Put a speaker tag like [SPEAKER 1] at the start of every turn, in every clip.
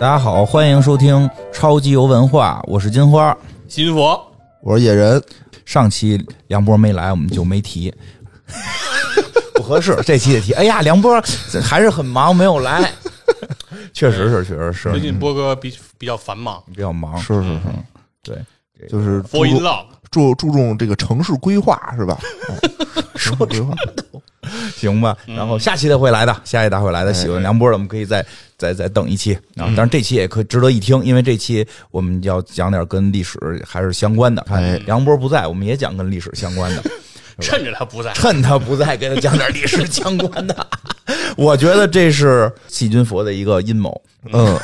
[SPEAKER 1] 大家好，欢迎收听超级游文化，我是金花。
[SPEAKER 2] 新佛，
[SPEAKER 3] 我是野人，
[SPEAKER 1] 上期梁波没来，我们就没提， 不合适。这期得提。哎呀，梁波还是很忙，没有 来。确实是，确实是，
[SPEAKER 2] 最近波哥比比较繁忙
[SPEAKER 1] 比较忙。
[SPEAKER 3] 是是是，
[SPEAKER 1] 对，
[SPEAKER 3] 就是注
[SPEAKER 2] ，fall in
[SPEAKER 3] 重
[SPEAKER 2] love，
[SPEAKER 3] 注注重这个城市规划 是吧？嗯城市规划，
[SPEAKER 1] 行吧。
[SPEAKER 3] 嗯
[SPEAKER 1] 然后下期他会来的，下期他会来的。
[SPEAKER 3] 哎
[SPEAKER 1] 喜欢梁波的，我们可以再再再等一期啊。当
[SPEAKER 3] 嗯
[SPEAKER 1] 然，这期也可以值得一听，因为这期我们要讲点跟历史还是相关的。看
[SPEAKER 3] 哎
[SPEAKER 1] 梁波不在，我们也讲跟历史相关的。嗯
[SPEAKER 2] 趁着他不在，
[SPEAKER 1] 趁他不在，给他讲点历史相关的。 我觉得这是细菌佛的一个阴谋，
[SPEAKER 3] 嗯，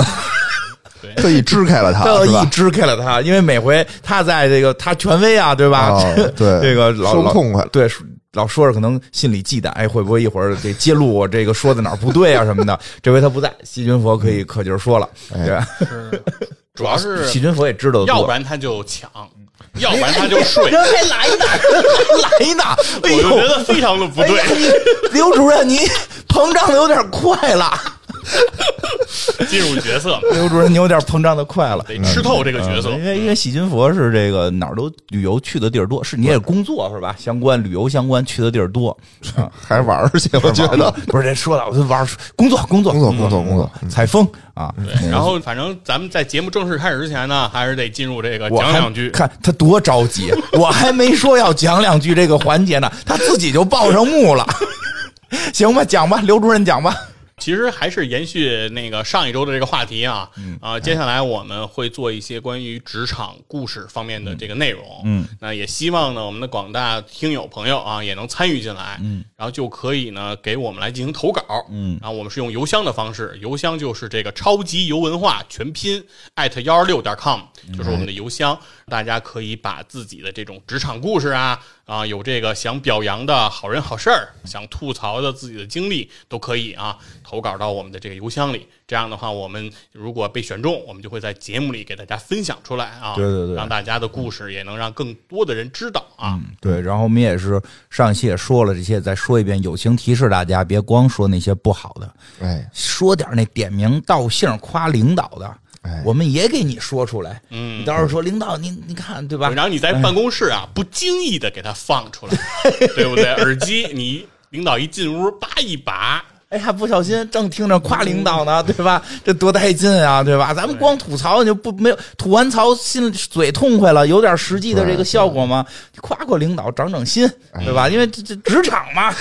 [SPEAKER 3] 特意支开了它，
[SPEAKER 1] 特
[SPEAKER 3] 是
[SPEAKER 1] 意
[SPEAKER 3] 吧？
[SPEAKER 1] 支开了他，因为每回他在这个他权威啊，对吧？
[SPEAKER 3] 哦 对啊
[SPEAKER 1] 这个老
[SPEAKER 3] 说不
[SPEAKER 1] 老
[SPEAKER 3] 痛快
[SPEAKER 1] 对，老说着可能心里忌惮，哎，会不会一会儿得揭露我这个说的哪儿不对啊什 么的？这回他不在，细菌佛可以可劲儿说了，
[SPEAKER 3] 哎
[SPEAKER 1] 对吧？啊
[SPEAKER 2] 是主要是
[SPEAKER 1] 细菌佛也知道得多，嗯哎
[SPEAKER 2] 要不然他就抢，要不然他就睡，
[SPEAKER 1] 人还来呢， 人还来呢，哎
[SPEAKER 2] 我就
[SPEAKER 1] 呦，
[SPEAKER 2] 觉得非常的不对。
[SPEAKER 1] 刘主任你膨胀的有点快了。哎
[SPEAKER 2] 进入角色
[SPEAKER 1] 刘主任，你有点膨胀的快了。
[SPEAKER 2] 得吃透这个角色
[SPEAKER 1] 因，为因为喜君佛是这个哪儿都旅游去的地儿多，是你也工作是吧？相关旅游相关去的地儿多，
[SPEAKER 3] 还玩儿去，我觉 得
[SPEAKER 1] 不是这说了，我就玩儿工作工作嗯
[SPEAKER 3] 工作工作工作，
[SPEAKER 1] 采风啊。
[SPEAKER 2] 然后反正咱们在节目正式开始之前呢，还是得进入这个
[SPEAKER 1] 我
[SPEAKER 2] 讲
[SPEAKER 1] 还
[SPEAKER 2] 两句。
[SPEAKER 1] 看他多着急，我还没说要讲两句这个环节呢，他自己就报上幕了。 行吧，讲吧，刘主任讲吧。
[SPEAKER 2] 其实还是延续那个上一周的这个话题啊，啊，接下来我们会做一些关于职场故事方面的这个内容，嗯，那也希望呢我们的广大听友朋友啊也能参与进来，嗯，然后就可以呢给我们来进行投稿，嗯，然后我们是用邮箱的方式，邮箱就是这个超级游文化全拼艾特幺二六点 com，就是我们的邮箱，大家可以把自己的这种职场故事啊。啊，有这个想表扬的好人好事儿，想吐槽的自己的经历都可以啊，投稿到我们的这个邮箱里。这样的话，我们如果被选中，我们就会在节目里给大家分享出来啊，
[SPEAKER 1] 对对对嗯
[SPEAKER 2] 让大家的故事也能让更多的人知道啊。
[SPEAKER 1] 对，然后我们也是上一期也说了这些，再说一遍，友情提示大家别光说那些不好的，
[SPEAKER 3] 哎，
[SPEAKER 1] 说点那点名道姓夸领导的，
[SPEAKER 3] 哎
[SPEAKER 1] 我们也给你说出来。
[SPEAKER 2] 嗯
[SPEAKER 1] 你到时候说领导，您您看对吧？
[SPEAKER 2] 然后你在办公室啊，不经意的给它放 出来，对不对？耳机你领导一进屋，叭一拔，
[SPEAKER 1] 哎呀，不小心正听着夸领导呢，
[SPEAKER 2] 嗯
[SPEAKER 1] 对吧？这多带劲啊，对吧？咱们光吐槽你就不没有吐完槽心嘴痛快了，有点实际的这个效果吗？
[SPEAKER 2] 嗯
[SPEAKER 1] 夸夸领导，长长心，对吧？因为这这职场嘛，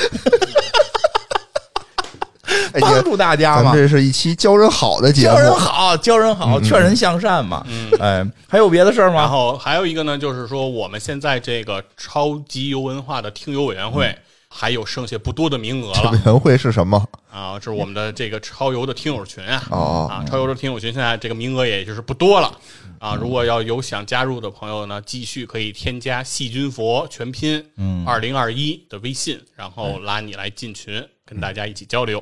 [SPEAKER 3] 哎
[SPEAKER 1] 帮
[SPEAKER 3] 你
[SPEAKER 1] 助大家
[SPEAKER 3] 咱
[SPEAKER 1] 嘛
[SPEAKER 3] 们。这是一期教人好的节
[SPEAKER 1] 教人
[SPEAKER 3] 目，嗯
[SPEAKER 1] 好，教人好，劝人向善嘛。哎，还有别的事儿
[SPEAKER 2] 嗯然
[SPEAKER 1] 吗？
[SPEAKER 2] 后还有一个呢，就是说我们现在这个超级游文化的听友委员会。
[SPEAKER 1] 嗯
[SPEAKER 2] 还有剩下不多的名 额了
[SPEAKER 3] 委，员会是什么？
[SPEAKER 2] 啊，这是我们的这个超游的听友群啊，
[SPEAKER 3] 哦
[SPEAKER 2] 啊，超游的听友群现在这个名额也就是不多了啊。如果要有想加入的朋友呢，继续可以添加细菌佛全拼嗯二零二一的微信，然后拉你来进群，跟大家一起交流。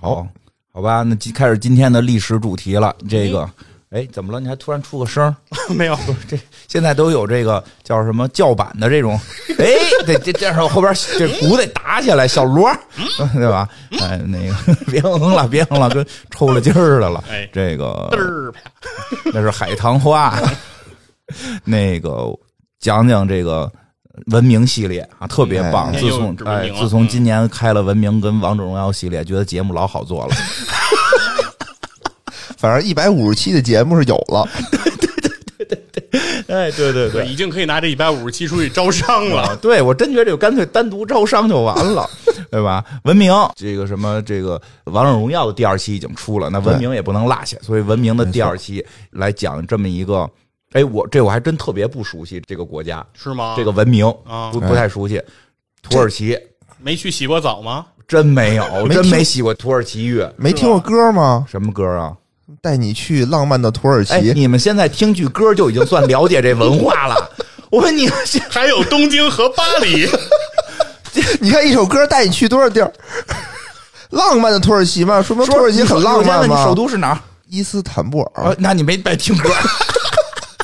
[SPEAKER 1] 好，好吧，那今开始今天的历史主题了。
[SPEAKER 2] 嗯
[SPEAKER 1] 这个，哎，怎么了？你还突然出个声儿？
[SPEAKER 2] 没 有，
[SPEAKER 1] 这现在都有这个叫什么叫板的这种，哎， 这这这样后边这
[SPEAKER 2] 哎
[SPEAKER 1] 鼓得打起来，小锣，
[SPEAKER 2] 嗯
[SPEAKER 1] 对吧？哎，那个 别嗯了，别嗯了，跟抽了筋儿的了
[SPEAKER 2] 哎。
[SPEAKER 1] 这个
[SPEAKER 2] 嘚儿啪，
[SPEAKER 1] 那是海棠 花。那个讲讲这个文明系列啊，特别棒。
[SPEAKER 3] 哎
[SPEAKER 1] 自从哎
[SPEAKER 2] 今天又指文明，了嗯
[SPEAKER 1] 自从今年开了文明跟王者荣耀系列，觉得节目老好做了。
[SPEAKER 3] 反正一百五十期的节目是有了，
[SPEAKER 1] 啊哎，对对啊
[SPEAKER 2] 对，。已经可以拿这一百五十七出去招商了。
[SPEAKER 1] 对，我真觉得就干脆单独招商就完了，对吧？文明这个什么这个《王者荣耀》的第二期已经出了，那文明也不能落下，所以文明的第二期来讲这么一个，哎，我这我还真特别不熟悉这个国家，
[SPEAKER 2] 是吗？
[SPEAKER 1] 这个文明
[SPEAKER 2] 啊
[SPEAKER 1] 不不太熟悉，土耳其
[SPEAKER 2] 没去洗过澡吗？
[SPEAKER 1] 真没有，
[SPEAKER 3] 没
[SPEAKER 1] 真
[SPEAKER 3] 听
[SPEAKER 1] 没洗过土耳其浴，
[SPEAKER 3] 没听过歌吗？
[SPEAKER 1] 什么歌啊？
[SPEAKER 3] 带你去浪漫的土耳
[SPEAKER 1] 哎，
[SPEAKER 3] 其，
[SPEAKER 1] 你们现在听句歌就已经算了解这文化了。 我问你们现
[SPEAKER 2] 还有东京和巴黎，
[SPEAKER 3] 你看一首歌带你去多 少地儿？浪漫的土耳其嘛，说明土耳其很浪
[SPEAKER 1] 我
[SPEAKER 3] 漫啊
[SPEAKER 1] 先问你
[SPEAKER 3] 嘛
[SPEAKER 1] 首。都是哪儿？
[SPEAKER 3] 伊斯坦布尔
[SPEAKER 1] 啊，那你没白听歌，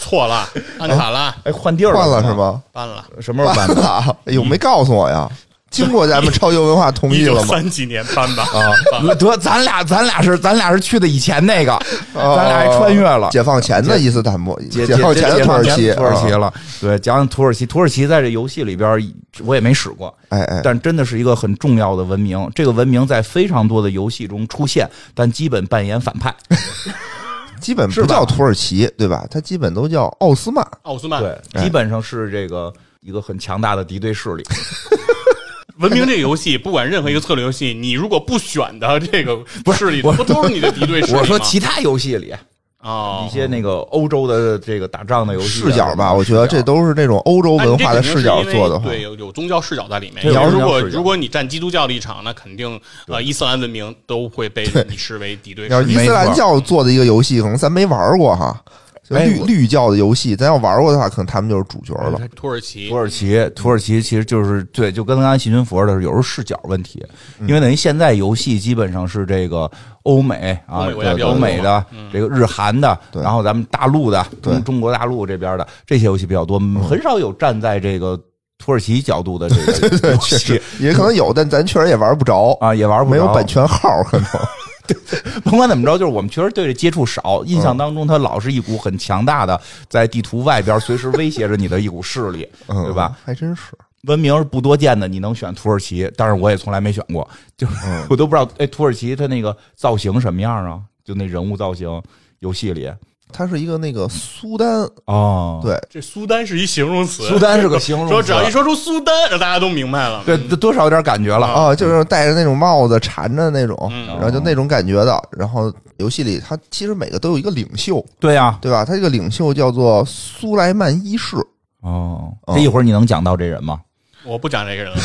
[SPEAKER 2] 错了，安卡拉
[SPEAKER 1] 哎，换地儿
[SPEAKER 3] 换了
[SPEAKER 1] 是
[SPEAKER 3] 是
[SPEAKER 1] 吗？
[SPEAKER 3] 吗？
[SPEAKER 2] 搬了。
[SPEAKER 1] 什么时候办
[SPEAKER 3] 办
[SPEAKER 1] 的？
[SPEAKER 3] 了，哎呦，没告诉我呀！经过咱们超优文化同
[SPEAKER 2] 一
[SPEAKER 3] 意
[SPEAKER 2] 九
[SPEAKER 3] 了吗？
[SPEAKER 2] 三几年搬吧，
[SPEAKER 1] 啊， 得，咱俩咱俩是咱俩是去的以前那个，
[SPEAKER 3] 哦
[SPEAKER 1] 咱俩还穿越了。
[SPEAKER 3] 解放前的伊斯坦布，
[SPEAKER 1] 解
[SPEAKER 3] 解放前的
[SPEAKER 1] 解
[SPEAKER 3] 土耳
[SPEAKER 1] 解
[SPEAKER 3] 其，
[SPEAKER 1] 土耳其
[SPEAKER 3] 啊，
[SPEAKER 1] 了。对，讲讲土耳其，土耳其在这游戏里边我也没使过，
[SPEAKER 3] 哎哎，
[SPEAKER 1] 但真的是一个很重要的文明。这个文明在非常多的游戏中出现，但基本扮演反派。
[SPEAKER 3] 基本
[SPEAKER 1] 是
[SPEAKER 3] 不
[SPEAKER 1] 吧
[SPEAKER 3] 叫土耳其，对吧？它基本都叫奥斯曼。
[SPEAKER 2] 奥斯曼
[SPEAKER 1] 对，
[SPEAKER 3] 哎
[SPEAKER 1] 基本上是这个一个很强大的敌对势力。
[SPEAKER 2] 文明这个游戏，不管任何一个策略游戏，你如果不选的这个
[SPEAKER 1] 不是
[SPEAKER 2] 势力，
[SPEAKER 1] 我
[SPEAKER 2] 不都是你的敌对势力吗？
[SPEAKER 1] 我说其他游戏里，
[SPEAKER 2] 哦
[SPEAKER 1] 一，些那个欧洲的这个打仗的游戏啊
[SPEAKER 3] 视角吧，我觉得
[SPEAKER 1] 视角
[SPEAKER 3] 这都是那种欧洲
[SPEAKER 2] 那
[SPEAKER 3] 文
[SPEAKER 2] 你这
[SPEAKER 3] 化的
[SPEAKER 2] 肯定
[SPEAKER 3] 视
[SPEAKER 2] 是
[SPEAKER 3] 角
[SPEAKER 2] 因为
[SPEAKER 3] 做的话，
[SPEAKER 2] 对，有有宗教视角在里面。
[SPEAKER 1] 对
[SPEAKER 2] 你要
[SPEAKER 1] 有
[SPEAKER 2] 如
[SPEAKER 1] 宗教
[SPEAKER 2] 果
[SPEAKER 1] 视角
[SPEAKER 2] 如果你站基督教立场，那肯定呃伊斯兰文明都会被你视为敌对势
[SPEAKER 3] 要是
[SPEAKER 2] 力。
[SPEAKER 3] 伊斯兰教做的一个游戏，可能咱没玩过哈，就
[SPEAKER 1] 哎
[SPEAKER 3] 绿
[SPEAKER 1] 我
[SPEAKER 3] 绿教的游戏，咱要玩过的话，可能他们就是主角
[SPEAKER 1] 嗯
[SPEAKER 3] 了。
[SPEAKER 2] 土耳其
[SPEAKER 1] 土耳其，土耳其其实就是对，就跟刚才细菌佛的，有时候视角问题，
[SPEAKER 3] 嗯
[SPEAKER 1] 因为等于现在游戏基本上是这个欧美啊
[SPEAKER 2] 欧美国家比，较
[SPEAKER 1] 欧美
[SPEAKER 2] 多嗯
[SPEAKER 1] 的这个日韩的，
[SPEAKER 3] 对
[SPEAKER 1] 然后咱们大陆的
[SPEAKER 3] 对嗯
[SPEAKER 1] 中中国大陆这边的这些游戏比较多，很少有站在这个土耳其角度的这 个游
[SPEAKER 3] 确
[SPEAKER 1] 戏
[SPEAKER 3] 实也可能有，但咱确实也玩不着，
[SPEAKER 1] 啊，也玩不
[SPEAKER 3] 没有
[SPEAKER 1] 着
[SPEAKER 3] 版。权号，可能
[SPEAKER 1] 甭管怎么着，就是我们确实对这接触少，印
[SPEAKER 3] 嗯
[SPEAKER 1] 象当中它老是一股很强大的在地图外边随时威胁着你的一股势力，
[SPEAKER 3] 嗯
[SPEAKER 1] 对吧？？
[SPEAKER 3] 还真是，
[SPEAKER 1] 文明是不多见的，你能选土耳其，但是我也从来没选过，就是、
[SPEAKER 3] 嗯
[SPEAKER 1] 我都不知道，哎，土耳其它那个造型什么样啊？就那人物造型，游戏里
[SPEAKER 3] 它是一个那个苏丹，
[SPEAKER 1] 哦，
[SPEAKER 3] 对，
[SPEAKER 2] 这苏丹是一形容词，
[SPEAKER 1] 苏丹是个形容词
[SPEAKER 2] 说只要一说出苏丹，大家都明白了。
[SPEAKER 1] 对，多多少有点感觉了，
[SPEAKER 3] 啊，就是戴着那种帽子，缠着那种，
[SPEAKER 2] 嗯
[SPEAKER 3] 然后就那种感觉的。然后游戏里它其实每个都有一个领袖，
[SPEAKER 1] 对呀、啊，
[SPEAKER 3] 对吧？它这个领袖叫做苏莱曼一世，
[SPEAKER 1] 哦，
[SPEAKER 3] 嗯
[SPEAKER 1] 这一会儿你能讲到这人吗？
[SPEAKER 2] 我不讲 这个人了，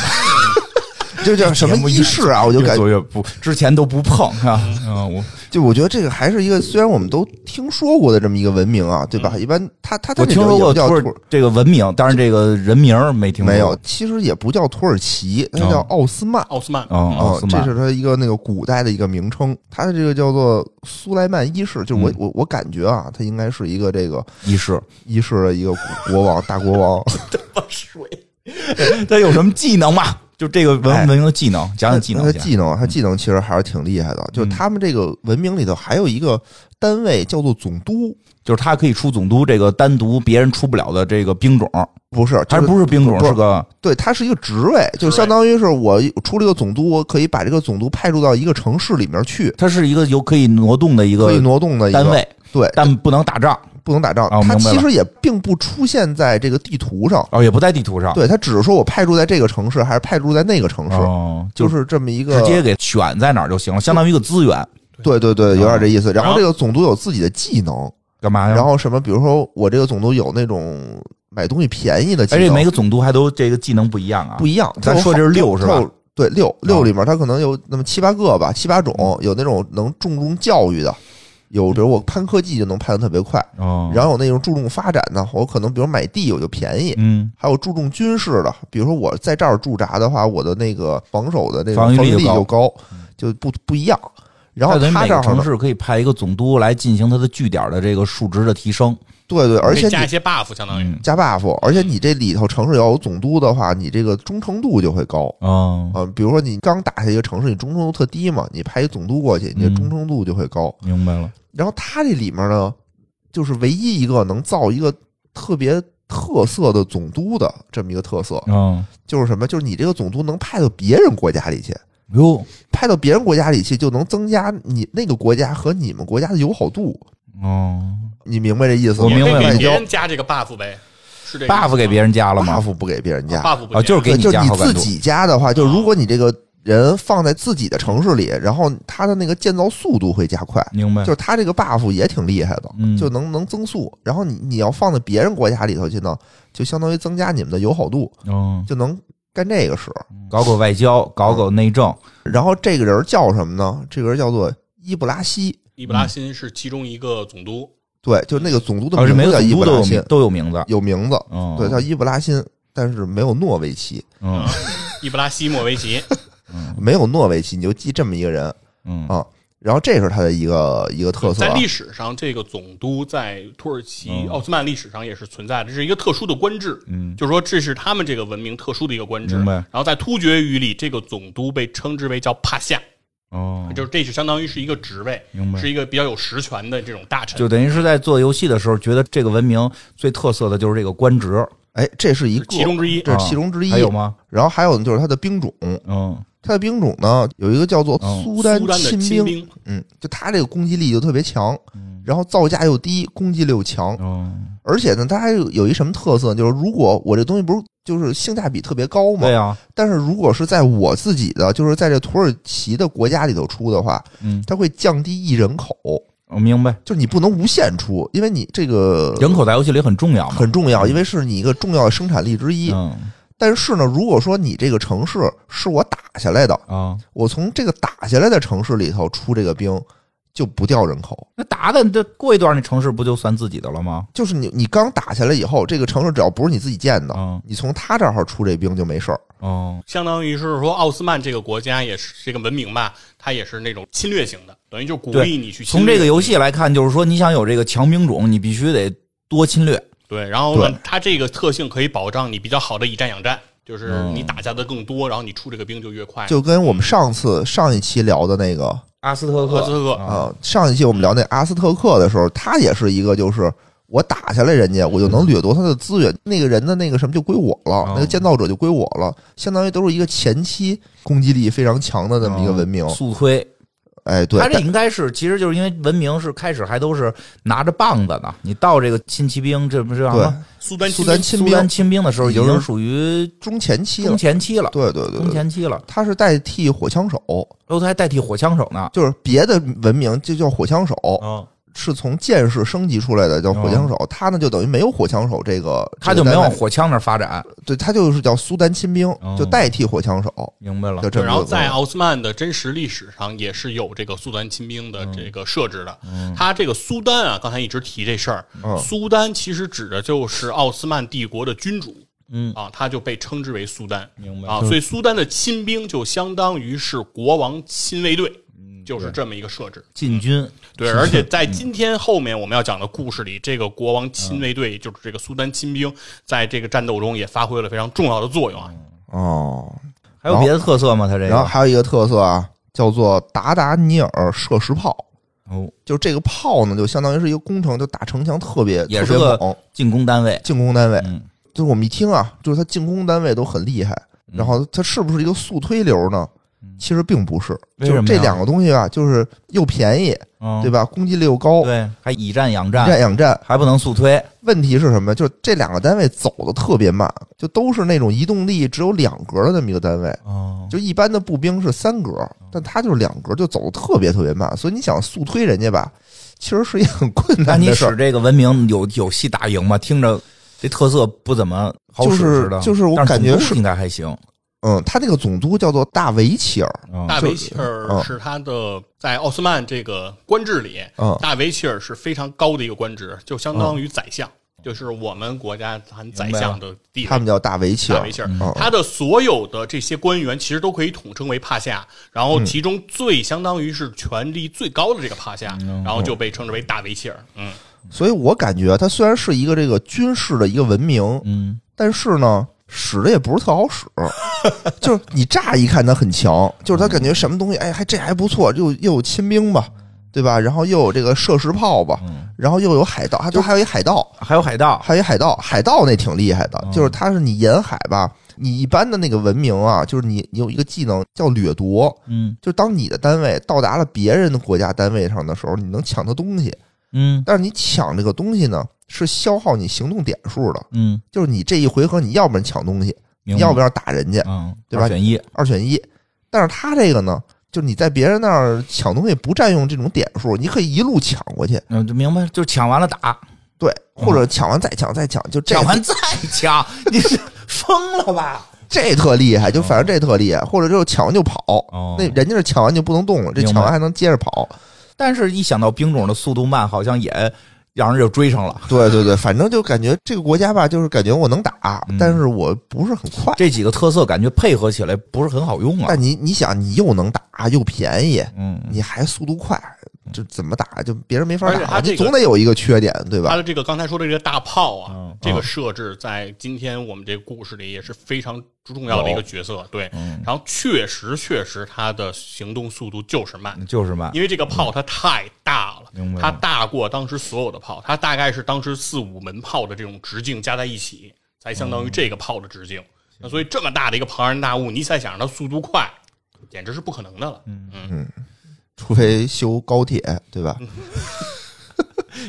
[SPEAKER 3] 就叫什么
[SPEAKER 1] 节目
[SPEAKER 3] 一世啊？我就
[SPEAKER 1] 越
[SPEAKER 3] 感
[SPEAKER 1] 做越不，之前都不碰啊，嗯，我
[SPEAKER 3] 就我觉得这个还是一个虽然我们都听说过的这么一个文明啊，对吧？一般它它它
[SPEAKER 1] 我
[SPEAKER 3] 这
[SPEAKER 1] 听
[SPEAKER 3] 种
[SPEAKER 1] 说过土
[SPEAKER 3] 也不叫
[SPEAKER 1] 耳
[SPEAKER 3] 土
[SPEAKER 1] 这个文明，但是这个人名儿没听说过
[SPEAKER 3] 没有，，其实也不叫土耳其，它叫
[SPEAKER 1] 哦
[SPEAKER 3] 奥斯曼。
[SPEAKER 2] 奥斯曼。
[SPEAKER 1] 嗯，奥
[SPEAKER 3] 哦
[SPEAKER 1] 斯，
[SPEAKER 3] 这
[SPEAKER 1] 曼
[SPEAKER 3] 是它一个那个古代的一个名称，它的这个叫做苏莱曼一世，就我、
[SPEAKER 1] 嗯
[SPEAKER 3] 我我感觉啊，它应该是一个这个
[SPEAKER 1] 一 世，
[SPEAKER 3] 一世的一个国王大国 王，
[SPEAKER 1] 他有什么技能吗？就这个
[SPEAKER 3] 哎
[SPEAKER 1] 文文明的技能，讲讲技
[SPEAKER 3] 他
[SPEAKER 1] 能嗯去，
[SPEAKER 3] 技能他技能其实还是挺厉害的，就是他们这个文明里头还有一个单位叫做总督，
[SPEAKER 1] 就是他可以出总督这个单独别人出不了的这个兵种，
[SPEAKER 3] 不是，就
[SPEAKER 1] 还
[SPEAKER 3] 是
[SPEAKER 1] 不是兵种，
[SPEAKER 3] 不
[SPEAKER 1] 是个
[SPEAKER 3] 对，它是一个职位，就相当于是我出了一个总督，我可以把这个总督派驻到一个城市里面去，
[SPEAKER 1] 它是一个有可以挪动的一
[SPEAKER 3] 可以
[SPEAKER 1] 个
[SPEAKER 3] 挪动的一个哎
[SPEAKER 1] 单，位，
[SPEAKER 3] 对，
[SPEAKER 1] 但不能打仗
[SPEAKER 3] 不能打仗
[SPEAKER 1] 啊我。
[SPEAKER 3] 它
[SPEAKER 1] 明白
[SPEAKER 3] 其
[SPEAKER 1] 了
[SPEAKER 3] 实也并不出现在这个地图上，
[SPEAKER 1] 哦，也不在地图上，
[SPEAKER 3] 对，它只是说我派驻在这个城市，还是派驻在那个城市，
[SPEAKER 1] 哦，
[SPEAKER 3] 就是是这么一个
[SPEAKER 1] 直接给选在哪儿就行了，相当于一个资源，
[SPEAKER 3] 对对对，有
[SPEAKER 1] 啊
[SPEAKER 3] 点这意思。然
[SPEAKER 2] 然
[SPEAKER 3] 后
[SPEAKER 2] 后
[SPEAKER 3] 这个总督有自己的技能，
[SPEAKER 1] 干嘛呀？
[SPEAKER 3] 然后什么，比如说我这个总督有那种买东西便宜的技
[SPEAKER 1] 而且
[SPEAKER 3] 能，
[SPEAKER 1] 每个总督还都这个技能不一样啊
[SPEAKER 3] 不，一样。
[SPEAKER 1] 咱
[SPEAKER 3] 它有
[SPEAKER 1] 说这是
[SPEAKER 3] 好
[SPEAKER 1] 六
[SPEAKER 3] 它
[SPEAKER 1] 是吧啊
[SPEAKER 3] 有对，六六里面它可能有那么七八个吧，七八
[SPEAKER 1] 嗯
[SPEAKER 3] 种，有那种能注重教育的，有比如我攀科技就能攀得特别快，
[SPEAKER 1] 哦，
[SPEAKER 3] 然后有那种注重发展的，我可能比如买地我就便宜。
[SPEAKER 1] 嗯，
[SPEAKER 3] 还有注重军事的，比如说我在这儿驻扎的话，我的那个防守的那个
[SPEAKER 1] 防
[SPEAKER 3] 防
[SPEAKER 1] 御
[SPEAKER 3] 御
[SPEAKER 1] 力
[SPEAKER 3] 力
[SPEAKER 1] 就
[SPEAKER 3] 就高，就不不一样。然后
[SPEAKER 1] 它等于
[SPEAKER 3] 他
[SPEAKER 1] 每
[SPEAKER 3] 这
[SPEAKER 1] 个
[SPEAKER 3] 儿
[SPEAKER 1] 城
[SPEAKER 3] 呢，
[SPEAKER 1] 市可以派一个总督来进行它的据点的这个数值的提升，
[SPEAKER 3] 对对，而
[SPEAKER 2] 可
[SPEAKER 3] 且
[SPEAKER 2] 以
[SPEAKER 3] 你
[SPEAKER 2] 加一些 buff，相当于
[SPEAKER 1] 嗯，
[SPEAKER 3] 加 buff，而且你这里头城市要有总督的话，你这个忠诚度就会高。
[SPEAKER 1] 哦，
[SPEAKER 3] 啊，比如说你刚打下一个城市，你忠诚度特低嘛，你派一总督过去，你的
[SPEAKER 1] 嗯
[SPEAKER 3] 忠诚度就会高。
[SPEAKER 1] 明白了，
[SPEAKER 3] 然后它这里面呢，就是唯一一个能造一个特别特色的总督的这么一个特色，
[SPEAKER 1] 嗯，
[SPEAKER 3] 就是什么？就是你这个总督能派到别人国家里去，
[SPEAKER 1] 哟，
[SPEAKER 3] 派到别人国家里去，就能增加你那个国家和你们国家的友好度。
[SPEAKER 1] 哦
[SPEAKER 3] 你明白这意思吗？
[SPEAKER 1] 我明白
[SPEAKER 2] 也可
[SPEAKER 1] 了
[SPEAKER 2] 以给
[SPEAKER 3] 外
[SPEAKER 2] 别
[SPEAKER 3] 交
[SPEAKER 2] 人加这个 buff 呗，是这个意思
[SPEAKER 1] ，buff
[SPEAKER 2] 吗
[SPEAKER 1] 给别人加了吗？
[SPEAKER 3] buff 不给别人加，
[SPEAKER 2] buff 不
[SPEAKER 1] 啊就是给
[SPEAKER 3] 对，
[SPEAKER 1] 你
[SPEAKER 3] 就是
[SPEAKER 1] 加
[SPEAKER 3] 你
[SPEAKER 1] 好感
[SPEAKER 3] 自
[SPEAKER 1] 度啊
[SPEAKER 3] 己加的话，就如果你这个人放在自己的城市里，然后他的那个建造速度会加快，
[SPEAKER 1] 明白
[SPEAKER 3] 就，是他这个 buff 也挺厉害的，
[SPEAKER 1] 嗯
[SPEAKER 3] 就能能增速。然后你你要放在别人国家里头去呢，就相当于增加你们的友好度，
[SPEAKER 1] 嗯，
[SPEAKER 3] 就能干这个事。
[SPEAKER 1] 搞搞外交，搞搞内政，
[SPEAKER 3] 然后这个人叫什么呢？这个人叫做伊布拉西，
[SPEAKER 2] 伊布拉辛是其中一个总
[SPEAKER 1] 嗯
[SPEAKER 2] 督，
[SPEAKER 3] 对，就那个总督的
[SPEAKER 1] 哦，是
[SPEAKER 3] 名
[SPEAKER 1] 每
[SPEAKER 3] 字
[SPEAKER 1] 个
[SPEAKER 3] 叫
[SPEAKER 1] 总
[SPEAKER 3] 伊
[SPEAKER 1] 督
[SPEAKER 3] 布
[SPEAKER 1] 都
[SPEAKER 3] 拉
[SPEAKER 1] 有
[SPEAKER 3] 辛
[SPEAKER 1] 名，都有名字，
[SPEAKER 3] 有名字，
[SPEAKER 1] 哦
[SPEAKER 3] 对，叫伊布拉辛，但是没有诺维奇，
[SPEAKER 1] 嗯
[SPEAKER 2] 伊布拉希莫维奇，
[SPEAKER 3] 没有诺维奇，你就记这么一个人。
[SPEAKER 1] 嗯
[SPEAKER 3] 啊然后这是它的一个一个特色
[SPEAKER 2] 在
[SPEAKER 3] 啊。
[SPEAKER 2] 历史上，这个总督在土耳其
[SPEAKER 1] 嗯
[SPEAKER 2] 奥斯曼历史上也是存在的，这是一个特殊的官制，
[SPEAKER 1] 嗯
[SPEAKER 2] 就是说这是他们这个文明特殊的一个官制。
[SPEAKER 1] 明白
[SPEAKER 2] 然后在突厥语里，这个总督被称之为叫帕夏，
[SPEAKER 1] 哦，
[SPEAKER 2] 就是这是相当于是一个职位
[SPEAKER 1] 明，白
[SPEAKER 2] 是一个比较有实权的这种大臣。
[SPEAKER 1] 就等于是在做游戏的时候，觉得这个文明最特色的就是这个官职，
[SPEAKER 3] 哎，这是一个，
[SPEAKER 2] 其中之一
[SPEAKER 3] 这是
[SPEAKER 1] 啊
[SPEAKER 3] 其中之一。
[SPEAKER 1] 还有吗？
[SPEAKER 3] 然后还有呢，就是它的兵种，
[SPEAKER 1] 嗯，
[SPEAKER 3] 它的兵种呢有一个叫做
[SPEAKER 1] 嗯
[SPEAKER 3] 苏丹
[SPEAKER 2] 苏丹的
[SPEAKER 3] 亲
[SPEAKER 2] 亲
[SPEAKER 3] 兵，
[SPEAKER 2] 兵，
[SPEAKER 3] 嗯，就它这个攻击力就特别强
[SPEAKER 1] 嗯，
[SPEAKER 3] 然后造价又低，攻击力又强，
[SPEAKER 1] 哦，
[SPEAKER 3] 而且呢，它还有有一什么特色呢，就是如果我这东西不是就是性价比特别高嘛
[SPEAKER 1] 对，啊，
[SPEAKER 3] 但是如果是在我自己的，就是在这土耳其的国家里头出的话，
[SPEAKER 1] 嗯，
[SPEAKER 3] 它会降低一人口，
[SPEAKER 1] 我明白，
[SPEAKER 3] 就是你不能无限出，因为你这个
[SPEAKER 1] 人口在嗯游戏里很重要嘛，
[SPEAKER 3] 呃很重要，因为是你一个重要的生产力之一。
[SPEAKER 1] 嗯
[SPEAKER 3] 但是呢，如果说你这个城市是我打下来的，
[SPEAKER 1] 啊，
[SPEAKER 3] 我从这个打下来的城市里头出这个兵，就不掉人口。
[SPEAKER 1] 那打的这过一段那城市不就算自己的了吗？
[SPEAKER 3] 就是你你刚打下来以后，这个城市只要不是你自己建的，
[SPEAKER 1] 嗯
[SPEAKER 3] 你从他这儿出这兵就没事儿。
[SPEAKER 1] 哦，
[SPEAKER 2] 相当于是说奥斯曼这个国家也是这个文明吧，它也是那种侵略型的，等于就鼓励你去侵
[SPEAKER 1] 从
[SPEAKER 2] 略
[SPEAKER 1] 这个游戏来看，就是说你想有这个强兵种，你必须得多侵略。
[SPEAKER 2] 对，然后呢
[SPEAKER 3] 对，
[SPEAKER 2] 它这个特性可以保障你比较好的以战养战，就是
[SPEAKER 1] 嗯
[SPEAKER 2] 你打下的更多，然后你出这个兵就越
[SPEAKER 1] 哎
[SPEAKER 2] 快。
[SPEAKER 3] 就跟我们上次
[SPEAKER 1] 嗯
[SPEAKER 3] 上一期聊的那个
[SPEAKER 1] 阿斯特
[SPEAKER 2] 赫斯特克，
[SPEAKER 1] 啊，
[SPEAKER 3] 啊，上一期我们聊那阿斯特克的时候，他也是一个就是。我打下来人家，我就能掠夺他的资源。那个人的那个什么就归我了，
[SPEAKER 1] 嗯
[SPEAKER 3] 那个建造者就归我了，相当于都是一个前期攻击力非常强的那么一个文明。
[SPEAKER 1] 速推，
[SPEAKER 3] 哎，对，
[SPEAKER 1] 哦他这
[SPEAKER 3] 但
[SPEAKER 1] 应该是，其实就是因为文明是开始还都是拿着棒子呢。你到这个新骑兵，这不是叫什
[SPEAKER 3] 对
[SPEAKER 1] 么
[SPEAKER 2] 苏丹
[SPEAKER 3] 苏
[SPEAKER 2] 亲
[SPEAKER 3] 丹
[SPEAKER 2] 兵
[SPEAKER 3] 亲
[SPEAKER 1] 苏丹亲兵的时候，已
[SPEAKER 3] 已经是
[SPEAKER 1] 经属于
[SPEAKER 3] 中前期了
[SPEAKER 1] 中，前期了，
[SPEAKER 3] 对对对
[SPEAKER 1] 中
[SPEAKER 3] 对，
[SPEAKER 1] 前期了，
[SPEAKER 3] 他是代替火枪手，
[SPEAKER 1] 然后他还代替火枪手呢。
[SPEAKER 3] 就是别的文明就叫火枪手，
[SPEAKER 1] 嗯，
[SPEAKER 2] 哦
[SPEAKER 3] 是从剑士升级出来的叫火枪手，他呢就等于没有火枪手这个，
[SPEAKER 1] 哦他就没
[SPEAKER 3] 这个
[SPEAKER 1] 往
[SPEAKER 3] 单位
[SPEAKER 1] 火枪那儿发展，
[SPEAKER 3] 对他就是叫苏丹亲兵
[SPEAKER 1] 哦，
[SPEAKER 3] 就代替火枪手，
[SPEAKER 1] 明白了
[SPEAKER 3] 就。这
[SPEAKER 2] 对，
[SPEAKER 3] 么
[SPEAKER 2] 然后
[SPEAKER 3] 一个嗯
[SPEAKER 2] 在奥斯曼的真实历史上也是有这个苏丹亲兵的这个设置的。
[SPEAKER 1] 嗯
[SPEAKER 2] 它这个苏丹啊，刚才一直提这事儿，
[SPEAKER 3] 嗯
[SPEAKER 2] 苏丹其实指的就是奥斯曼帝国的君主
[SPEAKER 1] 嗯，
[SPEAKER 2] 啊，他就被称之为苏丹
[SPEAKER 1] 明
[SPEAKER 3] 嗯
[SPEAKER 1] 白
[SPEAKER 2] 啊，所以苏丹的亲兵就相当于是国王亲卫队，
[SPEAKER 3] 嗯
[SPEAKER 2] 就是这么一个设置。
[SPEAKER 1] 进军
[SPEAKER 2] 对，而且在今天后面我们要讲的故事里，这个国王亲卫队就是这个苏丹亲
[SPEAKER 3] 嗯
[SPEAKER 2] 兵，在这个战斗中也发挥了非常重要的作用啊。
[SPEAKER 3] 哦。
[SPEAKER 1] 还有别的特色吗？他这
[SPEAKER 3] 然后
[SPEAKER 1] 个
[SPEAKER 3] 还有一个特色啊，叫做达达尼尔射石炮，
[SPEAKER 1] 哦，
[SPEAKER 3] 就这个炮呢，就相当于是一个工程，就打城墙特别
[SPEAKER 1] 也是
[SPEAKER 3] 特别
[SPEAKER 1] 个
[SPEAKER 3] 猛，
[SPEAKER 1] 进攻单位。
[SPEAKER 3] 进攻单位。
[SPEAKER 1] 嗯
[SPEAKER 3] 就是我们一听啊，就是它进攻单位都很厉害，然后它是不是一个速推流呢？其实并不是，
[SPEAKER 1] 为
[SPEAKER 3] 就
[SPEAKER 1] 什么
[SPEAKER 3] 是
[SPEAKER 1] 呀
[SPEAKER 3] 这两个东西吧，就是又便宜，
[SPEAKER 1] 嗯，
[SPEAKER 3] 对
[SPEAKER 1] 吧？
[SPEAKER 3] 吧？攻击力又高，以
[SPEAKER 1] 对，还以战养战，
[SPEAKER 3] 战养战。
[SPEAKER 1] 还不能速推。
[SPEAKER 3] 问题是什么？就是这两个单位走的特别慢，就都是那种移动力只有两格的那么一个单位。
[SPEAKER 1] 哦，
[SPEAKER 3] 就一般的步兵是三格，但他就是两格，就走的特别特别慢。所以你想速推人家吧，其实是一个很困
[SPEAKER 1] 那
[SPEAKER 3] 难
[SPEAKER 1] 你
[SPEAKER 3] 的事
[SPEAKER 1] 使
[SPEAKER 3] 儿。
[SPEAKER 1] 这个文明有有戏打赢吗？听着这特色不怎么好使似的，
[SPEAKER 3] 就是就是我
[SPEAKER 1] 但
[SPEAKER 3] 感觉
[SPEAKER 1] 总督
[SPEAKER 3] 是
[SPEAKER 1] 应该还行。
[SPEAKER 3] 嗯，他那个总督叫做大维齐尔，
[SPEAKER 1] 嗯
[SPEAKER 2] 大
[SPEAKER 3] 就
[SPEAKER 2] 维齐尔
[SPEAKER 3] 嗯
[SPEAKER 2] 是他的在奥斯曼这个官制里，
[SPEAKER 3] 嗯
[SPEAKER 2] 大维齐尔是非常高的一个官职，就相当于宰相，就是我们国家咱宰相的地
[SPEAKER 3] 嗯他
[SPEAKER 2] 位。
[SPEAKER 3] 们叫大维齐
[SPEAKER 2] 大
[SPEAKER 3] 尔
[SPEAKER 2] 维。齐尔，
[SPEAKER 3] 嗯，
[SPEAKER 2] 他的所有的这些官员其实都可以统称为帕夏，然
[SPEAKER 3] 嗯
[SPEAKER 2] 后其中最相当于是权力最高的这个帕夏，
[SPEAKER 3] 嗯
[SPEAKER 2] 然后就被称之为大维齐尔。嗯，
[SPEAKER 3] 所以我感觉它虽然是一个这个军事的一个文明，
[SPEAKER 1] 嗯，
[SPEAKER 3] 但是呢，使的也不是特好使。就是你乍一看它很强，就是它感觉什么东西，哎，还这还不错，又又有亲兵吧，对吧？然后又有这个射石炮吧，然后又有海盗，它就还有一海盗，
[SPEAKER 1] 还有海盗，
[SPEAKER 3] 还有一海盗，海盗那挺厉害的，就是它是你沿海吧，你一般的那个文明啊，就是你你有一个技能叫掠夺，
[SPEAKER 1] 嗯
[SPEAKER 3] 就是当你的单位到达了别人的国家单位上的时候，你能抢他东西。
[SPEAKER 1] 嗯
[SPEAKER 3] 但是你抢这个东西呢，是消耗你行动点数的，
[SPEAKER 1] 嗯，
[SPEAKER 3] 就是你这一回合你要不然抢东西，
[SPEAKER 1] 明白
[SPEAKER 3] 要不然打人家，
[SPEAKER 1] 嗯，
[SPEAKER 3] 对吧
[SPEAKER 1] 二选一，
[SPEAKER 3] 二选一。但是他这个呢，就是你在别人那儿抢东西不占用这种点数，你可以一路抢过去，
[SPEAKER 1] 嗯，就明白，就抢完了打，
[SPEAKER 3] 对，或者抢完再抢再抢，就
[SPEAKER 1] 嗯
[SPEAKER 3] 这
[SPEAKER 1] 抢完再抢，你是疯了 吧？
[SPEAKER 3] 这特厉害，就反正这特厉害，或者就是抢完就跑，
[SPEAKER 1] 哦
[SPEAKER 3] 那人家是抢完就不能动了，这
[SPEAKER 1] 明白
[SPEAKER 3] 抢完还能接着跑，
[SPEAKER 1] 但是，一想到兵种的速度慢，好像也让人就追上了。
[SPEAKER 3] 对对对，反正就感觉这个国家吧，就是感觉我能打，
[SPEAKER 1] 嗯
[SPEAKER 3] 但是我不是很快。
[SPEAKER 1] 这几个特色感觉配合起来不是很好用啊
[SPEAKER 3] 但。你你想，你又能打又便宜，
[SPEAKER 1] 嗯，
[SPEAKER 3] 你还速度快，这怎么打？就别人没法
[SPEAKER 2] 而且
[SPEAKER 3] 打，
[SPEAKER 2] 它这
[SPEAKER 3] 你
[SPEAKER 2] 个
[SPEAKER 3] 总得有一个缺点，对
[SPEAKER 2] 它
[SPEAKER 3] 吧？
[SPEAKER 2] 的这个刚才说的这个大炮啊，
[SPEAKER 1] 嗯
[SPEAKER 2] 这个设置在今天我们这个故事里也是非常重要的一个角色。
[SPEAKER 1] 嗯
[SPEAKER 2] 对，然后确实确实它的行动速度就是慢，
[SPEAKER 1] 就是慢。
[SPEAKER 2] 因为这个炮它太大了，
[SPEAKER 1] 嗯明白
[SPEAKER 2] 它大过当时所有的炮，它大概是当时四五门炮的这种直径加在一起，才相当于这个炮的直径。
[SPEAKER 1] 嗯
[SPEAKER 2] 那所以这么大的一个庞然大物，你再想让它速度快，简直是不可能的了。
[SPEAKER 1] 嗯
[SPEAKER 2] 嗯
[SPEAKER 3] 除非修高铁，对吧？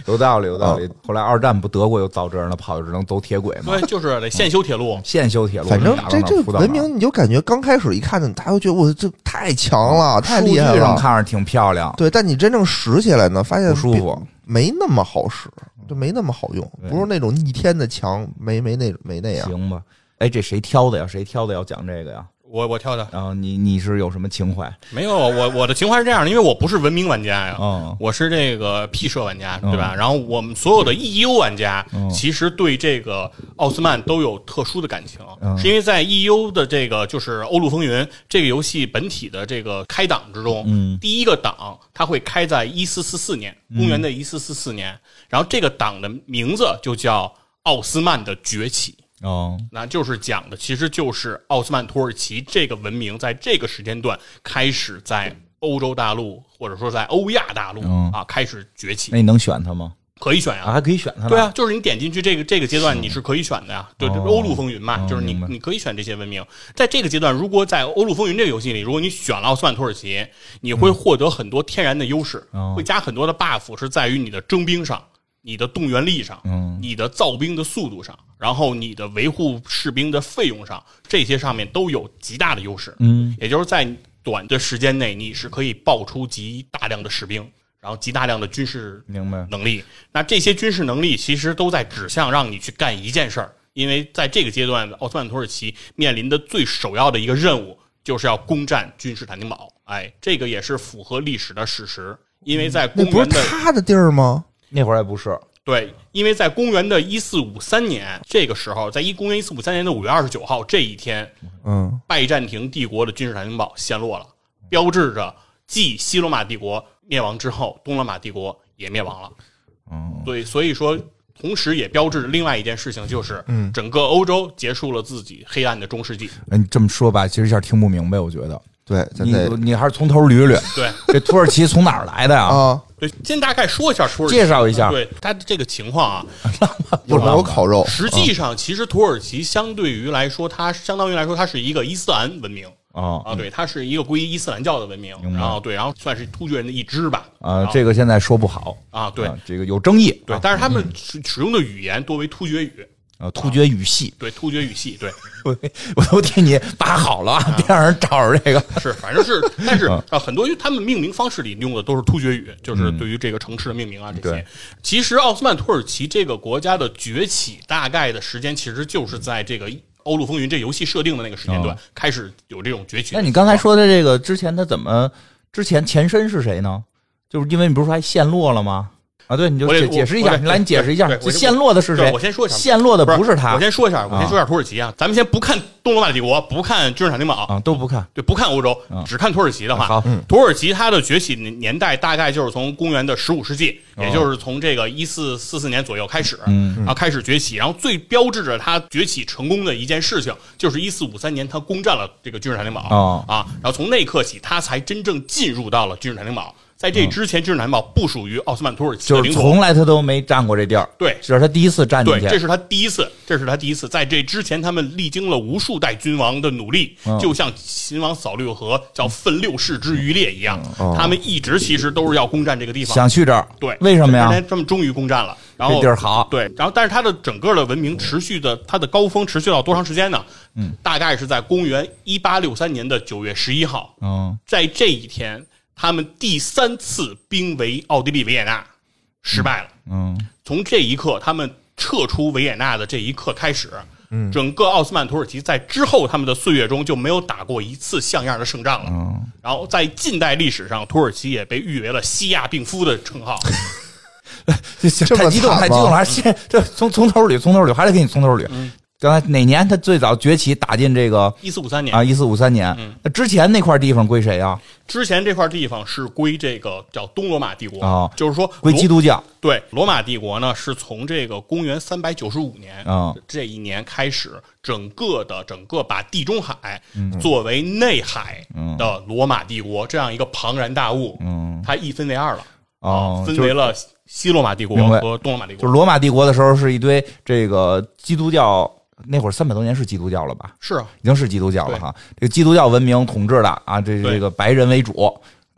[SPEAKER 1] 有道理，有道
[SPEAKER 3] 哦
[SPEAKER 1] 理。后来二战不德国又造这样的炮，只能走铁轨嘛，
[SPEAKER 2] 所以就是
[SPEAKER 1] 嗯
[SPEAKER 2] 得现修铁路，
[SPEAKER 1] 现修铁路，
[SPEAKER 3] 反正
[SPEAKER 1] 打到
[SPEAKER 3] 这
[SPEAKER 1] 哪
[SPEAKER 3] 这
[SPEAKER 1] 儿铺到哪
[SPEAKER 3] 文
[SPEAKER 1] 儿
[SPEAKER 3] 明，你就感觉刚开始一看呢，大家都觉得我这太强了，太厉
[SPEAKER 1] 哦
[SPEAKER 3] 害
[SPEAKER 1] 数据上
[SPEAKER 3] 了。
[SPEAKER 1] 看着挺漂亮，
[SPEAKER 3] 对，但你真正使起来呢，发现
[SPEAKER 1] 不舒
[SPEAKER 3] 比
[SPEAKER 1] 服，
[SPEAKER 3] 没那么好使，就没那么好用，
[SPEAKER 1] 对
[SPEAKER 3] 不是那种逆天的强，没没那没那样。
[SPEAKER 1] 行吧？哎，这谁挑的呀？谁挑的要讲这个呀？
[SPEAKER 2] 我我跳的
[SPEAKER 1] 然后你你是有什么情怀？
[SPEAKER 2] 没有我我的情况是这样的，因为我不是文明玩家呀。
[SPEAKER 1] 嗯，
[SPEAKER 2] 我是这个 P 社玩家，
[SPEAKER 1] 嗯
[SPEAKER 2] 对吧？然后我们所有的 EU 玩家
[SPEAKER 1] 嗯，
[SPEAKER 2] 其实对这个奥斯曼都有特殊的感情
[SPEAKER 1] 嗯，
[SPEAKER 2] 是因为在 EU 的这个就是《欧陆风云》这个游戏本体的这个开档之中，
[SPEAKER 1] 嗯
[SPEAKER 2] 第一个档它会开在一四四四年，公元的一四四四年，然后这个档的名字就叫《奥斯曼的崛起》。
[SPEAKER 1] 哦，
[SPEAKER 2] 那就是讲的，其实就是奥斯曼土耳其这个文明在这个时间段开始在欧洲大陆或者说在欧亚大陆、
[SPEAKER 1] 嗯
[SPEAKER 2] 啊开始崛起
[SPEAKER 1] 那，你能选它吗？
[SPEAKER 2] 可以选呀、
[SPEAKER 1] 啊，还可以选它呢。
[SPEAKER 2] 对啊，就是你点进去这个这个阶段，你是可以选的呀。对，对
[SPEAKER 1] 哦
[SPEAKER 2] 欧陆风云嘛，
[SPEAKER 1] 哦
[SPEAKER 2] 就是你
[SPEAKER 1] 明白
[SPEAKER 2] 你可以选这些文明。在这个阶段，如果在欧陆风云这个游戏里，如果你选了奥斯曼土耳其，你会获得很多天然的优势
[SPEAKER 1] 嗯哦，
[SPEAKER 2] 会加很多的 buff，是在于你的征兵上、你的动员力上、
[SPEAKER 1] 嗯
[SPEAKER 2] 你的造兵的速度上，然后你的维护士兵的费用上，这些上面都有极大的优势。
[SPEAKER 1] 嗯，
[SPEAKER 2] 也就是在短的时间内，你是可以爆出极大量的士兵，然后极大量的军事
[SPEAKER 1] 明白。
[SPEAKER 2] 能力。那这些军事能力其实都在指向让你去干一件事儿，因为在这个阶段，奥斯曼土耳其面临的最首要的一个任务就是要攻占君士坦丁堡。哎，这个也是符合历史的史实，因为在
[SPEAKER 3] 嗯那
[SPEAKER 2] 公
[SPEAKER 3] 不是
[SPEAKER 2] 元的
[SPEAKER 3] 他的地儿吗？
[SPEAKER 1] 那会儿也不是，
[SPEAKER 2] 对，因为在公元的一四五三年，这个时候，在一公元一四五三年的五月二十九号这一天，
[SPEAKER 3] 嗯，
[SPEAKER 2] 拜占庭帝国的君士坦丁堡陷落了，标志着继西罗马帝国灭亡之后，东罗马帝国也灭亡了。
[SPEAKER 1] 嗯，
[SPEAKER 2] 对，所以说，同时也标志着另外一件事情，就是，嗯，整个欧洲结束了自己黑暗的中世纪。
[SPEAKER 1] 哎你这么说吧，其实有点听不明白，我觉得
[SPEAKER 3] 对，咱
[SPEAKER 1] 你
[SPEAKER 3] 得
[SPEAKER 1] 你还是从头捋 捋，
[SPEAKER 2] 对，
[SPEAKER 1] 这土耳其从哪儿来的 呀？
[SPEAKER 3] 啊，
[SPEAKER 2] 对，先大概说一下土耳其，
[SPEAKER 1] 介绍一下哦
[SPEAKER 2] 对它的这个情况啊。
[SPEAKER 3] 有没有 烤肉？
[SPEAKER 2] 实际上，其实土耳其相对于来说，它相当于来说，它是一个伊斯兰文明。
[SPEAKER 1] 啊
[SPEAKER 2] 啊，对，它是一个皈依伊斯兰教的文明，
[SPEAKER 1] 明白
[SPEAKER 2] 然后对，然后算是突厥人的一支吧。
[SPEAKER 1] 啊，这个现在说不好
[SPEAKER 2] 啊，对
[SPEAKER 1] 啊这个有争议，
[SPEAKER 2] 对，但是他们使使用的语言多为突厥语，
[SPEAKER 1] 啊，突厥语系，
[SPEAKER 2] 对，突厥语系，对，
[SPEAKER 1] 我我都替你扒好了，啊，别让人找着这个。
[SPEAKER 2] 是，反 正是，但是
[SPEAKER 1] 嗯
[SPEAKER 2] 啊，很多他们命名方式里用的都是突厥语，就是对于这个城市的命名啊这
[SPEAKER 1] 对
[SPEAKER 2] 些。其实奥斯曼土耳其这个国家的崛起，大概的时间其实就是在这个《欧陆风云》这游戏设定的那个时间段
[SPEAKER 1] 哦
[SPEAKER 2] 开始有这种崛起
[SPEAKER 1] 那。你刚才说的这个之前他怎么之前前身是谁呢？就是因为你不是说还陷落了吗？啊，对，你就
[SPEAKER 2] 我得
[SPEAKER 1] 解
[SPEAKER 2] 我
[SPEAKER 1] 解释一下，
[SPEAKER 2] 我得
[SPEAKER 1] 你来你解释一下，
[SPEAKER 2] 对我
[SPEAKER 1] 这陷落的是谁？
[SPEAKER 2] 对我先说一下吧
[SPEAKER 1] 陷落的不
[SPEAKER 2] 不
[SPEAKER 1] 是他，哦
[SPEAKER 2] 我先说一下，我先说一下土耳其啊，咱们先不看东罗马帝国，不看君士坦丁堡，
[SPEAKER 1] 啊都不看。
[SPEAKER 2] 对，不看欧洲，只看土耳其的话，
[SPEAKER 1] 嗯好，嗯
[SPEAKER 2] 土耳其它的崛起年代大概就是从公元的十五世纪，
[SPEAKER 1] 哦
[SPEAKER 2] 也就是从这个一四四四年左右开始，
[SPEAKER 1] 嗯
[SPEAKER 2] 然后开始崛起，然后最标志着它崛起成功的一件事情，就是一四五三年它攻占了这个君士坦丁堡、
[SPEAKER 1] 哦
[SPEAKER 2] 啊，然后从那一刻起，它才真正进入到了君士坦丁堡。在这之前，君士坦丁堡不属于奥斯曼土耳其
[SPEAKER 1] 嗯就
[SPEAKER 2] 的
[SPEAKER 1] 是
[SPEAKER 2] 领土。
[SPEAKER 1] 从来他都没占过这地儿，
[SPEAKER 2] 对
[SPEAKER 1] 这是他第一次占进
[SPEAKER 2] 对，
[SPEAKER 1] 去。
[SPEAKER 2] 这是他第一次，这是他第一次。在这之前，他们历经了无数代君王的努力，
[SPEAKER 1] 嗯
[SPEAKER 2] 就像秦王扫六合、叫奋六世之余烈一样，他们一直其实都是要攻占这个地
[SPEAKER 1] 嗯
[SPEAKER 2] 方。
[SPEAKER 1] 哦想去这儿，
[SPEAKER 2] 对，
[SPEAKER 1] 为什么
[SPEAKER 2] 这
[SPEAKER 1] 呀
[SPEAKER 2] 之？前他们终于攻占了，然后
[SPEAKER 1] 这地儿好
[SPEAKER 2] 对，然后但是它的整个的文明持续的，它的高峰持续到多长时间呢？嗯，大概是在公元一八六三年的九月十一号，
[SPEAKER 1] 嗯，
[SPEAKER 2] 在这一天，他们第三次兵围奥地利维也纳，失败了。
[SPEAKER 1] 嗯，
[SPEAKER 2] 从这一刻，他们撤出维也纳的这一刻开始，嗯，整个奥斯曼土耳其在之后他们的岁月中就没有打过一次像样的胜仗了。
[SPEAKER 1] 哦
[SPEAKER 2] 然后在近代历史上，土耳其也被誉为了西亚病夫的称号。
[SPEAKER 3] 这么
[SPEAKER 1] 太激动，
[SPEAKER 3] 惨
[SPEAKER 1] 太激动了，
[SPEAKER 3] 吗
[SPEAKER 1] 还是先这从从头捋，从头捋，还得给你从头捋。
[SPEAKER 2] 嗯
[SPEAKER 1] 刚才哪年他最早崛起打进这个
[SPEAKER 2] 一四五三年
[SPEAKER 1] 啊？一四五三年，
[SPEAKER 2] 嗯
[SPEAKER 1] 那之前那块地方归谁啊？
[SPEAKER 2] 之前，这块地方是归这个叫东罗马帝国，
[SPEAKER 1] 哦
[SPEAKER 2] 就是说
[SPEAKER 1] 归
[SPEAKER 2] 罗
[SPEAKER 1] 基督教。
[SPEAKER 2] 对，罗马帝国呢是从这个公元三百九十五年、
[SPEAKER 1] 嗯
[SPEAKER 2] 这一年开始，整个的整个把地中海
[SPEAKER 1] 嗯
[SPEAKER 2] 作为内海的罗马帝国、这样一个庞然大物，
[SPEAKER 1] 嗯，
[SPEAKER 2] 它一分为二了，
[SPEAKER 1] 哦
[SPEAKER 2] 啊，分
[SPEAKER 1] 就
[SPEAKER 2] 为
[SPEAKER 1] 是
[SPEAKER 2] 了西西罗马帝国
[SPEAKER 1] 明白
[SPEAKER 2] 和东罗马帝
[SPEAKER 1] 就
[SPEAKER 2] 国。
[SPEAKER 1] 是罗马帝国的时候是一堆这个基督教，那会儿三百多年是基督教了吧？
[SPEAKER 2] 是啊，
[SPEAKER 1] 已经是基督教了哈。这个基督教文明统治的啊，这
[SPEAKER 2] 对
[SPEAKER 1] 这个白人为主，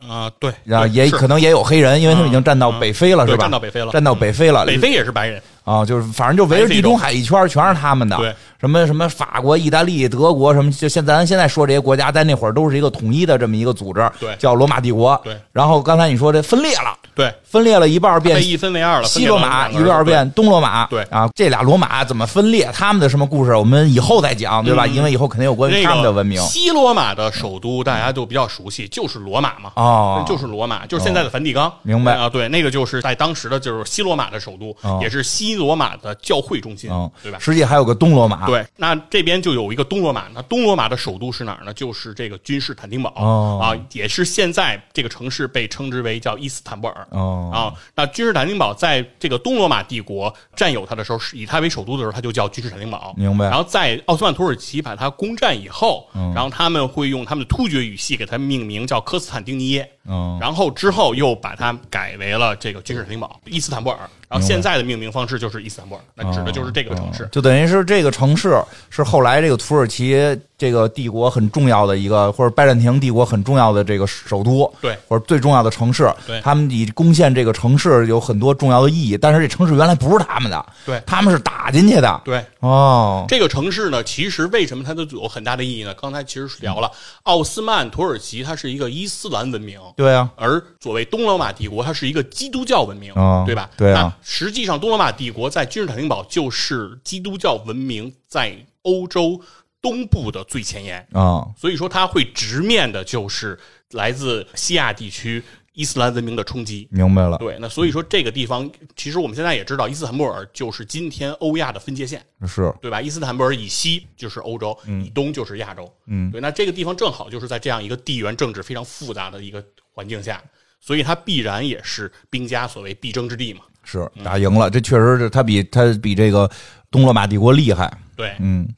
[SPEAKER 2] 啊、对，
[SPEAKER 1] 然后
[SPEAKER 2] 对
[SPEAKER 1] 也
[SPEAKER 2] 是
[SPEAKER 1] 可能也有黑人，因为他们已经占到
[SPEAKER 2] 嗯
[SPEAKER 1] 北非了，
[SPEAKER 2] 对
[SPEAKER 1] 是吧？
[SPEAKER 2] 占到北非了嗯
[SPEAKER 1] 占到北非了，
[SPEAKER 2] 北非也是白人，
[SPEAKER 1] 啊，就是反正就围着地中海一圈儿全是他们的，
[SPEAKER 2] 对，
[SPEAKER 1] 什么什么法国、意大利、德国什么，就现咱现在说这些国家，在那会儿都是一个统一的这么一个组织，
[SPEAKER 2] 对
[SPEAKER 1] 叫罗马帝国，
[SPEAKER 2] 对
[SPEAKER 1] 然后刚才你说这分裂了，
[SPEAKER 2] 对，
[SPEAKER 1] 分裂了一半儿变
[SPEAKER 2] 被一分为二了，分
[SPEAKER 1] 西
[SPEAKER 2] 裂
[SPEAKER 1] 罗
[SPEAKER 2] 了
[SPEAKER 1] 马，
[SPEAKER 2] 两
[SPEAKER 1] 一
[SPEAKER 2] 个人
[SPEAKER 1] 半儿变东罗马，
[SPEAKER 2] 对
[SPEAKER 1] 啊，这俩罗马怎么分裂，他们的什么故事，我们以后再讲，对吧？因为以后肯定有关于
[SPEAKER 2] 嗯那
[SPEAKER 1] 他们
[SPEAKER 2] 个
[SPEAKER 1] 的文明。
[SPEAKER 2] 西罗马的首都大家都比较熟悉，就是罗马嘛。
[SPEAKER 1] 哦
[SPEAKER 2] 就是罗马，就是现在的梵蒂冈。
[SPEAKER 1] 明白
[SPEAKER 2] 啊？对，那个就是在当时的就是西罗马的首都
[SPEAKER 1] 哦，
[SPEAKER 2] 也是西罗马的教会中心
[SPEAKER 1] 嗯，，
[SPEAKER 2] 对吧？
[SPEAKER 1] 实际还有个东罗马，
[SPEAKER 2] 对，那这边就有一个东罗马，那东罗马的首都是哪儿呢？就是这个君士坦丁堡
[SPEAKER 1] 哦
[SPEAKER 2] 啊，也是现在这个城市被称之为叫伊斯坦布尔
[SPEAKER 1] 哦
[SPEAKER 2] 啊。那君士坦丁堡在这个东罗马帝国占有它的时候，是以它为首都的时候，它就叫君士坦丁堡。
[SPEAKER 1] 明白嗯
[SPEAKER 2] 然后在奥斯曼土耳其把它攻占以后，然后他们会用他们的突厥语系给它命名叫科斯坦丁尼耶。
[SPEAKER 1] 嗯，
[SPEAKER 2] 然后之后又把它改为了这个君士坦丁堡伊斯坦布尔，然后现在的命名方式就是伊斯坦布尔，那指的就是这个城市。
[SPEAKER 1] 嗯就等于是这个城市是后来这个土耳其这个帝国很重要的一个，或者拜占庭帝国很重要的这个首都，
[SPEAKER 2] 对
[SPEAKER 1] 或者最重要的城市，
[SPEAKER 2] 对
[SPEAKER 1] 他们以攻陷这个城市有很多重要的意义，但是这城市原来不是他们的，
[SPEAKER 2] 对
[SPEAKER 1] 他们是打进去的，，
[SPEAKER 2] 对，
[SPEAKER 1] 哦，
[SPEAKER 2] 这个城市呢，其实为什么它都有很大的意义呢？刚才其实是聊了，奥斯曼土耳其它是一个伊斯兰文明，
[SPEAKER 1] 对啊，
[SPEAKER 2] 而所谓东罗马帝国它是一个基督教文明，
[SPEAKER 1] 哦
[SPEAKER 2] 对吧？
[SPEAKER 1] 对啊
[SPEAKER 2] 那实际上，东罗马帝国在君士坦丁堡就是基督教文明在欧洲东部的最前沿，
[SPEAKER 1] 啊、
[SPEAKER 2] 所以说它会直面的就是来自西亚地区伊斯兰文明的冲击。
[SPEAKER 1] 明白了，
[SPEAKER 2] 对，那所以说这个地方，其实我们现在也知道，伊斯坦布尔就是今天欧亚的分界线。
[SPEAKER 1] 是，
[SPEAKER 2] 对吧？伊斯坦布尔以西就是欧洲，以东就是亚洲。
[SPEAKER 1] 嗯
[SPEAKER 2] 对，那这个地方正好就是在这样一个地缘政治非常复杂的一个环境下，所以它必然也是兵家所谓必争之地嘛。
[SPEAKER 1] 是
[SPEAKER 2] 嗯
[SPEAKER 1] 打赢了，这确实是他比他比这个东罗马帝国厉害，
[SPEAKER 2] 对，
[SPEAKER 1] 嗯，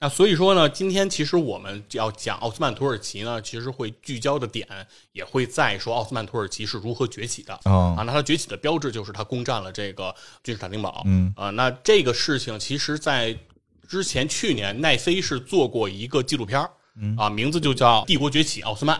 [SPEAKER 2] 那所以说呢，今天其实我们要讲奥斯曼土耳其呢，其实会聚焦的点也会在说奥斯曼土耳其是如何崛起的。
[SPEAKER 1] 哦
[SPEAKER 2] 啊，那它崛起的标志就是它攻占了这个君士坦丁堡。
[SPEAKER 1] 嗯
[SPEAKER 2] 啊，那这个事情其实，在之前去年奈飞是做过一个纪录片儿啊，名字就叫《帝国崛起：奥斯曼》。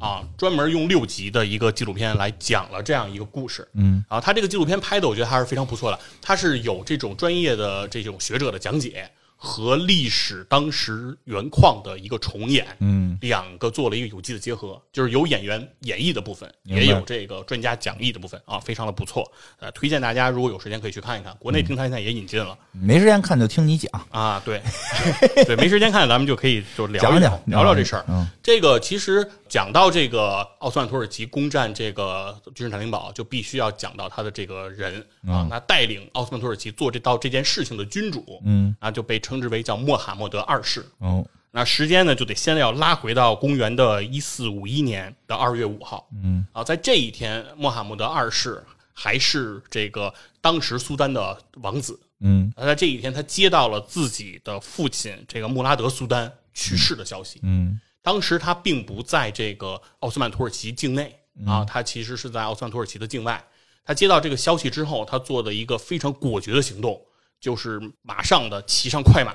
[SPEAKER 2] 啊，专门用六集的一个纪录片来讲了这样一个故事，嗯，然后他这个纪录片拍的，我觉得还是非常不错的，他是有这种专业的这种学者的讲解和历史当时原况的一个重演，嗯，两个做了一个有机的结合，就是有演员演绎的部分，
[SPEAKER 1] 白
[SPEAKER 2] 也有这个专家讲义的部分啊，非常的不错，呃，推荐大家如果有时间可以去看一看，国内平台现在也引进了。
[SPEAKER 1] 没时间看就听你讲，
[SPEAKER 2] 啊，对， 对，没时间看，咱们就可以就聊
[SPEAKER 1] 讲
[SPEAKER 2] 一
[SPEAKER 1] 讲
[SPEAKER 2] 聊聊聊这事儿。
[SPEAKER 1] 嗯
[SPEAKER 2] 这个其实讲到这个奥斯曼土耳其攻占这个呃君士坦丁堡，就必须要讲到他的这个人、
[SPEAKER 1] 嗯
[SPEAKER 2] 啊，那带领奥斯曼土耳其做这到这件事情的君主，
[SPEAKER 1] 嗯，
[SPEAKER 2] 啊，就被称之为叫穆罕默德二世。
[SPEAKER 1] 哦，
[SPEAKER 2] 那时间呢，就得先要拉回到公元的一四五一年的二月五号。嗯，啊，在这一天，穆罕默德二世还是这个当时苏丹的王子。
[SPEAKER 1] 嗯
[SPEAKER 2] 他在这一天，他接到了自己的父亲这个穆拉德·苏丹去世的消息。
[SPEAKER 1] 嗯
[SPEAKER 2] 当时他并不在这个奥斯曼土耳其境内啊，他其实是在奥斯曼土耳其的境外。他接到这个消息之后，他做的一个非常果决的行动，就是马上的骑上快马，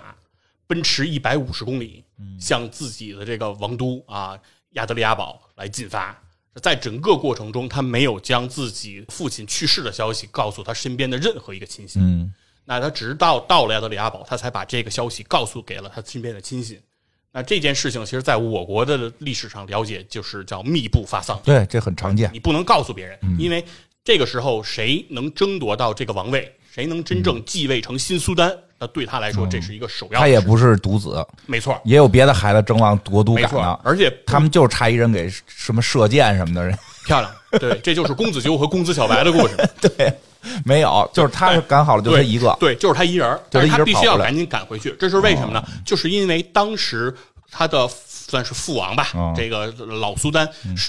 [SPEAKER 2] 奔驰一百五十公里，向自己的这个王都啊亚得里亚堡来进发。在整个过程中，他没有将自己父亲去世的消息告诉他身边的任何一个亲信。
[SPEAKER 1] 嗯
[SPEAKER 2] 那他直到到了亚得里亚堡，他才把这个消息告诉给了他身边的亲信。那这件事情，其实在我国的历史上了解就是叫密不发丧，
[SPEAKER 1] 对，这很常见，
[SPEAKER 2] 你不能告诉别人，
[SPEAKER 1] 嗯
[SPEAKER 2] 因为这个时候谁能争夺到这个王位，谁能真正继位成新苏丹，那对他来说这是一个首要的
[SPEAKER 1] 嗯他
[SPEAKER 2] 事情。
[SPEAKER 1] 也不是独子，
[SPEAKER 2] 没错，
[SPEAKER 1] 也有别的孩子争往国都
[SPEAKER 2] 没
[SPEAKER 1] 赶
[SPEAKER 2] 错
[SPEAKER 1] 呢，，
[SPEAKER 2] 而且
[SPEAKER 1] 他们就是差一人给什么射箭什么的人。
[SPEAKER 2] 漂亮，对，这就是公子纠和公子小白的故事。对，
[SPEAKER 1] 没有，就是他是赶好了，就他
[SPEAKER 2] 哎对
[SPEAKER 1] 一个。
[SPEAKER 2] 对，就是他一人儿，
[SPEAKER 1] 就
[SPEAKER 2] 但
[SPEAKER 1] 他
[SPEAKER 2] 是
[SPEAKER 1] 一人
[SPEAKER 2] 他必须
[SPEAKER 1] 跑
[SPEAKER 2] 要
[SPEAKER 1] 过来哦
[SPEAKER 2] 赶紧赶回去。这是为什么呢？就是因为当时他的算是父王吧，
[SPEAKER 1] 哦嗯
[SPEAKER 2] 这个老苏丹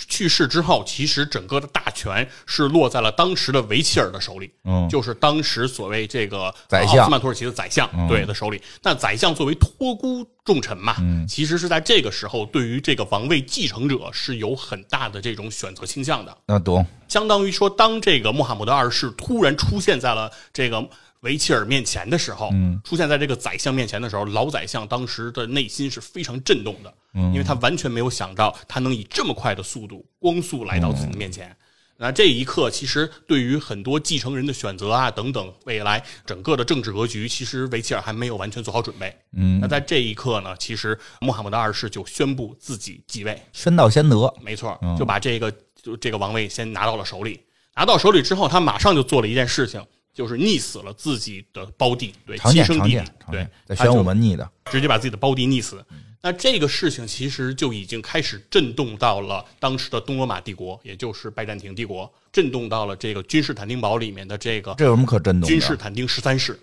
[SPEAKER 2] 去世之后，其实整个的大权是落在了当时的维齐尔的手里，
[SPEAKER 1] 嗯
[SPEAKER 2] 就是当时所谓这个
[SPEAKER 1] 宰相哦
[SPEAKER 2] 奥斯曼土耳其的宰相、对的手里。那宰相作为托孤重臣嘛，
[SPEAKER 1] 嗯
[SPEAKER 2] 其实是在这个时候对于这个王位继承者是有很大的这种选择倾向的。
[SPEAKER 1] 那懂，
[SPEAKER 2] 相当于说，当这个穆罕默德二世突然出现在了这个维齐尔面前的时候，出现在这个宰相面前的时候，老宰相当时的内心是非常震动的，因为他完全没有想到他能以这么快的速度光速来到自己的面前。那这一刻，其实对于很多继承人的选择啊等等，未来整个的政治格局，其实维齐尔还没有完全做好准备。嗯，那在这一刻呢，其实穆罕默德二世就宣布自己继位。
[SPEAKER 1] 身道先得，
[SPEAKER 2] 没错，
[SPEAKER 1] 嗯
[SPEAKER 2] 就把这个就这个王位先拿到了手里。拿到手里之后，他马上就做了一件事情，就是溺死了自己的胞弟，对，
[SPEAKER 1] 常
[SPEAKER 2] 亲
[SPEAKER 1] 见
[SPEAKER 2] 生
[SPEAKER 1] 常
[SPEAKER 2] 弟弟
[SPEAKER 1] 见，常
[SPEAKER 2] 对
[SPEAKER 1] 见，，在
[SPEAKER 2] 他就
[SPEAKER 1] 玄武门嗯逆的，
[SPEAKER 2] 直接把自己的胞弟溺死。那这个事情其实就已经开始震动到了当时的东罗马帝国，也就是拜占庭帝国，震动到了这个君士坦丁堡里面的这个
[SPEAKER 1] 这有什么可震动的？
[SPEAKER 2] 君士坦丁十三世。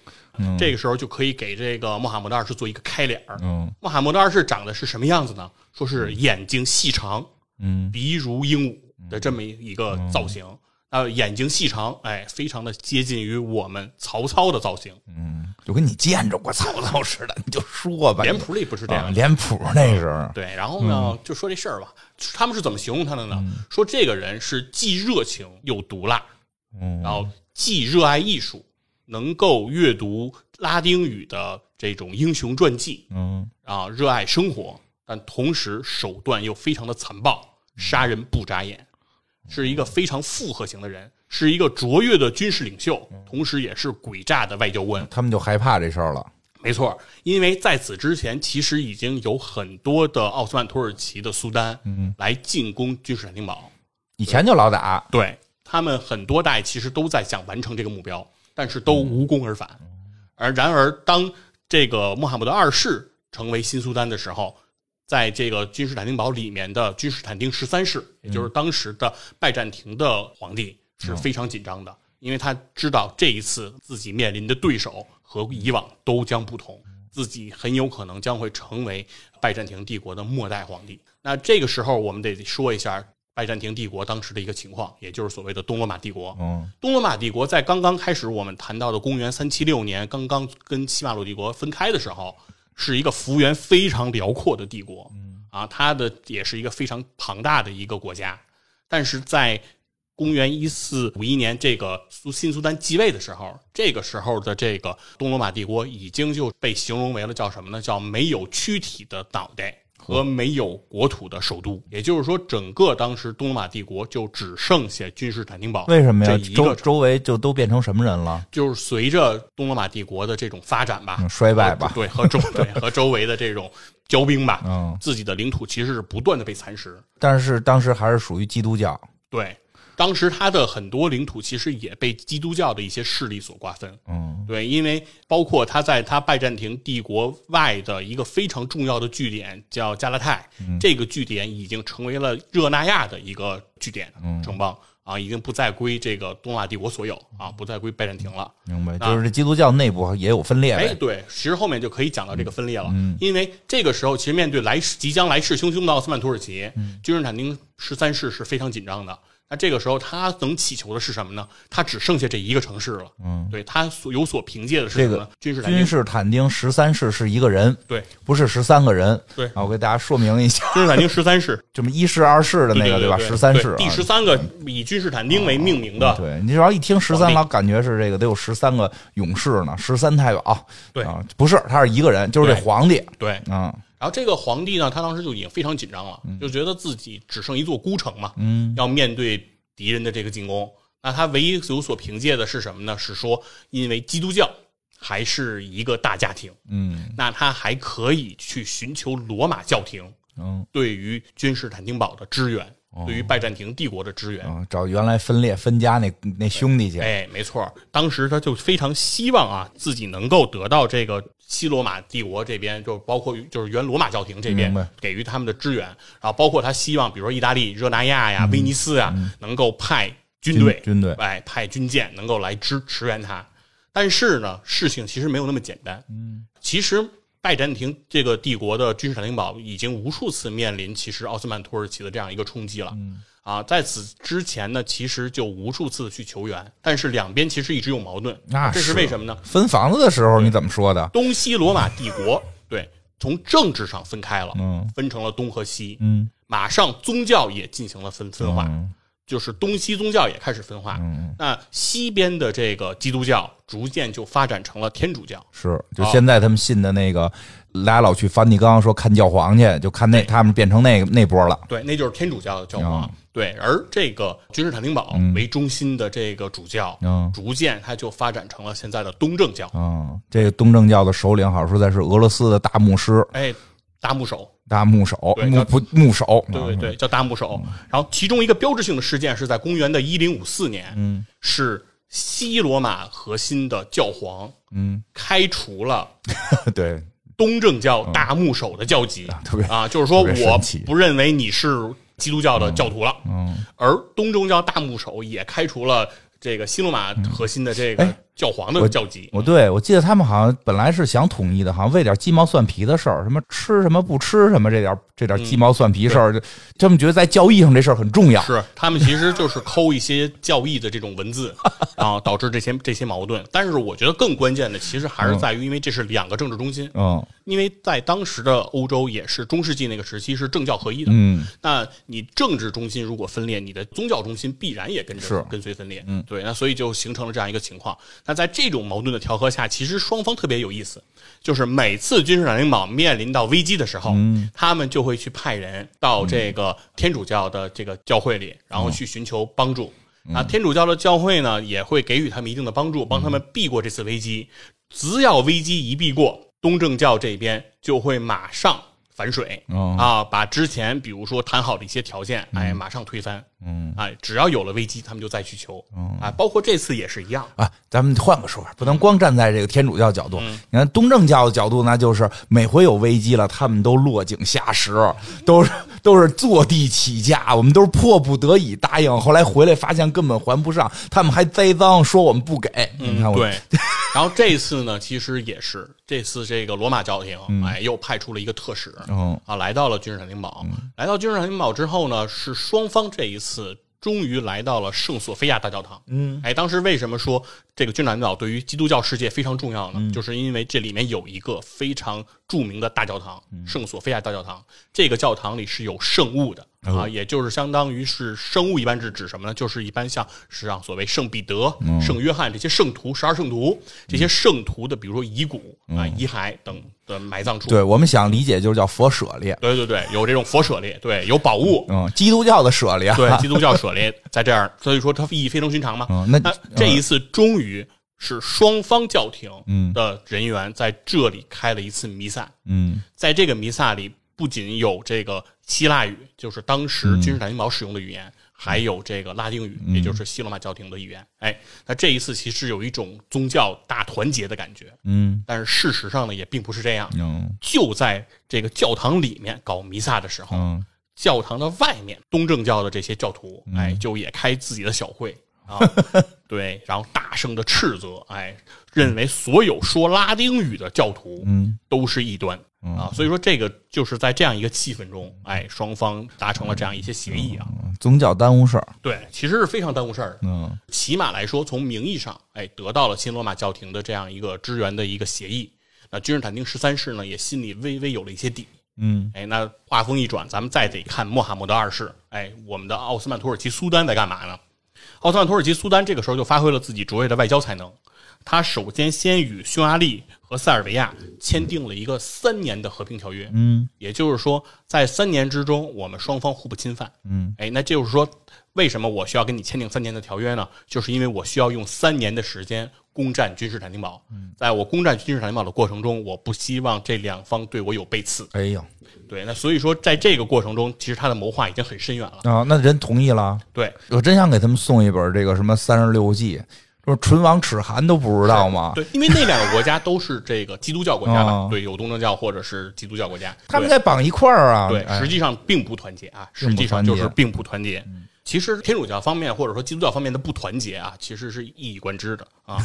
[SPEAKER 2] 这个时候就可以给这个穆罕默德二世做一个开脸儿。
[SPEAKER 1] 嗯
[SPEAKER 2] 穆罕默德二世长得是什么样子呢？说是眼睛细长，
[SPEAKER 1] 嗯，
[SPEAKER 2] 鼻如鹦鹉的这么一个造型，呃，眼睛细长，哎，非常的接近于我们曹操的造型。
[SPEAKER 1] 嗯就跟你见着过曹操似的，你就说吧。
[SPEAKER 2] 脸谱里不是这
[SPEAKER 1] 啊
[SPEAKER 2] 样的，
[SPEAKER 1] 脸谱那是，
[SPEAKER 2] 对。然后呢，就说这事儿吧，他们是怎么形容他的呢？说这个人是既热情又毒辣，
[SPEAKER 1] 嗯
[SPEAKER 2] 然后既热爱艺术，能够阅读拉丁语的这种英雄传记，
[SPEAKER 1] 嗯，
[SPEAKER 2] 啊，热爱生活，但同时手段又非常的残暴，杀人不眨眼，
[SPEAKER 1] 嗯
[SPEAKER 2] 是一个非常复合型的人，是一个卓越的军事领袖，
[SPEAKER 1] 嗯
[SPEAKER 2] 同时也是诡诈的外交官。
[SPEAKER 1] 他们就害怕这事儿了。
[SPEAKER 2] 没错，因为在此之前，其实已经有很多的奥斯曼土耳其的苏丹来进攻君士坦丁堡，
[SPEAKER 1] 以前就老打，
[SPEAKER 2] 对他们很多代其实都在想完成这个目标，但是都无功而返。而然而，当这个穆罕默德二世成为新苏丹的时候，在这个君士坦丁堡里面的君士坦丁十三世，也就是当时的拜占庭的皇帝，是非常紧张的，因为他知道这一次自己面临的对手和以往都将不同，自己很有可能将会成为拜占庭帝国的末代皇帝。那这个时候，我们得说一下拜占庭帝国当时的一个情况，也就是所谓的东罗马帝国。
[SPEAKER 1] 嗯
[SPEAKER 2] 东罗马帝国在刚刚开始我们谈到的公元三七六年，刚刚跟西马鲁帝国分开的时候，是一个幅员非常辽阔的帝国，啊，它的也是一个非常庞大的一个国家。但是在公元一四五一年，这个苏新苏丹继位的时候，这个时候的这个东罗马帝国已经就被形容为了叫什么呢？叫没有躯体的脑袋和没有国土的首都。也就是说，整个当时东罗马帝国就只剩下君士坦丁堡
[SPEAKER 1] 为什么呀
[SPEAKER 2] 这？一
[SPEAKER 1] 周
[SPEAKER 2] 个
[SPEAKER 1] 周围就都变成什么人了？
[SPEAKER 2] 就是随着东罗马帝国的这种发展吧，
[SPEAKER 1] 嗯衰败吧
[SPEAKER 2] 和对，和周对和周围的这种交兵吧，
[SPEAKER 1] 嗯
[SPEAKER 2] 自己的领土其实是不断的被蚕食。
[SPEAKER 1] 但是当时还是属于基督教，
[SPEAKER 2] 对，当时他的很多领土其实也被基督教的一些势力所瓜分。
[SPEAKER 1] 嗯
[SPEAKER 2] 对，因为包括他在他拜占庭帝国外的一个非常重要的据点叫加拉泰，这个据点已经成为了热那亚的一个据点城邦啊，已经不再归这个东亚帝国所有啊，不再归拜占庭了。
[SPEAKER 1] 明白，
[SPEAKER 2] 啊
[SPEAKER 1] 就是这基督教内部也有分裂
[SPEAKER 2] 哎，
[SPEAKER 1] 呗。
[SPEAKER 2] 对，其实后面就可以讲到这个分裂了，
[SPEAKER 1] 嗯
[SPEAKER 2] 因为这个时候其实面对来势即将来势汹汹的奥斯曼土耳其，
[SPEAKER 1] 嗯
[SPEAKER 2] 君士坦丁十三世是非常紧张的。那这个时候他能祈求的是什么呢？他只剩下这一个城市了，嗯，对他所有所凭借的是什么呢？君士坦
[SPEAKER 1] 君
[SPEAKER 2] 丁，
[SPEAKER 1] 士坦丁十三世是一个人，
[SPEAKER 2] 对，
[SPEAKER 1] 不是十三个人。
[SPEAKER 2] 对
[SPEAKER 1] 啊，我给大家说明一下，
[SPEAKER 2] 君士坦丁十三世，
[SPEAKER 1] 这么一世、二世 的那个，
[SPEAKER 2] 对
[SPEAKER 1] 吧？
[SPEAKER 2] 对
[SPEAKER 1] 十三世嗯啊，
[SPEAKER 2] 对第十三个以君士坦丁为命名的，
[SPEAKER 1] 对你只要一听十
[SPEAKER 2] 皇
[SPEAKER 1] 三，
[SPEAKER 2] 帝
[SPEAKER 1] 老感觉是这个得有十三个勇士呢，十三太保。
[SPEAKER 2] 对
[SPEAKER 1] 啊，不是，他是一个人，就是这
[SPEAKER 2] 对
[SPEAKER 1] 皇帝。
[SPEAKER 2] 对，
[SPEAKER 1] 嗯，
[SPEAKER 2] 然后这个皇帝呢，他当时就已经非常紧张了，就觉得自己只剩一座孤城嘛，嗯，要面对敌人的这个进攻。那他唯一有所凭借的是什么呢？是说，因为基督教还是一个大家庭，
[SPEAKER 1] 嗯
[SPEAKER 2] 那他还可以去寻求罗马教廷
[SPEAKER 1] 嗯
[SPEAKER 2] 对于君士坦丁堡的支援，对于拜占庭帝国的支援。
[SPEAKER 1] 嗯，找原来分裂分家那那兄弟去。
[SPEAKER 2] 哎，没错儿，当时他就非常希望啊，自己能够得到这个西罗马帝国这边，就包括就是原罗马教廷这边
[SPEAKER 1] 明白
[SPEAKER 2] 给予他们的支援，然后包括他希望，比如说意大利、热那亚呀、威尼斯啊，能够派军队，
[SPEAKER 1] 嗯军队
[SPEAKER 2] 哎，派军舰能够来支驰援他。但是呢，事情其实没有那么简单。嗯，其实拜占庭这个帝国的君士坦丁堡已经无数次面临其实奥斯曼土耳其的这样一个冲击了。嗯啊，在此之前呢，其实就无数次去求援，但是两边其实一直有矛盾。
[SPEAKER 1] 那啊
[SPEAKER 2] 这是为什么呢？
[SPEAKER 1] 分房子的时候你怎么说的？
[SPEAKER 2] 东西罗马帝国对从政治上分开了，
[SPEAKER 1] 嗯
[SPEAKER 2] 分成了东和西，
[SPEAKER 1] 嗯，
[SPEAKER 2] 马上宗教也进行了分分化，
[SPEAKER 1] 嗯
[SPEAKER 2] 就是东西宗教也开始分化。
[SPEAKER 1] 嗯
[SPEAKER 2] 那西边的这个基督教逐渐就发展成了天主教，
[SPEAKER 1] 是，就
[SPEAKER 2] 啊
[SPEAKER 1] 现在他们信的那个，俩老去梵蒂冈说看教皇去，就看那
[SPEAKER 2] 对
[SPEAKER 1] 他们变成那个那波了。
[SPEAKER 2] 对，那就是天主教的教皇。
[SPEAKER 1] 嗯
[SPEAKER 2] 对，而这个君士坦丁堡为中心的这个主教，
[SPEAKER 1] 嗯
[SPEAKER 2] 逐渐它就发展成了现在的东正教。
[SPEAKER 1] 嗯，这个东正教的首领好像说在是俄罗斯的大牧师、
[SPEAKER 2] 哎，达牧手，
[SPEAKER 1] 大牧手、
[SPEAKER 2] 对
[SPEAKER 1] 牧
[SPEAKER 2] 他
[SPEAKER 1] 不牧嗯手，
[SPEAKER 2] 对对对，叫达姆手。然后其中一个标志性的事件是在公元的一零五四年，嗯，是西罗马核心的教皇，嗯，开除了
[SPEAKER 1] 对对，
[SPEAKER 2] 东正教大牧首的教籍，
[SPEAKER 1] 嗯特别
[SPEAKER 2] 啊，就是说
[SPEAKER 1] 特别神
[SPEAKER 2] 我
[SPEAKER 1] 奇
[SPEAKER 2] 不认为你是基督教的教徒了，
[SPEAKER 1] 嗯，
[SPEAKER 2] 而东正教大牧首也开除了这个西罗马核心的这个
[SPEAKER 1] 嗯哎
[SPEAKER 2] 教皇的教籍。
[SPEAKER 1] 我对我记得他们好像本来是想统一的，好像为点鸡毛蒜皮的事儿，什么吃什么不吃什么这点这
[SPEAKER 2] 嗯
[SPEAKER 1] 点鸡毛蒜皮事儿，就他们觉得在教义上这事儿很重要。
[SPEAKER 2] 是，他们其实就是抠一些教义的这种 文字，然后导致这些这些矛盾。但是我觉得更关键的，其实还是在于，因为这是两个政治中心，
[SPEAKER 1] 嗯
[SPEAKER 2] 因为在当时的欧洲也是中世纪那个时期是政教合一的。
[SPEAKER 1] 嗯，
[SPEAKER 2] 那你政治中心如果分裂，你的宗教中心必然也跟
[SPEAKER 1] 是
[SPEAKER 2] 着跟随分裂。嗯，对，那所以就形成了这样一个情况。那在这种矛盾的调和下，其实双方特别有意思，就是每次君士坦丁堡面临到危机的时候，
[SPEAKER 1] 嗯
[SPEAKER 2] 他们就会去派人到这个天主教的这个教会里，然
[SPEAKER 1] 嗯
[SPEAKER 2] 后去寻求帮助。啊，天主教的教会呢，也会给予他们一定的帮助，帮他
[SPEAKER 1] 嗯
[SPEAKER 2] 们避过这次危机。只要危机一避过，东正教这边就会马上反水，
[SPEAKER 1] 哦
[SPEAKER 2] 啊，把之前比如说谈好的一些条件，哎，马上推翻，嗯，哎，只要有了危机，他们就再去求，啊，包括这次也是一样，
[SPEAKER 1] 啊，咱们换个说法，不能光站在这个天主教角度。你看东正教的角度，那就是每回有危机了，他们都落井下石，都是 都是坐地起价，我们都是迫不得已答应，后来回来发现根本还不上，他们还栽赃说我们不给。你看我，
[SPEAKER 2] 对。然后这次呢，其实也是这次这个罗马教廷，哎，又派出了一个特使，
[SPEAKER 1] 嗯
[SPEAKER 2] 啊，来到了君士坦丁堡。来到君士坦丁堡之后呢，是双方这一次终于来到了圣索菲亚大教堂。嗯，哎，当时为什么说这个君士坦丁堡对于基督教世界非常重要呢？
[SPEAKER 1] 嗯
[SPEAKER 2] 就是因为这里面有一个非常著名的大教堂——
[SPEAKER 1] 嗯
[SPEAKER 2] 圣索菲亚大教堂。这个教堂里是有圣物的。
[SPEAKER 1] 嗯
[SPEAKER 2] 啊，也就是相当于是圣物一般是指什么呢？就是一般像是让所谓圣彼得、
[SPEAKER 1] 嗯
[SPEAKER 2] 圣约翰这些圣徒、十二圣徒这些圣徒的，比如说遗骨啊、遗骸等的埋葬处。
[SPEAKER 1] 嗯对我们想理解就是叫佛舍利，
[SPEAKER 2] 对对对，有这种佛舍利，对，有宝物，
[SPEAKER 1] 嗯，基督教的舍利啊，
[SPEAKER 2] 对，基督教舍利在这儿，所以说它意义非常寻常嘛。
[SPEAKER 1] 嗯那
[SPEAKER 2] 这一次终于是双方教廷的人员在这里开了一次弥撒，
[SPEAKER 1] 嗯
[SPEAKER 2] 在这个弥撒里不仅有这个希腊语，就是当时
[SPEAKER 1] 嗯
[SPEAKER 2] 君士坦丁堡使用的语言。还有这个拉丁语，也就是西罗马教廷的语言。哎，那这一次其实有一种宗教大团结的感觉，
[SPEAKER 1] 嗯
[SPEAKER 2] 但是事实上呢，也并不是这样。
[SPEAKER 1] 嗯
[SPEAKER 2] 就在这个教堂里面搞弥撒的时候，
[SPEAKER 1] 嗯，
[SPEAKER 2] 教堂的外面，东正教的这些教徒，哎，就也开自己的小会啊，对，然后大声的斥责，哎，认为所有说拉丁语的教徒，
[SPEAKER 1] 嗯，
[SPEAKER 2] 都是异端啊，所以说这个就是在这样一个气氛中，哎，双方达成了这样一些协议啊，
[SPEAKER 1] 宗教耽误事儿，
[SPEAKER 2] 对，其实是非常耽误事儿的，
[SPEAKER 1] 嗯
[SPEAKER 2] 起码来说，从名义上，哎，得到了新罗马教廷的这样一个支援的一个协议。那君士坦丁十三世呢，也心里微微有了一些底。
[SPEAKER 1] 嗯
[SPEAKER 2] 哎，那话锋一转，咱们再得看穆罕默德二世。哎，我们的奥斯曼土耳其苏丹在干嘛呢？奥斯曼土耳其苏丹这个时候就发挥了自己卓越的外交才能，他首先先与匈牙利和塞尔维亚签订了一个三年的和平条约。
[SPEAKER 1] 嗯
[SPEAKER 2] 也就是说，在三年之中，我们双方互不侵犯。
[SPEAKER 1] 嗯，
[SPEAKER 2] 哎，那就是说，为什么我需要跟你签订三年的条约呢？就是因为我需要用三年的时间攻占君士坦丁堡。
[SPEAKER 1] 嗯
[SPEAKER 2] 在我攻占君士坦丁堡的过程中，我不希望这两方对我有背刺。
[SPEAKER 1] 哎呦
[SPEAKER 2] 对，那所以说，在这个过程中，其实他的谋划已经很深远了。
[SPEAKER 1] 啊，那人同意了。
[SPEAKER 2] 对，
[SPEAKER 1] 我真想给他们送一本这个什么《三十六计》，说唇亡齿寒都不知道吗？
[SPEAKER 2] 对，因为那两个国家都是这个基督教国家嘛，
[SPEAKER 1] 哦
[SPEAKER 2] 对，有东正教或者是基督教国家，
[SPEAKER 1] 他们
[SPEAKER 2] 对
[SPEAKER 1] 在绑一块儿啊。
[SPEAKER 2] 对，
[SPEAKER 1] 哎
[SPEAKER 2] 实际上并不团结啊，实
[SPEAKER 1] 并不
[SPEAKER 2] 际上
[SPEAKER 1] 团
[SPEAKER 2] 就
[SPEAKER 1] 结嗯
[SPEAKER 2] 是并不团结。其实天主教方面或者说基督教方面的不团结啊，其实是一以贯之的 啊。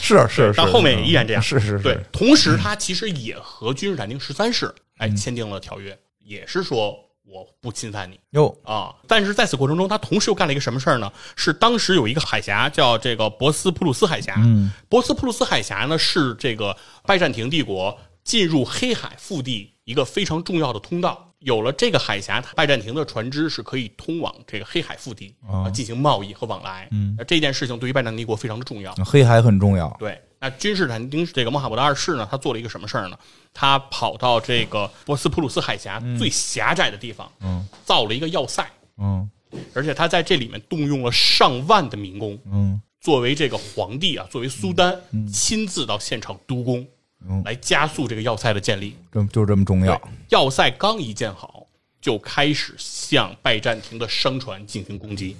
[SPEAKER 1] 是啊是是，
[SPEAKER 2] 但后面也依然这样。
[SPEAKER 1] 是嗯是是，
[SPEAKER 2] 对，同时他其实也和君士坦丁十三世
[SPEAKER 1] 嗯
[SPEAKER 2] 哎签订了条约，也是说我不侵犯你
[SPEAKER 1] 哟，
[SPEAKER 2] 啊。但是在此过程中，他同时又干了一个什么事儿呢？是当时有一个海峡叫这个博斯普鲁斯海峡，
[SPEAKER 1] 嗯
[SPEAKER 2] 博斯普鲁斯海峡呢是这个拜占庭帝国进入黑海腹地一个非常重要的通道。有了这个海峡，拜占庭的船只是可以通往这个黑海腹地
[SPEAKER 1] 哦
[SPEAKER 2] 啊进行贸易和往来。嗯，这件事情对于拜占庭帝国非常的重要。
[SPEAKER 1] 黑海很重要，
[SPEAKER 2] 对，那君士坦丁这个穆罕默德二世呢，他做了一个什么事儿呢？他跑到这个博斯普鲁斯海峡最狭窄的地方，
[SPEAKER 1] 哦
[SPEAKER 2] 嗯，造了一个要塞，
[SPEAKER 1] 嗯
[SPEAKER 2] 而且他在这里面动用了上万的民工，
[SPEAKER 1] 嗯，
[SPEAKER 2] 作为这个皇帝啊，作为苏丹，亲自到现场督工，来加速这个要塞的建立。
[SPEAKER 1] 这就这么重要
[SPEAKER 2] 对，，要塞刚一建好，就开始向拜占庭的商船进行攻击。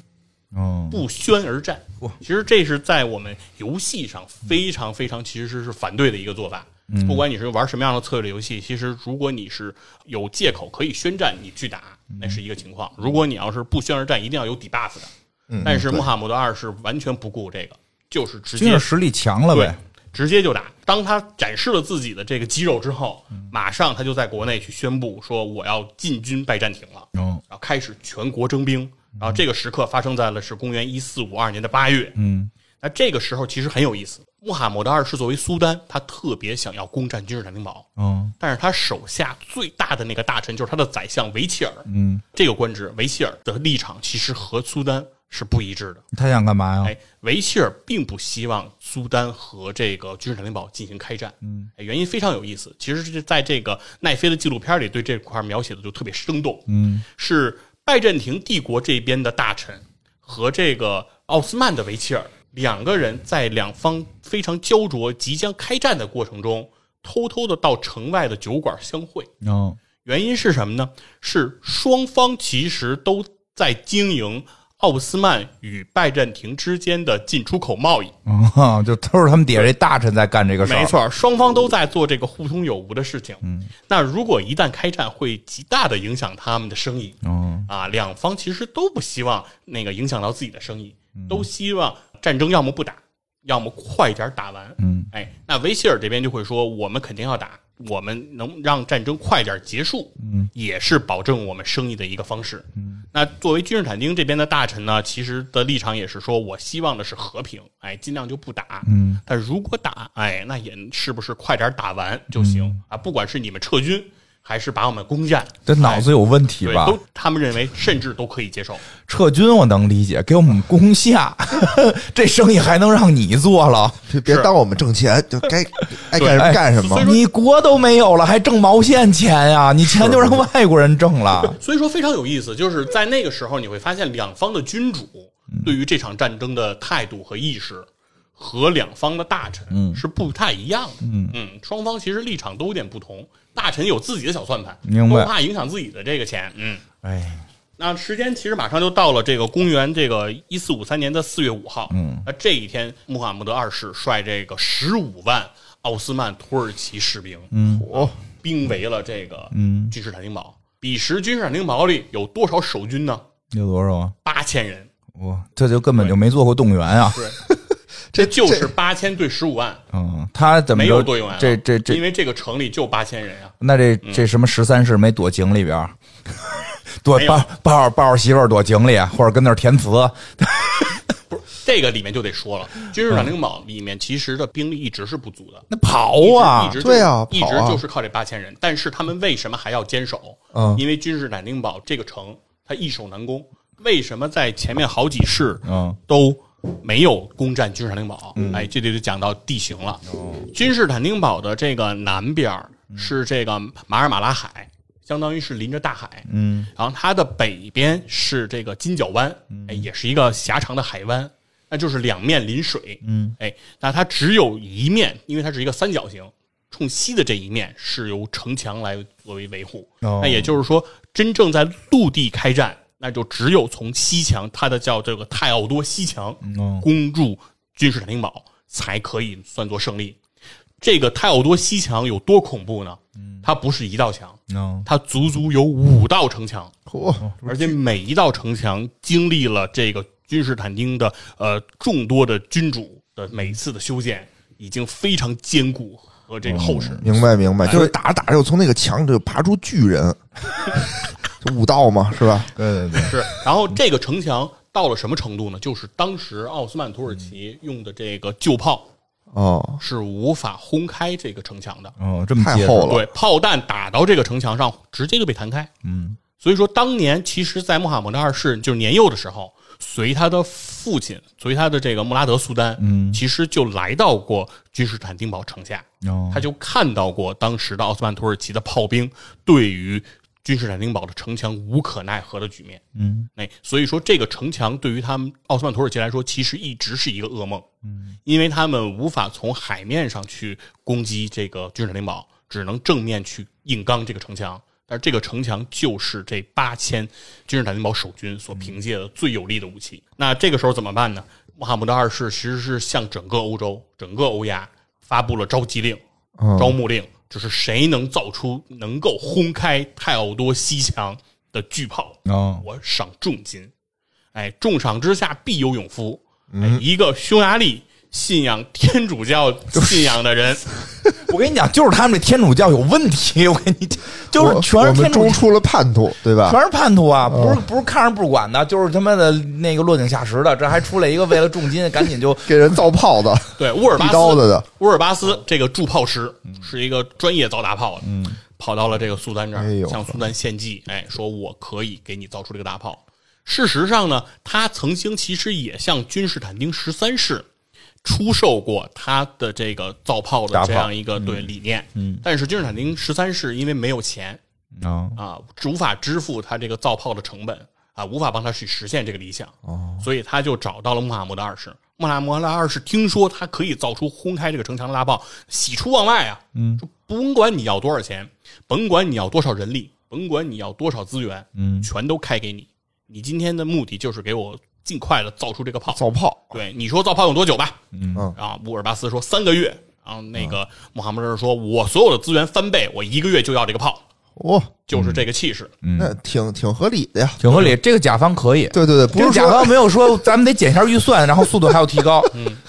[SPEAKER 1] 嗯
[SPEAKER 2] 不宣而战。其实这是在我们游戏上非常非常其实是反对的一个做法。不管你是玩什么样的策略游戏，其实如果你是有借口可以宣战，你去打那是一个情况；如果你要是不宣而战，一定要有 debuff 的。但是穆罕默德二世完全不顾这个，就是直
[SPEAKER 1] 军
[SPEAKER 2] 接
[SPEAKER 1] 事实力强了
[SPEAKER 2] 对
[SPEAKER 1] 呗，，
[SPEAKER 2] 直接就打。当他展示了自己的这个肌肉之后，
[SPEAKER 1] 嗯
[SPEAKER 2] 马上他就在国内去宣布说我要进军拜占庭了。
[SPEAKER 1] 嗯
[SPEAKER 2] 然后开始全国征兵。然后这个时刻发生在了是公元一四五二年的八月。
[SPEAKER 1] 嗯
[SPEAKER 2] 那这个时候其实很有意思，穆罕默德二世作为苏丹，他特别想要攻占君士坦丁堡，
[SPEAKER 1] 嗯
[SPEAKER 2] 但是他手下最大的那个大臣就是他的宰相维切尔，
[SPEAKER 1] 嗯，
[SPEAKER 2] 这个官职维切尔的立场其实和苏丹是不一致的。
[SPEAKER 1] 他想干嘛呀？
[SPEAKER 2] 哎，维切尔并不希望苏丹和这个君士坦丁堡进行开战，嗯，原因非常有意思。其实是在这个奈飞的纪录片里对这块描写的就特别生动，嗯，是拜占庭帝国这边的大臣和这个奥斯曼的维切尔两个人在两方非常焦灼、即将开战的过程中，偷偷的到城外的酒馆相会，
[SPEAKER 1] 嗯
[SPEAKER 2] 原因是什么呢？是双方其实都在经营奥斯曼与拜占庭之间的进出口贸易。
[SPEAKER 1] 嗯， 就都是他们底下这大臣在干这个事儿，
[SPEAKER 2] 没，错，双方都在做这个互通有无的事情。嗯，那如果一旦开战，会极大的影响他们的生意。
[SPEAKER 1] 嗯
[SPEAKER 2] 啊，两方其实都不希望那个影响到自己的生意，都希望战争要么不打，要么快点打完。
[SPEAKER 1] 嗯，
[SPEAKER 2] 哎，那维希尔这边就会说，我们肯定要打，我们能让战争快点结束，嗯，也是保证我们生意的一个方式。嗯，那作为君士坦丁这边的大臣呢，其实的立场也是说，我希望的是和平，哎，尽量就不打。嗯，但如果打，哎，那也是不是快点打完就行、啊？不管是你们撤军。还是把我们攻占，哎
[SPEAKER 1] 这脑子有问题
[SPEAKER 2] 对，
[SPEAKER 1] 吧？
[SPEAKER 2] 都他们认为甚至都可以接受。
[SPEAKER 1] 撤军我能理解，给我们攻下， 这生意还能让你做了？
[SPEAKER 3] 别别
[SPEAKER 2] 是
[SPEAKER 3] 当我们挣钱，就 该爱干
[SPEAKER 1] 哎
[SPEAKER 3] 干什么
[SPEAKER 2] 所以。说
[SPEAKER 1] 你国都没有了，还挣毛线钱呀、你钱就让外国人挣了。
[SPEAKER 2] 所以说非常有意思，就是在那个时候，你会发现两方的君主
[SPEAKER 1] 嗯
[SPEAKER 2] 对于这场战争的态度和意识，和两方的大
[SPEAKER 1] 嗯
[SPEAKER 2] 臣是不太一样的。嗯双方其实立场都有点不同，大臣有自己的小算盘，
[SPEAKER 1] 明白
[SPEAKER 2] 都怕影响自己的这个钱。嗯，
[SPEAKER 1] 哎，
[SPEAKER 2] 那时间其实马上就到了这个公元这个一四五三年的四月五号，嗯，那这一天，穆罕默德二世率这个十五万奥斯曼土耳其士兵，嗯，兵围了这个嗯君士坦丁堡。彼时君士坦丁堡里有多少守军呢？
[SPEAKER 1] 有多少啊？
[SPEAKER 2] 八千人，
[SPEAKER 1] 我这就根本就没做过动员啊。
[SPEAKER 2] 这就是八千对十五万，
[SPEAKER 1] 嗯，他怎么
[SPEAKER 2] 没
[SPEAKER 1] 就
[SPEAKER 2] 有动员啊。
[SPEAKER 1] 这这这
[SPEAKER 2] 因为这个城里就八千人啊。
[SPEAKER 1] 那这这什么十三世没躲井里边儿， 躲
[SPEAKER 2] 没有
[SPEAKER 1] 抱抱着抱着媳妇儿躲井里，或者跟那儿填词。
[SPEAKER 2] 不是这个里面就得说了，君士坦丁堡里面其实的兵力一直是不足的，
[SPEAKER 1] 那跑
[SPEAKER 2] 一
[SPEAKER 1] 啊
[SPEAKER 2] 直！一直
[SPEAKER 3] 对啊
[SPEAKER 2] 一
[SPEAKER 3] 跑
[SPEAKER 2] 直
[SPEAKER 3] 啊
[SPEAKER 2] 就是靠这八千人。但是他们为什么还要坚守？
[SPEAKER 3] 嗯
[SPEAKER 2] 因为君士坦丁堡这个城它易守难攻。为什么在前面好几世
[SPEAKER 1] 嗯
[SPEAKER 2] 都没有攻占君士坦丁堡？
[SPEAKER 3] 嗯
[SPEAKER 2] 哎，这里就讲到地形了。
[SPEAKER 3] 哦
[SPEAKER 2] 君士坦丁堡的这个南边儿
[SPEAKER 3] 嗯
[SPEAKER 2] 是这个马尔马拉海，相当于是临着大海。
[SPEAKER 1] 嗯，
[SPEAKER 2] 然后它的北边是这个金角湾，哎，也是一个狭长的海湾，那就是两面临水，嗯，哎，那它只有一面，因为它是一个三角形，冲西的这一面是由城墙来作为维护，
[SPEAKER 1] 哦
[SPEAKER 2] 那也就是说，真正在陆地开战，那就只有从西墙，它的叫这个泰奥多西墙
[SPEAKER 1] 哦
[SPEAKER 2] 攻入君士坦丁堡，才可以算作胜利。这个它有多西墙有多恐怖呢？它不是一道墙，
[SPEAKER 1] 嗯
[SPEAKER 2] 它足足有五道城墙，
[SPEAKER 3] 嚯，
[SPEAKER 2] 而且每一道城墙经历了这个君士坦丁的呃众多的君主的每一次的修建，已经非常坚固和这个厚实。
[SPEAKER 3] 明白明白，就是打着打着就从那个墙里就爬出巨人，就武道嘛，是吧？
[SPEAKER 1] 对对对，
[SPEAKER 2] 是，然后这个城墙到了什么程度呢？就是当时奥斯曼土耳其用的这个旧炮
[SPEAKER 3] 哦，
[SPEAKER 2] 是无法轰开这个城墙的，
[SPEAKER 1] 哦，这么
[SPEAKER 3] 太
[SPEAKER 1] 结实
[SPEAKER 3] 厚了
[SPEAKER 2] 对，炮弹打到这个城墙上，直接就被弹开。
[SPEAKER 1] 嗯，
[SPEAKER 2] 所以说，当年其实，在穆罕默德二世就是年幼的时候，随他的父亲，随他的这个穆拉德苏丹，嗯，其实就来到过君士坦丁堡城下，
[SPEAKER 1] 哦
[SPEAKER 2] 他就看到过当时的奥斯曼土耳其的炮兵对于君士坦丁堡的城墙无可奈何的局面。
[SPEAKER 1] 嗯，
[SPEAKER 2] 哎，所以说这个城墙对于他们奥斯曼土耳其来说，其实一直是一个噩梦。嗯，因为他们无法从海面上去攻击这个君士坦丁堡，只能正面去硬刚这个城墙。但是这个城墙就是这八千君士坦丁堡守军所凭借的最有力的武器。那这个时候怎么办呢？穆罕默德二世其实是向整个欧洲、整个欧亚发布了召集令，招募令，就是谁能造出能够轰开泰奥多西墙的巨炮，
[SPEAKER 1] 哦，
[SPEAKER 2] 我赏重金。哎，重赏之下必有勇夫。哎，一个匈牙利信仰天主教信仰的人，
[SPEAKER 1] 我跟你讲，就是他们这天主教有问题，我跟你讲，就是
[SPEAKER 3] 我
[SPEAKER 1] 全是
[SPEAKER 3] 我们
[SPEAKER 1] 天
[SPEAKER 3] 中
[SPEAKER 1] 主。
[SPEAKER 3] 出了叛徒，对吧？
[SPEAKER 1] 全是叛徒啊！不是不是看着不管的，就是他妈的那个落井下石的。这还出来一个为了重金， 赶紧就
[SPEAKER 3] 给人造炮的，
[SPEAKER 2] 对沃尔巴
[SPEAKER 3] 递刀子
[SPEAKER 2] 斯，
[SPEAKER 3] 的，
[SPEAKER 2] 沃尔巴斯这个铸炮师是一个专业造大炮的，跑到了这个苏丹这
[SPEAKER 3] 嗯哎呦
[SPEAKER 2] 儿，向苏丹献计，哎，说我可以给你造出这个大炮。事实上呢，他曾经其实也向君士坦丁十三世出售过他的这个造炮的
[SPEAKER 1] 大炮
[SPEAKER 2] 这样一个对理念，嗯，但是君士坦丁十三世因为没有钱，
[SPEAKER 1] 啊，
[SPEAKER 2] 啊，无法支付他这个造炮的成本啊，无法帮他去实现这个理想，所以他就找到了穆罕默德二世。穆罕默德二世听说他可以造出轰开这个城墙的大炮，喜出望外啊！嗯，甭管你要多少钱，甭管你要多少人力，甭管你要多少资源，嗯，全都开给你。你今天的目的就是给我尽快的造出这个炮。
[SPEAKER 3] 造炮，
[SPEAKER 2] 对，你说造炮用多久吧？
[SPEAKER 3] 嗯
[SPEAKER 2] 啊，乌尔巴斯说三个月。然后那个穆罕默德二世说，我所有的资源翻倍，我一个月就要这个炮，
[SPEAKER 3] 哇，
[SPEAKER 2] 就是这个气势。
[SPEAKER 3] 那挺挺合理的呀。
[SPEAKER 1] 挺合理。这个甲方可以，
[SPEAKER 3] 对对对，不
[SPEAKER 1] 这
[SPEAKER 3] 是
[SPEAKER 1] 个甲
[SPEAKER 3] 说
[SPEAKER 1] 方没有说 咱们得减一下预算，然后速度还要提 高，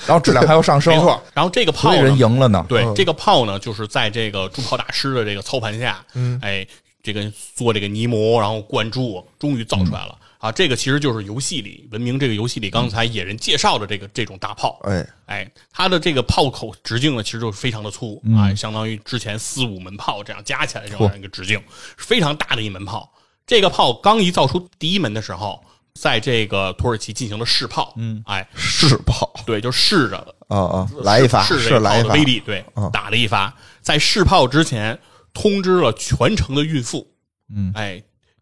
[SPEAKER 1] 然后质量还要上升，
[SPEAKER 2] 没错，。然后这个炮
[SPEAKER 1] 所以人
[SPEAKER 2] 呢，
[SPEAKER 1] 赢了呢。
[SPEAKER 2] 对、这个炮呢，就是在这个铸炮大师的这个操盘下，嗯，哎，这个做这个泥模，然后灌注，终于造出来了。啊，这个其实就是游戏里《文明》这个游戏里刚才野人介绍的这个这种大炮，
[SPEAKER 3] 哎，
[SPEAKER 2] 哎，它的这个炮口直径呢，其实就是非常的粗、啊，相当于之前四五门炮这样加起来这样一个直径，是非常大的一门炮。这个炮刚一造出第一门的时候，在这个土耳其进行了试炮，嗯，哎，
[SPEAKER 3] 是炮
[SPEAKER 2] 对，就试着
[SPEAKER 3] 啊啊，来一发
[SPEAKER 2] 是
[SPEAKER 3] 是来一发
[SPEAKER 2] 威，力，对，打了一发，在试炮之前通知了全城的孕妇，嗯，哎，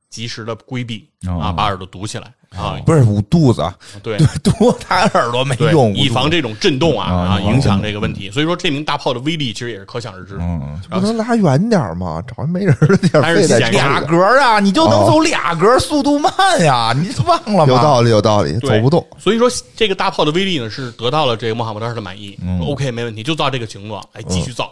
[SPEAKER 2] 及时的规避
[SPEAKER 1] 哦
[SPEAKER 2] 啊，把耳朵堵起来啊，
[SPEAKER 1] 不是捂肚子，啊，
[SPEAKER 2] 对。
[SPEAKER 1] 堵他耳朵没
[SPEAKER 2] 对
[SPEAKER 1] 用，，
[SPEAKER 2] 以防这种震动啊
[SPEAKER 1] 啊
[SPEAKER 2] 啊
[SPEAKER 1] 以防
[SPEAKER 2] 影响这个问题，所以说这名大炮的威力其实也是可想而知。
[SPEAKER 1] 嗯，
[SPEAKER 3] 不能拉远点吗？找一没人的地儿，
[SPEAKER 2] 但是
[SPEAKER 3] 非得
[SPEAKER 2] 显
[SPEAKER 1] 俩
[SPEAKER 2] 然
[SPEAKER 1] 格啊，你就能走俩格，速度慢呀， 你忘了
[SPEAKER 3] 有
[SPEAKER 1] 吗？
[SPEAKER 3] 道理有道理，走
[SPEAKER 2] 对
[SPEAKER 3] 不动。
[SPEAKER 2] 所以说这个大炮的威力呢是得到了这个穆罕默德二世的满意、说 o k 没问题，就造这个形状，哎，继续造。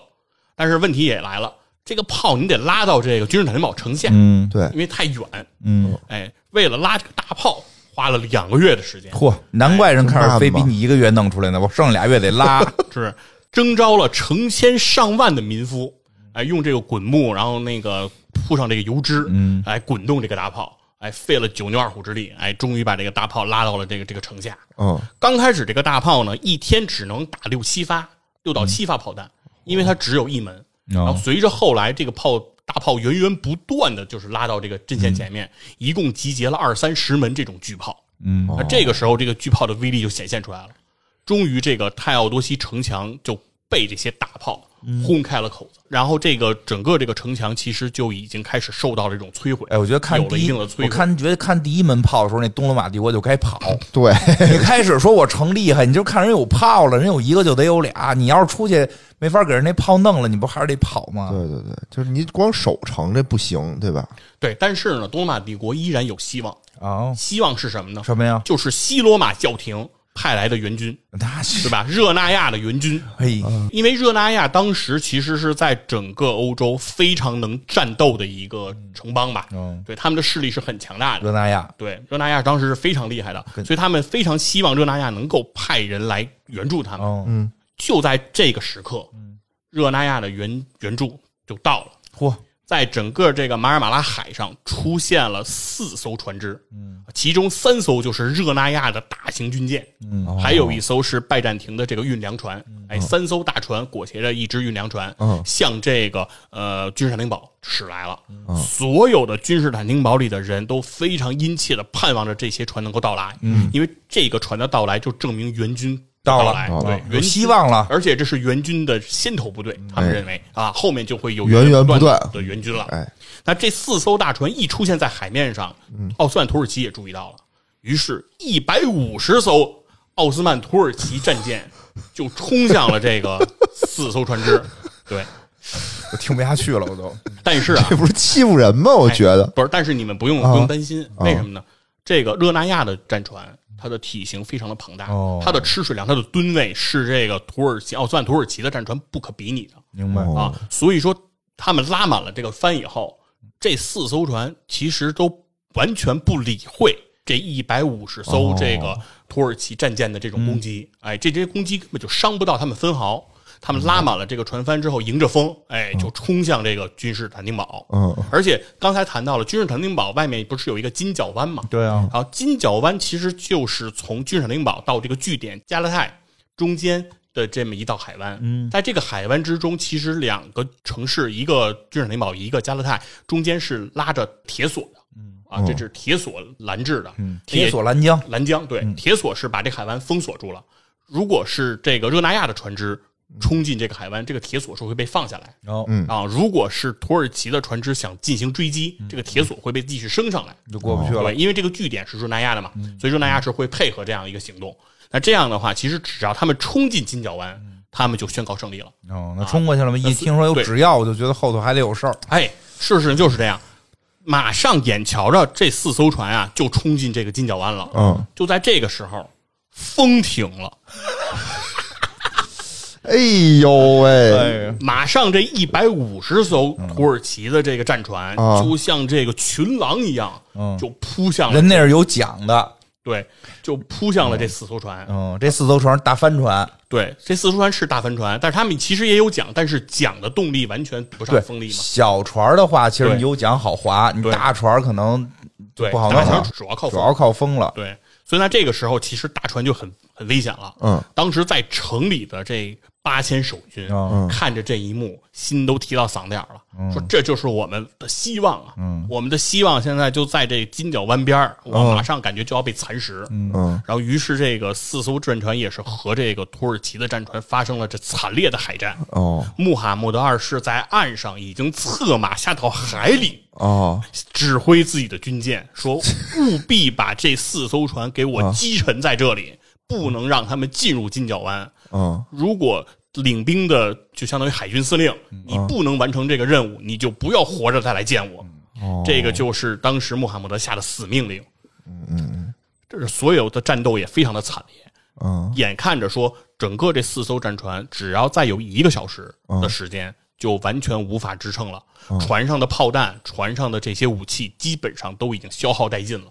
[SPEAKER 2] 但是问题也来了，这个炮你得拉到这个君士坦丁堡城下，
[SPEAKER 1] 嗯
[SPEAKER 3] 对
[SPEAKER 2] 因为太远，
[SPEAKER 1] 嗯，
[SPEAKER 2] 哎，为了拉这个大炮，花了两个月的时间，
[SPEAKER 1] 嚯，难怪人开始非
[SPEAKER 3] 哎这么
[SPEAKER 1] 比
[SPEAKER 3] 慢吗
[SPEAKER 1] 你一个月弄出来呢，我剩俩月得 拉，
[SPEAKER 2] 是征召了成千上万的民夫，哎，用这个滚木，然后那个铺上这个油脂，嗯，哎，滚动这个大炮，哎，费了九牛二虎之力，哎，终于把这个大炮拉到了这个这个城下。
[SPEAKER 3] 嗯，
[SPEAKER 2] 刚开始这个大炮呢，一天只能打六七发，六到七发炮弹，因为它只有一门。
[SPEAKER 1] 嗯哦
[SPEAKER 2] 然后随着后来这个炮大炮源源不断的就是拉到这个阵线前面，一共集结了二三十门这种巨炮。
[SPEAKER 1] 嗯，
[SPEAKER 2] 那这个时候这个巨炮的威力就显现出来了。终于，这个泰奥多西城墙就被这些大炮轰开了口子，然后这个整个这个城墙其实就已经开始受到了这种摧毁。
[SPEAKER 1] 哎，我觉得看
[SPEAKER 2] 有了
[SPEAKER 1] 第
[SPEAKER 2] 一
[SPEAKER 1] 一，
[SPEAKER 2] 定的摧毁。
[SPEAKER 1] 我看觉得看第一门炮的时候，那东罗马帝国就该跑。
[SPEAKER 3] 对，
[SPEAKER 1] 你开始说我城厉害，你就看人有炮了，人有一个就得有俩。你要是出去没法给人那炮弄了，你不还是得跑吗？
[SPEAKER 3] 对对对，就是你光守城这不行，对吧？
[SPEAKER 2] 对，但是呢，东罗马帝国依然有希望。
[SPEAKER 1] 啊、
[SPEAKER 2] 希望是什么呢？
[SPEAKER 1] 什么呀？
[SPEAKER 2] 就是西罗马教廷派来的援军，
[SPEAKER 1] 那
[SPEAKER 2] 对
[SPEAKER 1] 是
[SPEAKER 2] 吧？热那亚的援军，
[SPEAKER 1] 嘿，
[SPEAKER 2] 因为热那亚当时其实是在整个欧洲非常能战斗的一个城邦吧，
[SPEAKER 1] 嗯，
[SPEAKER 2] 对他们的势力是很强大的。
[SPEAKER 1] 热那亚
[SPEAKER 2] 对，热那亚当时是非常厉害的，所以他们非常希望热那亚能够派人来援助他们。
[SPEAKER 3] 嗯
[SPEAKER 1] 哦，
[SPEAKER 2] 就在这个时刻，热那亚的援援助就到了。
[SPEAKER 1] 嚯，
[SPEAKER 2] 在整个这个马尔马拉海上出现了四艘船只，其中三艘就是热那亚的大型军舰，还有一艘是拜占庭的这个运粮船。哎，三艘大船裹挟着一支运粮船，
[SPEAKER 3] 嗯
[SPEAKER 2] 向这个呃君士坦丁堡驶来了。所有的君士坦丁堡里的人都非常殷切的盼望着这些船能够到来，因为这个船的到来就证明援军
[SPEAKER 1] 到了
[SPEAKER 2] 来，
[SPEAKER 3] 到了
[SPEAKER 2] 对，援
[SPEAKER 1] 有
[SPEAKER 2] 军
[SPEAKER 1] 希望了，
[SPEAKER 2] 而且这是援军的先头部队，他们
[SPEAKER 3] 哎
[SPEAKER 2] 认为啊，后面就会有
[SPEAKER 3] 源源不断
[SPEAKER 2] 的援军了。
[SPEAKER 3] 哎，
[SPEAKER 2] 那这四艘大船一出现在海面上，
[SPEAKER 3] 嗯
[SPEAKER 2] 奥斯曼土耳其也注意到了，于是，一百五十艘奥斯曼土耳其战舰就冲向了这 个四艘船只。对，
[SPEAKER 1] 我听不下去了，我都
[SPEAKER 2] 但是啊
[SPEAKER 3] 这，不是欺负人吗？ 我觉得，
[SPEAKER 2] 不是，但是你们不用、
[SPEAKER 3] 啊
[SPEAKER 2] 不用担心，
[SPEAKER 3] 啊
[SPEAKER 2] 为什么呢？这个热那亚的战船，它的体型非常的庞大，
[SPEAKER 1] 哦
[SPEAKER 2] 它的吃水量、它的吨位是这个土耳其奥斯曼土耳其的战船不可比拟的。
[SPEAKER 1] 明白，
[SPEAKER 3] 哦
[SPEAKER 2] 啊，所以说他们拉满了这个帆以后，这四艘船其实都完全不理会这一百五十艘
[SPEAKER 3] 哦
[SPEAKER 2] 这个土耳其战舰的
[SPEAKER 3] 嗯
[SPEAKER 2] 这种攻击，哎，这些攻击根本就伤不到他们分毫。他们拉满了这个船帆之后，迎着风，哎，就冲向这个君士坦丁堡。
[SPEAKER 3] 嗯，
[SPEAKER 2] 而且刚才谈到了君士坦丁堡外面不是有一个金角湾吗？
[SPEAKER 1] 对
[SPEAKER 3] 嗯
[SPEAKER 1] 啊，
[SPEAKER 2] 好，金角湾其实就是从君士坦丁堡到这个据点加勒泰中间的这么一道海湾。嗯，在这个海湾之中，其实两个城市，一个君士坦丁堡，一个加勒泰，中间是拉着铁索的。嗯，啊，这是铁索拦制的。嗯，
[SPEAKER 1] 铁索拦江，
[SPEAKER 2] 拦江，对，铁索是把这海湾封锁住了。如果是这个热那亚的船只冲进这个海湾，这个铁索是会被放下来。
[SPEAKER 1] 然
[SPEAKER 3] 嗯
[SPEAKER 1] 后
[SPEAKER 2] 啊，如果是土耳其的船只想进行追击，这个铁索会被继续升上来。
[SPEAKER 1] 就过不去了
[SPEAKER 2] 对，，因为这个据点是热那亚的嘛，所以热那亚是会配合这样一个行动。那这样的话，其实只要他们冲进金角湾，他们就宣告胜利了。
[SPEAKER 1] 哦，那冲过去了吗？一
[SPEAKER 2] 是
[SPEAKER 1] 听说有
[SPEAKER 2] 对
[SPEAKER 1] 纸药，我就觉得后头还得有事儿，
[SPEAKER 2] 哎，事实就是这样，马上眼瞧着这四艘船啊就冲进这个金角湾了。
[SPEAKER 3] 嗯，
[SPEAKER 2] 就在这个时候，风停了，
[SPEAKER 3] 哎呦
[SPEAKER 2] 哎
[SPEAKER 3] 喂，
[SPEAKER 1] 呀，
[SPEAKER 2] 马上这一百五十艘土耳其的这个战船
[SPEAKER 3] 啊
[SPEAKER 2] 就像这个群狼一样
[SPEAKER 1] 嗯，
[SPEAKER 2] 就扑向了
[SPEAKER 1] 人那是有奖的，
[SPEAKER 2] 对，就扑向了这四艘船。
[SPEAKER 1] 嗯，这四艘船是大帆船，
[SPEAKER 2] 对，这四艘船是大帆船，但是他们其实也有桨，但是桨的动力完全比不上
[SPEAKER 1] 对，
[SPEAKER 2] 风力嘛。
[SPEAKER 1] 小船的话，其实
[SPEAKER 2] 对
[SPEAKER 1] 你有桨好划，你
[SPEAKER 2] 对
[SPEAKER 1] 大船可能
[SPEAKER 2] 对，
[SPEAKER 1] 不好弄
[SPEAKER 2] 大
[SPEAKER 1] 了
[SPEAKER 2] 船，主要靠
[SPEAKER 1] 主
[SPEAKER 2] 风。
[SPEAKER 1] 要靠风了。
[SPEAKER 2] 对，所以呢，这个时候其实大船就很很危险了。
[SPEAKER 3] 嗯，
[SPEAKER 2] 当时在城里的这八千守军、
[SPEAKER 1] 嗯
[SPEAKER 2] 看着这一幕，心都提到嗓子眼儿了，说这就是我们的希望啊！
[SPEAKER 1] 嗯
[SPEAKER 2] 我们的希望现在就在这金角湾边儿，我马上感觉就要被蚕食。
[SPEAKER 3] 嗯，
[SPEAKER 2] 然后，于是这个四艘战船也是和这个土耳其的战船发生了这惨烈的海
[SPEAKER 1] 嗯
[SPEAKER 2] 战。
[SPEAKER 3] 哦
[SPEAKER 2] 穆罕默德二世在岸上已经策马下到海里，
[SPEAKER 3] 哦，
[SPEAKER 2] 指挥自己的军舰说：“务必把这四艘船给我击沉在这里，不能让他们进入金角湾。
[SPEAKER 3] 嗯，
[SPEAKER 2] 如果领兵的就相当于海军司令，你不能完成这个任务，你就不要活着再来见我。这个就是当时穆罕默德下的死命令。这是所有的战斗也非常的惨烈。
[SPEAKER 3] 嗯，
[SPEAKER 2] 眼看着说，整个这四艘战船只要再有一个小时的时间，就完全无法支撑了。船上的炮弹、船上的这些武器，基本上都已经消耗殆尽了，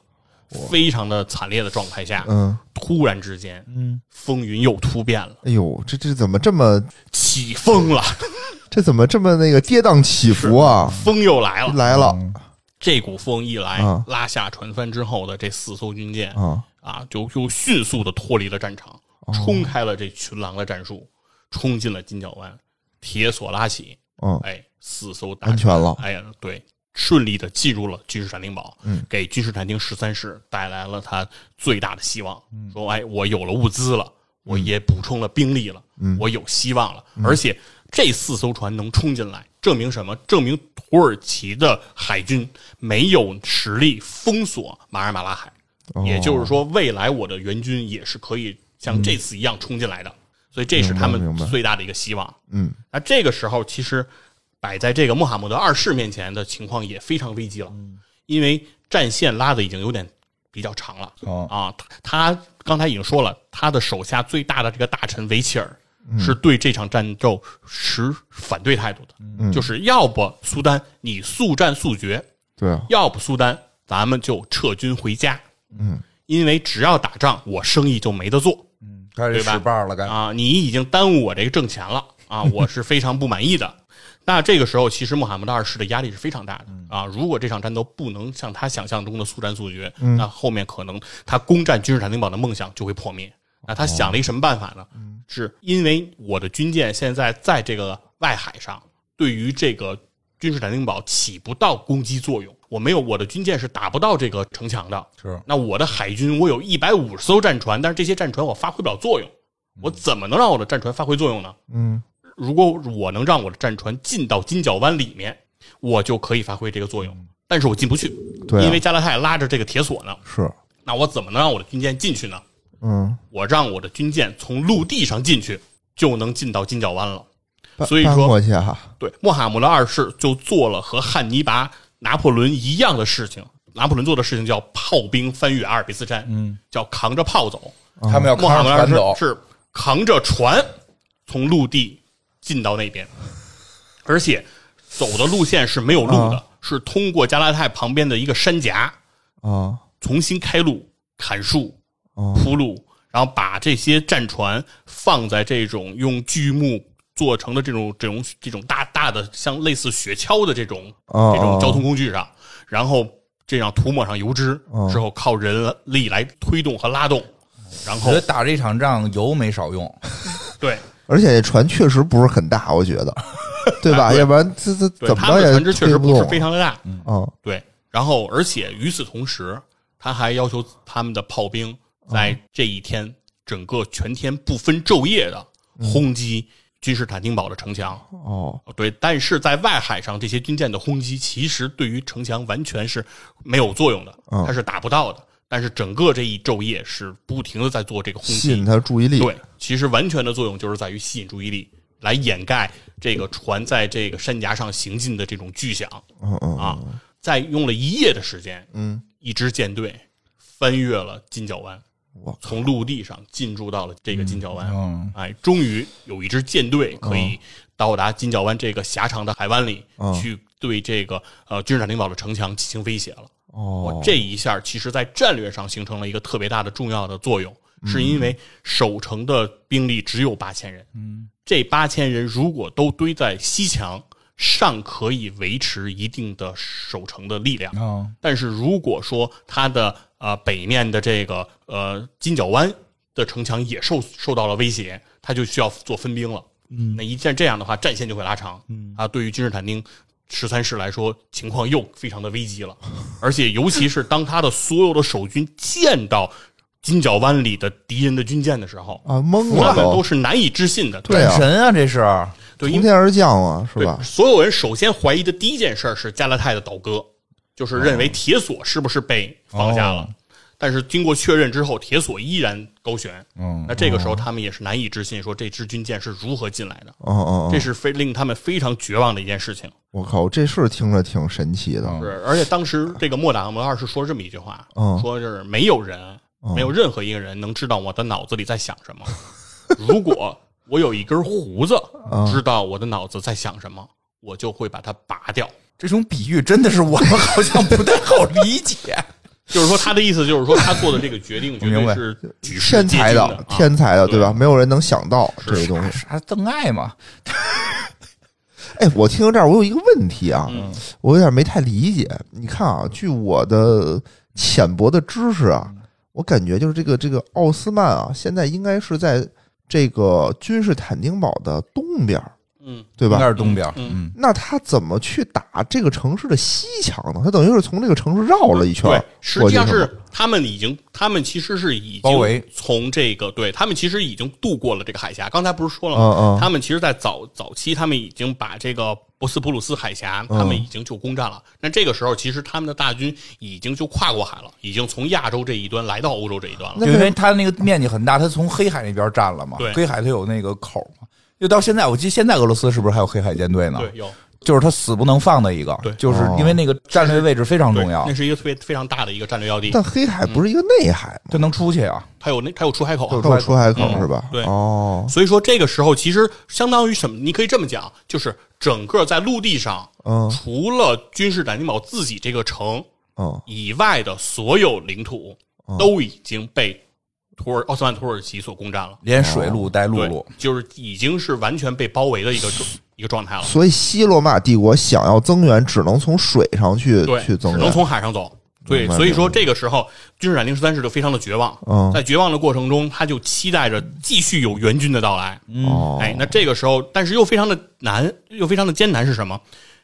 [SPEAKER 2] 非常的惨烈的状态下，
[SPEAKER 3] 嗯，
[SPEAKER 2] 突然之间，嗯，风云又突变了，
[SPEAKER 3] 哎呦，这这怎么这么
[SPEAKER 2] 起风了，
[SPEAKER 3] 这怎么这么那个跌宕起伏啊？
[SPEAKER 2] 风又来嗯了。
[SPEAKER 3] 来了
[SPEAKER 2] 这股风一来
[SPEAKER 3] 啊，
[SPEAKER 2] 拉下船帆之后的这四艘军舰，
[SPEAKER 3] 啊，
[SPEAKER 2] 啊，就就迅速的脱离了战场，冲开了这群狼的战术，冲进了金角湾，铁索拉起，
[SPEAKER 3] 嗯，
[SPEAKER 2] 哎，四艘大
[SPEAKER 3] 安全了，
[SPEAKER 2] 哎呀，对，顺利的进入了君士坦丁堡，
[SPEAKER 3] 嗯
[SPEAKER 2] 给君士坦丁十三世带来了他最大的希望，
[SPEAKER 3] 嗯
[SPEAKER 2] 说，哎，我有了物资了，我也补充了兵力了，
[SPEAKER 3] 嗯
[SPEAKER 2] 我有希望了，而且这四艘船能冲进来，证明什么？证明土耳其的海军没有实力封锁马尔马拉海，也就是说，未来我的援军也是可以像这次一样冲进来的。所以这是他
[SPEAKER 3] 明白
[SPEAKER 2] 们
[SPEAKER 3] 明白
[SPEAKER 2] 最大的一个希望。
[SPEAKER 3] 嗯，
[SPEAKER 2] 那这个时候，其实摆在这个穆罕
[SPEAKER 3] 嗯
[SPEAKER 2] 默德二世面前的情况也非常危机了，因为战线拉的已经有点比较长了。
[SPEAKER 1] 哦
[SPEAKER 2] 啊，他他刚才已经说了，他的手下最大的这个大臣维齐尔。
[SPEAKER 3] 嗯
[SPEAKER 2] 是对这场战斗持反对态度的，
[SPEAKER 3] 嗯
[SPEAKER 2] 就是要不苏丹你速战速决，
[SPEAKER 3] 对啊，
[SPEAKER 2] 要不苏丹咱们就撤军回家。嗯，因为只要打仗，我生意就没得做
[SPEAKER 1] 开始
[SPEAKER 2] 对吧
[SPEAKER 1] 使绊了，该
[SPEAKER 2] 啊！你已经耽误我这个挣钱了 啊！我是非常不满意的。那这个时候，其实穆罕默德二世的压力是非常大的
[SPEAKER 1] 嗯
[SPEAKER 2] 啊！如果这场战斗不能像他想象中的速战速决，
[SPEAKER 1] 嗯
[SPEAKER 2] 那后面可能他攻占君士坦丁堡的梦想就会破灭。
[SPEAKER 1] 哦
[SPEAKER 2] 那他想了一什么办法呢？
[SPEAKER 1] 嗯
[SPEAKER 2] 是因为我的军舰现在在这个外海上，对于这个君士坦丁堡起不到攻击作用。我没有我的军舰是打不到这个城墙的。
[SPEAKER 1] 是
[SPEAKER 2] 那我的海军我有一百五十艘战船，但是这些战船我发挥不了作用。我怎么能让我的战船发挥作用呢？
[SPEAKER 3] 嗯，
[SPEAKER 2] 如果我能让我的战船进到金角湾里面，我就可以发挥这个作用。但是我进不去，
[SPEAKER 3] 嗯对啊
[SPEAKER 2] 因为加勒泰拉着这个铁索呢。
[SPEAKER 3] 是，
[SPEAKER 2] 那我怎么能让我的军舰进去呢？
[SPEAKER 3] 嗯，
[SPEAKER 2] 我让我的军舰从陆地上进去，就能进到金角湾了。
[SPEAKER 3] 搬
[SPEAKER 2] 所以
[SPEAKER 3] 搬
[SPEAKER 2] 说
[SPEAKER 3] 过去哈，
[SPEAKER 2] 对，穆罕默德二世就做了和汉尼拔、拿破仑一样的事情。拿破仑做的事情叫炮兵翻越阿尔卑斯山，嗯，叫扛着炮走。
[SPEAKER 1] 他们要
[SPEAKER 2] 穆罕
[SPEAKER 1] 扛着
[SPEAKER 2] 默德二
[SPEAKER 1] 船走
[SPEAKER 2] 世，是扛着船从陆地进到那边，而且走的路线是没有路
[SPEAKER 1] 啊
[SPEAKER 2] 的，是通过加拉泰旁边的一个山夹，
[SPEAKER 3] 啊
[SPEAKER 2] 重新开路、砍树、
[SPEAKER 3] 啊
[SPEAKER 2] 铺路，然后把这些战船放在这种用锯木做成的这种这种这种大大的像类似雪橇的这种
[SPEAKER 3] 哦
[SPEAKER 2] 这种交通工具上，然后这样涂抹上油脂
[SPEAKER 3] 哦
[SPEAKER 2] 之后，靠人力来推动和拉动，然
[SPEAKER 1] 我觉
[SPEAKER 2] 后
[SPEAKER 1] 得打这场仗油没少用，
[SPEAKER 2] 对。
[SPEAKER 3] 而且这船确实不是很大，我觉 得，对吧？要不然这这
[SPEAKER 2] 对，
[SPEAKER 3] 怎么
[SPEAKER 2] 他
[SPEAKER 3] 着
[SPEAKER 2] 们
[SPEAKER 3] 也
[SPEAKER 2] 的船只确
[SPEAKER 3] 推
[SPEAKER 2] 实
[SPEAKER 3] 不
[SPEAKER 2] 不是
[SPEAKER 3] 动
[SPEAKER 2] 非常的大，
[SPEAKER 3] 啊，
[SPEAKER 2] 对。然后，而且与此同时，他还要求他们的炮兵
[SPEAKER 3] 嗯
[SPEAKER 2] 在这一天、整个全天不分昼夜的轰击君士坦丁堡的城墙。
[SPEAKER 3] 嗯哦，
[SPEAKER 2] 对，但是在外海上，这些军舰的轰击其实对于城墙完全是没有作用的，
[SPEAKER 3] 嗯
[SPEAKER 2] 它是打不到的。但是整个这一昼夜是不停的在做这个轰
[SPEAKER 3] 吸
[SPEAKER 2] 击
[SPEAKER 3] 引，他注意力，
[SPEAKER 2] 对，其实完全的作用就是在于吸引注意力，来掩盖这个船在这个山崖上行进的这种巨响
[SPEAKER 3] 嗯嗯
[SPEAKER 2] 啊。在用了一夜的时间，
[SPEAKER 3] 嗯，
[SPEAKER 2] 一支舰队翻越了金角湾
[SPEAKER 3] 哇，
[SPEAKER 2] 从陆地上进驻到了这个金角湾。
[SPEAKER 1] 嗯，
[SPEAKER 2] 哎，终于有一支舰队可以到达金角湾这个狭长的海湾里，去对这个呃君士坦丁堡的城墙进行威胁了。
[SPEAKER 3] 哦
[SPEAKER 2] 我，这一下其实在战略上形成了一个特别大的重要的作用，是因为守城的兵力只有八千人，嗯，这八千人如果都堆在西墙，尚可以维持一定的守城的力量，
[SPEAKER 1] 哦
[SPEAKER 2] 但是如果说它的呃北面的这个呃金角湾的城墙也受受到了威胁，它就需要做分兵了。嗯，那一旦这样的话，战线就会拉长。嗯啊，对于君士坦丁十三世来说，情况又非常的危机了。 而且尤其是当他的所有的守军见到金角湾里的敌人的军舰的时候，
[SPEAKER 3] 啊，懵
[SPEAKER 2] 他
[SPEAKER 3] 了
[SPEAKER 2] 们都
[SPEAKER 3] 都，
[SPEAKER 2] 是难以置信的。
[SPEAKER 3] 对
[SPEAKER 1] 战
[SPEAKER 3] 啊
[SPEAKER 1] 神啊，这是
[SPEAKER 2] 对，因
[SPEAKER 3] 从
[SPEAKER 2] 为
[SPEAKER 3] 天而降啊，是
[SPEAKER 2] 对，
[SPEAKER 3] 吧？
[SPEAKER 2] 所有人首先怀疑的第一件事儿是加勒泰的倒戈，就是认为铁索是不是被放下了。
[SPEAKER 1] 哦
[SPEAKER 2] 但是经过确认之后，铁索依然高悬。
[SPEAKER 1] 嗯
[SPEAKER 2] 那这个时候他们也是难以置信，说这支军舰是如何进来的，
[SPEAKER 3] 哦哦，
[SPEAKER 2] 这
[SPEAKER 3] 哦
[SPEAKER 2] 是非令他们非常绝望的一件事情。
[SPEAKER 3] 我靠，这是听着挺神奇的，
[SPEAKER 2] 是，而且当时这个莫达姆二世说了这么一句话，
[SPEAKER 3] 嗯
[SPEAKER 2] 说就是没有人，没有任何一个人能知道我的脑子里在想什么。如果我有一根胡子，知道我的脑子在想什么，我就会把它拔掉。
[SPEAKER 1] 这种比喻真的是我们好像不太好理 解。
[SPEAKER 2] 就是说，他的意思就是说，他做的这个决定绝
[SPEAKER 1] 明白
[SPEAKER 2] 对是举世
[SPEAKER 3] 天
[SPEAKER 2] 皆
[SPEAKER 3] 才
[SPEAKER 2] 惊的，
[SPEAKER 3] 的
[SPEAKER 2] 啊
[SPEAKER 3] 天才的，
[SPEAKER 2] 对
[SPEAKER 3] 对吧？没有人能想到这个
[SPEAKER 2] 嗯
[SPEAKER 3] 东西。
[SPEAKER 1] 啥邓艾嘛？
[SPEAKER 3] 哎，我听到这儿，我有一个问题啊，
[SPEAKER 2] 嗯
[SPEAKER 3] 我有点没太理解。你看啊，据我的浅薄的知识啊，
[SPEAKER 2] 嗯
[SPEAKER 3] 我感觉就是这个这个奥斯曼啊，现在应该是在这个君士坦丁堡的东边儿，
[SPEAKER 2] 嗯，
[SPEAKER 3] 对
[SPEAKER 1] 那
[SPEAKER 3] 吧？
[SPEAKER 1] 是东边，
[SPEAKER 2] 嗯
[SPEAKER 1] 嗯，
[SPEAKER 3] 那他怎么去打这个城市的西墙呢？他等于是从这个城市绕了一圈
[SPEAKER 2] 对
[SPEAKER 3] 儿，，
[SPEAKER 2] 实际上
[SPEAKER 3] 我觉得
[SPEAKER 2] 是他们已经，他们其实是已
[SPEAKER 1] 包
[SPEAKER 2] 经
[SPEAKER 1] 围
[SPEAKER 2] 从这个，对他们其实已经渡过了这个海峡。刚才不是说了
[SPEAKER 3] 嗯
[SPEAKER 2] 吗
[SPEAKER 3] 嗯？
[SPEAKER 2] 他们其实，在早早期，他们已经把这个博斯普鲁斯海峡，他们已经就攻占了。那这个时候，其实他们的大军已经就跨过海了，已经从亚洲这一端来到欧洲这一端了。
[SPEAKER 1] 就因为它那个面积很大，它从黑海那边占了嘛
[SPEAKER 2] 对，
[SPEAKER 1] 黑海它有那个口嘛。就到现在，我记得现在俄罗斯是不是还有黑海舰队呢？
[SPEAKER 2] 对，有
[SPEAKER 1] 就是他死不能放的一个，
[SPEAKER 2] 对哦
[SPEAKER 1] 就是因为那个战略位置非常
[SPEAKER 2] 对
[SPEAKER 1] 重要
[SPEAKER 2] 那，是一个特别非常大的一个战略要地，
[SPEAKER 3] 但黑海不是一个内海吗？
[SPEAKER 1] 他能出去啊，
[SPEAKER 2] 它有那它有出海口啊，
[SPEAKER 3] 它有出海口
[SPEAKER 2] 嗯
[SPEAKER 3] 是吧？
[SPEAKER 2] 对
[SPEAKER 3] 哦，
[SPEAKER 2] 所以说这个时候其实相当于什么？你可以这么讲，就是整个在陆地上，
[SPEAKER 3] 嗯
[SPEAKER 2] 除了君士坦丁堡自己这个城
[SPEAKER 3] 嗯
[SPEAKER 2] 以外的所有领土
[SPEAKER 3] 嗯
[SPEAKER 2] 都已经被土耳奥斯曼土耳其所攻占了，
[SPEAKER 1] 连水路带陆
[SPEAKER 2] 哦对
[SPEAKER 1] 路，，
[SPEAKER 2] 就是已经是完全被包围的一个 状一个状态了。
[SPEAKER 3] 所以西罗马帝国想要增援，只能从水上去
[SPEAKER 2] 对，
[SPEAKER 3] 去增
[SPEAKER 2] 只能
[SPEAKER 3] 援。
[SPEAKER 2] 从海上走。对
[SPEAKER 3] 明，白
[SPEAKER 2] 所以说这个时候，君士坦丁十三世就非常的绝望。
[SPEAKER 3] 嗯
[SPEAKER 2] 在绝望的过程中，他就期待着继续有援军的到来。
[SPEAKER 3] 哦，
[SPEAKER 2] 哎，那这个时候，但是又非常的难，又非常的艰难是什么？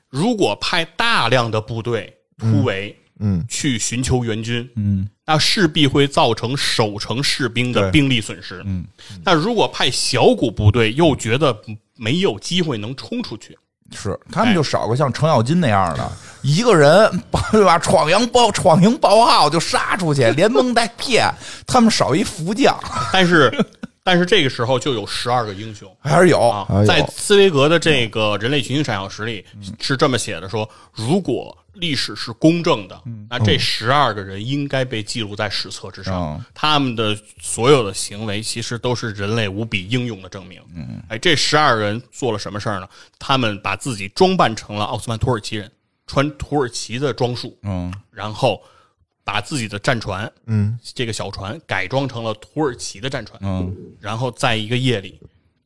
[SPEAKER 2] 如果派大量的部队突围、
[SPEAKER 3] 嗯，
[SPEAKER 2] 去寻求援军，
[SPEAKER 1] 嗯，
[SPEAKER 2] 那势必会造成守城士兵的
[SPEAKER 1] 对
[SPEAKER 2] 兵力损失。
[SPEAKER 1] 嗯，
[SPEAKER 2] 那如果派小股部队，又觉得没有机会能冲出去，
[SPEAKER 1] 是他们就少个像程咬金那样的一个人，对吧？闯营包闯营报号就杀出去，连蒙带 骗，他们少一副将，
[SPEAKER 2] 但是 但是这个时候就有十二个英雄。
[SPEAKER 1] 还是有
[SPEAKER 2] 啊
[SPEAKER 3] 哎呦，嗯
[SPEAKER 2] 在茨威格的这个《人类群星闪耀时》里是这么写的：说如果历史是公正的，
[SPEAKER 3] 嗯
[SPEAKER 2] 那
[SPEAKER 3] 哦
[SPEAKER 2] 这十二个人应该被记录在史册之上
[SPEAKER 1] 嗯。
[SPEAKER 2] 他们的所有的行为其实都是人类无比英勇的证明。
[SPEAKER 3] 嗯
[SPEAKER 2] 哎，这十二人做了什么事儿呢？他们把自己装扮成了奥斯曼土耳其人，穿土耳其的装束，
[SPEAKER 1] 嗯，
[SPEAKER 2] 然后把自己的战船，
[SPEAKER 3] 哦嗯，哦
[SPEAKER 2] 这个小船改装成了土耳其的战船，
[SPEAKER 1] 嗯，
[SPEAKER 2] 然后在一个夜里，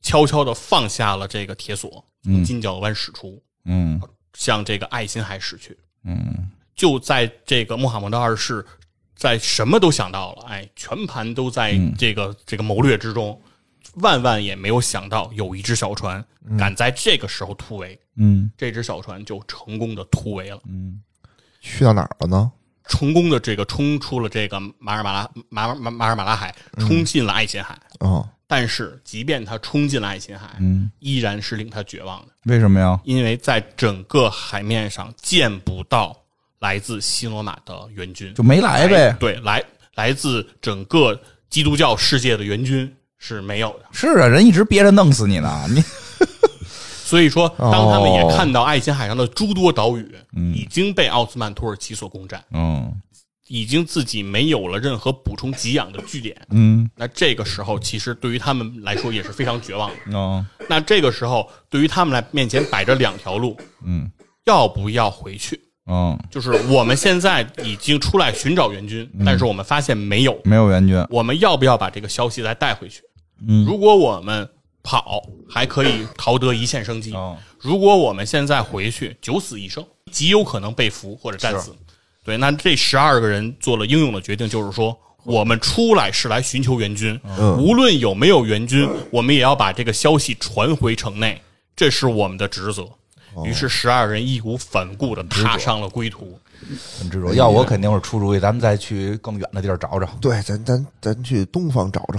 [SPEAKER 2] 悄悄的放下了这个铁索，从金角湾驶出，
[SPEAKER 1] 嗯
[SPEAKER 2] 向这个爱琴海驶去。
[SPEAKER 1] 嗯，
[SPEAKER 2] 就在这个穆罕默德二世在什么都想到了，哎，全盘都在
[SPEAKER 1] 嗯
[SPEAKER 2] 这个、这个谋略之中，万万也没有想到有一只小船敢在这个时候突围，
[SPEAKER 1] 嗯
[SPEAKER 2] 这只小船就成功的突围了。
[SPEAKER 3] 去到哪儿了呢？
[SPEAKER 2] 成功的这个冲出了这个马尔马拉马马马尔马拉海，
[SPEAKER 1] 嗯
[SPEAKER 2] 冲进了爱琴海。
[SPEAKER 3] 嗯，
[SPEAKER 2] 但是，即便他冲进了爱琴海，
[SPEAKER 1] 嗯，
[SPEAKER 2] 依然是令他绝望的，
[SPEAKER 1] 为什么呀？
[SPEAKER 2] 因为在整个海面上见不到来自西罗马的援军，
[SPEAKER 1] 就没来呗，
[SPEAKER 2] 对，来来自整个基督教世界的援军是没有的。
[SPEAKER 1] 是啊，人一直憋着弄死你呢，你
[SPEAKER 2] 所以说，当他们也
[SPEAKER 3] 哦
[SPEAKER 2] 看到爱琴海上的诸多岛屿已经被奥斯曼土耳其所攻占，
[SPEAKER 1] 嗯
[SPEAKER 2] 已经自己没有了任何补充给养的据点，
[SPEAKER 1] 嗯
[SPEAKER 2] 那这个时候，其实对于他们来说也是非常绝望的。
[SPEAKER 1] 哦
[SPEAKER 2] 那这个时候，对于他们来面前摆着两条路，
[SPEAKER 1] 嗯
[SPEAKER 2] 要不要回去？
[SPEAKER 1] 哦，
[SPEAKER 2] 就是我们现在已经出来寻找援军，
[SPEAKER 1] 嗯
[SPEAKER 2] 但是我们发现没有，
[SPEAKER 1] 没有援军，
[SPEAKER 2] 我们要不要把这个消息再带回去？
[SPEAKER 1] 嗯
[SPEAKER 2] 如果我们跑，还可以逃得一线生机；
[SPEAKER 1] 哦
[SPEAKER 2] 如果我们现在回去，九死一生，极有可能被俘或者战死。对，那这十二个人做了英勇的决定，就是说。我们出来是来寻求援军，
[SPEAKER 1] 嗯
[SPEAKER 2] 无论有没有援军，我们也要把这个消息传回城内，这是我们的职责。
[SPEAKER 1] 哦
[SPEAKER 2] 于是，十二人义无反顾地踏上了归途。
[SPEAKER 1] 很执着。嗯要我肯定是出主意，咱们再去更远的地儿找找。
[SPEAKER 3] 对，咱咱咱去东方找找，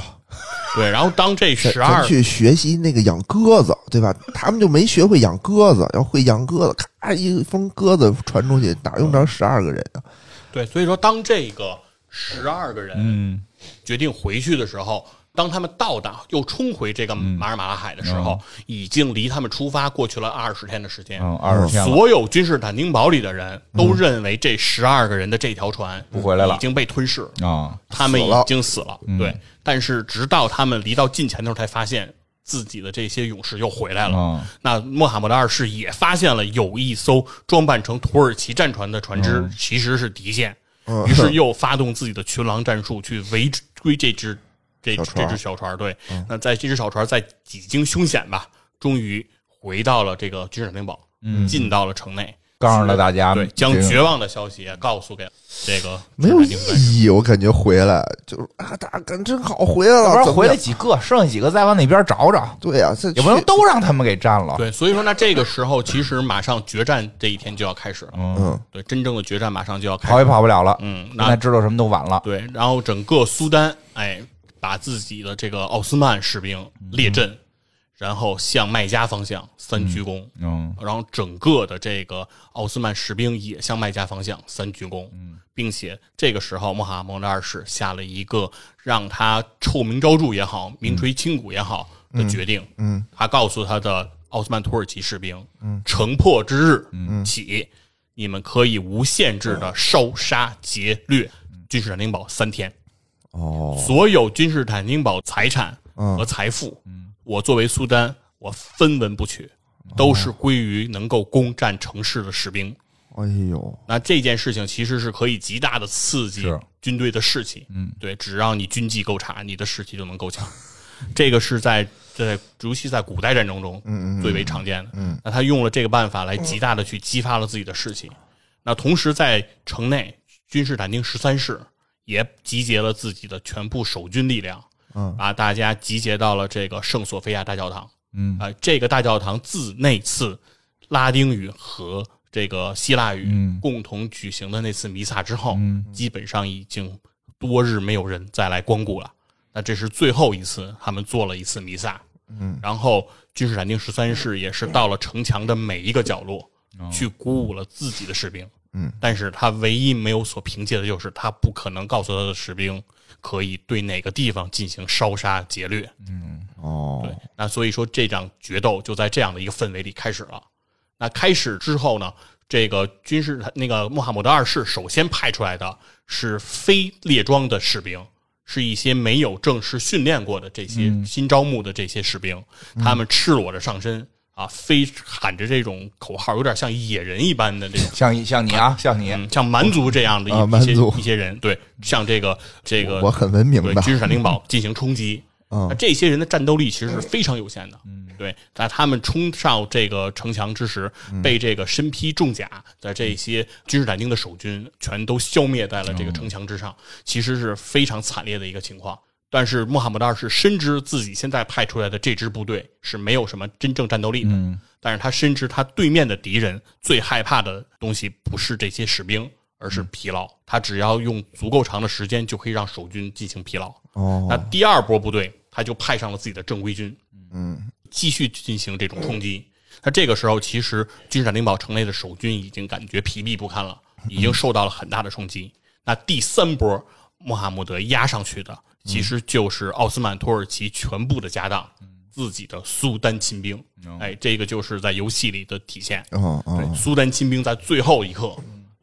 [SPEAKER 2] 对，然后当这
[SPEAKER 3] 咱
[SPEAKER 2] 十
[SPEAKER 3] 咱
[SPEAKER 2] 二
[SPEAKER 3] 去学习那个养鸽子，对吧？他们就没学会养鸽子，要会养鸽子，咔一封鸽子传出去，哪用着十二个人啊？
[SPEAKER 2] 对，所以说当这个十二个人
[SPEAKER 1] 嗯
[SPEAKER 2] 决定回去的时候，当他们到达又冲回这个
[SPEAKER 1] 嗯
[SPEAKER 2] 马尔马拉海的时
[SPEAKER 1] 哦
[SPEAKER 2] 候，已经离他们出发过去了二十天的时间。
[SPEAKER 1] 嗯，二十天了，嗯
[SPEAKER 2] 所有君士坦丁堡里的人都认为这十二个人的这条船
[SPEAKER 1] 不回来了嗯
[SPEAKER 2] 已经被吞噬，
[SPEAKER 1] 啊，
[SPEAKER 2] 他们
[SPEAKER 3] 死
[SPEAKER 2] 已
[SPEAKER 3] 了
[SPEAKER 2] 经死了。对，但是直到他们离到近前头，才发现自己的这些勇士又回来了。
[SPEAKER 1] 嗯
[SPEAKER 2] 那穆罕默德二世也发现了有一艘装扮成土耳其战船的船
[SPEAKER 3] 嗯
[SPEAKER 2] 只其实是敌舰，于是又发动自己的群狼战术去围追这只这这
[SPEAKER 3] 小船嗯
[SPEAKER 2] 只小船。对，那在这只小船在几经凶险吧，终于回到了这个君士坦丁堡，
[SPEAKER 3] 嗯
[SPEAKER 2] 进到了城内，
[SPEAKER 1] 告诉了大家，
[SPEAKER 2] 对，将
[SPEAKER 1] 这个
[SPEAKER 2] 绝望的消息也告诉给这个
[SPEAKER 3] 没有
[SPEAKER 2] 君士坦丁堡
[SPEAKER 3] 意义，我感觉回来就是啊，大哥真好回来了，
[SPEAKER 1] 要不然
[SPEAKER 3] 怎么
[SPEAKER 1] 回来
[SPEAKER 3] 样
[SPEAKER 1] 几个，剩下几个再往那边找找，
[SPEAKER 3] 对呀、啊，这
[SPEAKER 1] 也不能
[SPEAKER 3] 去
[SPEAKER 1] 都让他们给占了。
[SPEAKER 2] 对，所以说那这个时候其实马上决战这一天就要开始了，
[SPEAKER 3] 嗯
[SPEAKER 2] 对，真正的决战马上就要开始
[SPEAKER 1] 跑
[SPEAKER 2] 了。
[SPEAKER 1] 也跑不了了。
[SPEAKER 2] 嗯
[SPEAKER 1] 现
[SPEAKER 2] 那
[SPEAKER 1] 在知道什么都晚了。
[SPEAKER 2] 对，然后整个苏丹，哎，把自己的这个奥斯曼士兵列阵，然后向麦加方向三鞠躬，
[SPEAKER 1] 嗯
[SPEAKER 2] 然后整个的这个奥斯曼士兵也向麦加方向三鞠躬，
[SPEAKER 3] 嗯
[SPEAKER 2] 并且这个时候穆罕默德二世下了一个让他臭名昭著也好，名垂千古也好的决定，
[SPEAKER 3] 嗯
[SPEAKER 2] 他告诉他的。奥斯曼土耳其士兵
[SPEAKER 3] 嗯
[SPEAKER 2] 城破之日起，你们可以无限制的烧杀劫掠
[SPEAKER 3] 嗯
[SPEAKER 2] 君士坦丁堡三天，
[SPEAKER 3] 哦，
[SPEAKER 2] 所有君士坦丁堡财产
[SPEAKER 3] 嗯
[SPEAKER 2] 和财富，我作为苏丹，我分文不取，
[SPEAKER 3] 哦
[SPEAKER 2] 都是归于能够攻占城市的士兵。
[SPEAKER 3] 哎呦，
[SPEAKER 2] 那这件事情其实是可以极大的刺激
[SPEAKER 1] 是
[SPEAKER 2] 军队的士气。嗯，对，只要你军纪够差，你的士气就能够强。这个是在在尤其在古代战争中，嗯最为常见的。嗯，那他用了这个办法来极大的去激发了自己的士气。那同时在城内，君士坦丁十三世也集结了自己的全部守军力量，
[SPEAKER 3] 嗯
[SPEAKER 2] 把大家集结到了这个圣索菲亚大教堂。
[SPEAKER 1] 嗯
[SPEAKER 2] 啊、这个大教堂自那次拉丁语和这个希腊语共同举行的那次弥撒之后，基本上已经多日没有人再来光顾了。那这是最后一次他们做了一次弥撒。嗯，然后君士坦丁十三世也是到了城墙的每一个角落，去鼓舞了自己的士兵。
[SPEAKER 3] 嗯，
[SPEAKER 2] 但是他唯一没有所凭借的就是他不可能告诉他的士兵可以对哪个地方进行烧杀劫掠。
[SPEAKER 3] 哦
[SPEAKER 2] 对，，那所以说这场决斗就在这样的一个氛围里开始了。那开始之后呢，这个军事那个穆罕默德二世首先派出来的是非列装的士兵，是一些没有正式训练过的这些
[SPEAKER 3] 嗯
[SPEAKER 2] 新招募的这些士兵，他们赤裸着上身啊，非喊着这种口号，有点像野人一般的这 种。
[SPEAKER 1] 像你像你啊，像你，
[SPEAKER 2] 嗯，像蛮族这样的一、
[SPEAKER 3] 啊蛮
[SPEAKER 2] 一些
[SPEAKER 3] 族
[SPEAKER 2] 一些人，对，像这个这个
[SPEAKER 3] 我很文明
[SPEAKER 2] 对
[SPEAKER 3] 的，
[SPEAKER 2] 君士坦丁堡进行冲击。
[SPEAKER 3] 嗯
[SPEAKER 2] 那这些人的战斗力其实是非常有限的，对。在他们冲上这个城墙之时，
[SPEAKER 3] 嗯
[SPEAKER 2] 被这个身披重甲的这些君士坦丁的守军全都消灭在了
[SPEAKER 3] 嗯
[SPEAKER 2] 这个城墙之上，其实是非常惨烈的一个情况。但是穆罕默德二世深知自己现在派出来的这支部队是没有什么真正战斗力的，
[SPEAKER 3] 嗯
[SPEAKER 2] 但是他深知他对面的敌人最害怕的东西不是这些士兵，而
[SPEAKER 3] 嗯
[SPEAKER 2] 是疲劳。他只要用足够长的时间，就可以让守军进行疲劳。
[SPEAKER 3] 哦，
[SPEAKER 2] 那第二波部队，他就派上了自己的正规军，
[SPEAKER 3] 嗯，
[SPEAKER 2] 继续进行这种冲击。那这个时候，其实君士坦丁堡城内的守军已经感觉疲惫不堪了，已经受到了很大的冲击。那第三波穆罕默德压上去的，其实就是奥斯曼土耳其全部的家当，自己的苏丹亲兵。哎，这个就是在游戏里的体现。
[SPEAKER 3] 哦
[SPEAKER 2] 对，
[SPEAKER 3] 哦，
[SPEAKER 2] 苏丹亲兵在最后一刻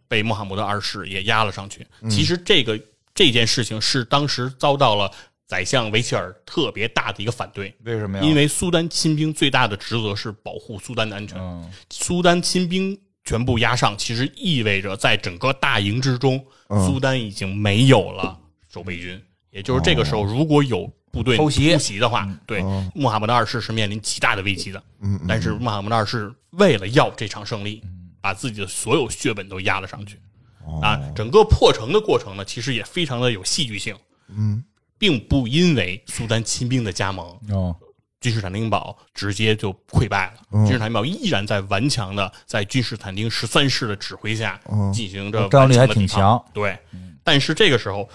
[SPEAKER 2] 被穆罕默德二世也压了上去。其实这个这件事情是当时遭到了宰相维切尔特别大的一个反对，
[SPEAKER 1] 为什么呀？
[SPEAKER 2] 因为苏丹亲兵最大的职责是保护苏丹的安全。
[SPEAKER 1] 嗯
[SPEAKER 2] 苏丹亲兵全部压上，其实意味着在整个大营之中，
[SPEAKER 3] 嗯
[SPEAKER 2] 苏丹已经没有了守备军。也就是这个时候，如果有部队
[SPEAKER 1] 偷袭
[SPEAKER 2] 的话，对穆罕默德二世是面临极大的危机的。但是穆罕默德二世为了要这场胜利，把自己的所有血本都压了上去。啊，整个破城的过程呢，其实也非常的有戏剧性。
[SPEAKER 3] 嗯，
[SPEAKER 2] 并不因为苏丹亲兵的加盟，
[SPEAKER 1] 哦，
[SPEAKER 2] 君士坦丁堡直接就溃败了。
[SPEAKER 1] 嗯
[SPEAKER 2] 君士坦丁堡依然在顽强的在君士坦丁十三世的指挥下进行着
[SPEAKER 1] 嗯战斗力还
[SPEAKER 2] 顽强的抵
[SPEAKER 1] 挺
[SPEAKER 2] 抗
[SPEAKER 1] 强。嗯
[SPEAKER 2] 对，但是这个时候，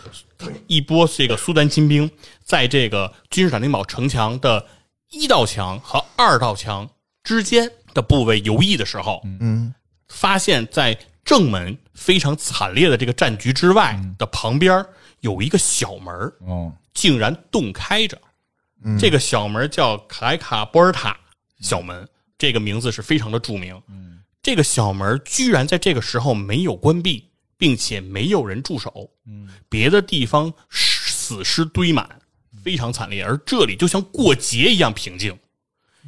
[SPEAKER 2] 一波这个苏丹亲兵在这个君士坦丁堡城墙的一道墙和二道墙之间的部位游弋的时候，
[SPEAKER 3] 嗯，
[SPEAKER 2] 发现在正门非常惨烈的这个战局之外的旁边儿有一个小门儿
[SPEAKER 1] 哦，
[SPEAKER 2] 竟然洞开着。这个小门叫凯卡波尔塔小门，这个名字是非常的著名。这个小门居然在这个时候没有关闭，并且没有人驻守。
[SPEAKER 1] 嗯
[SPEAKER 2] 别的地方死尸堆满，非常惨烈，而这里就像过节一样平静，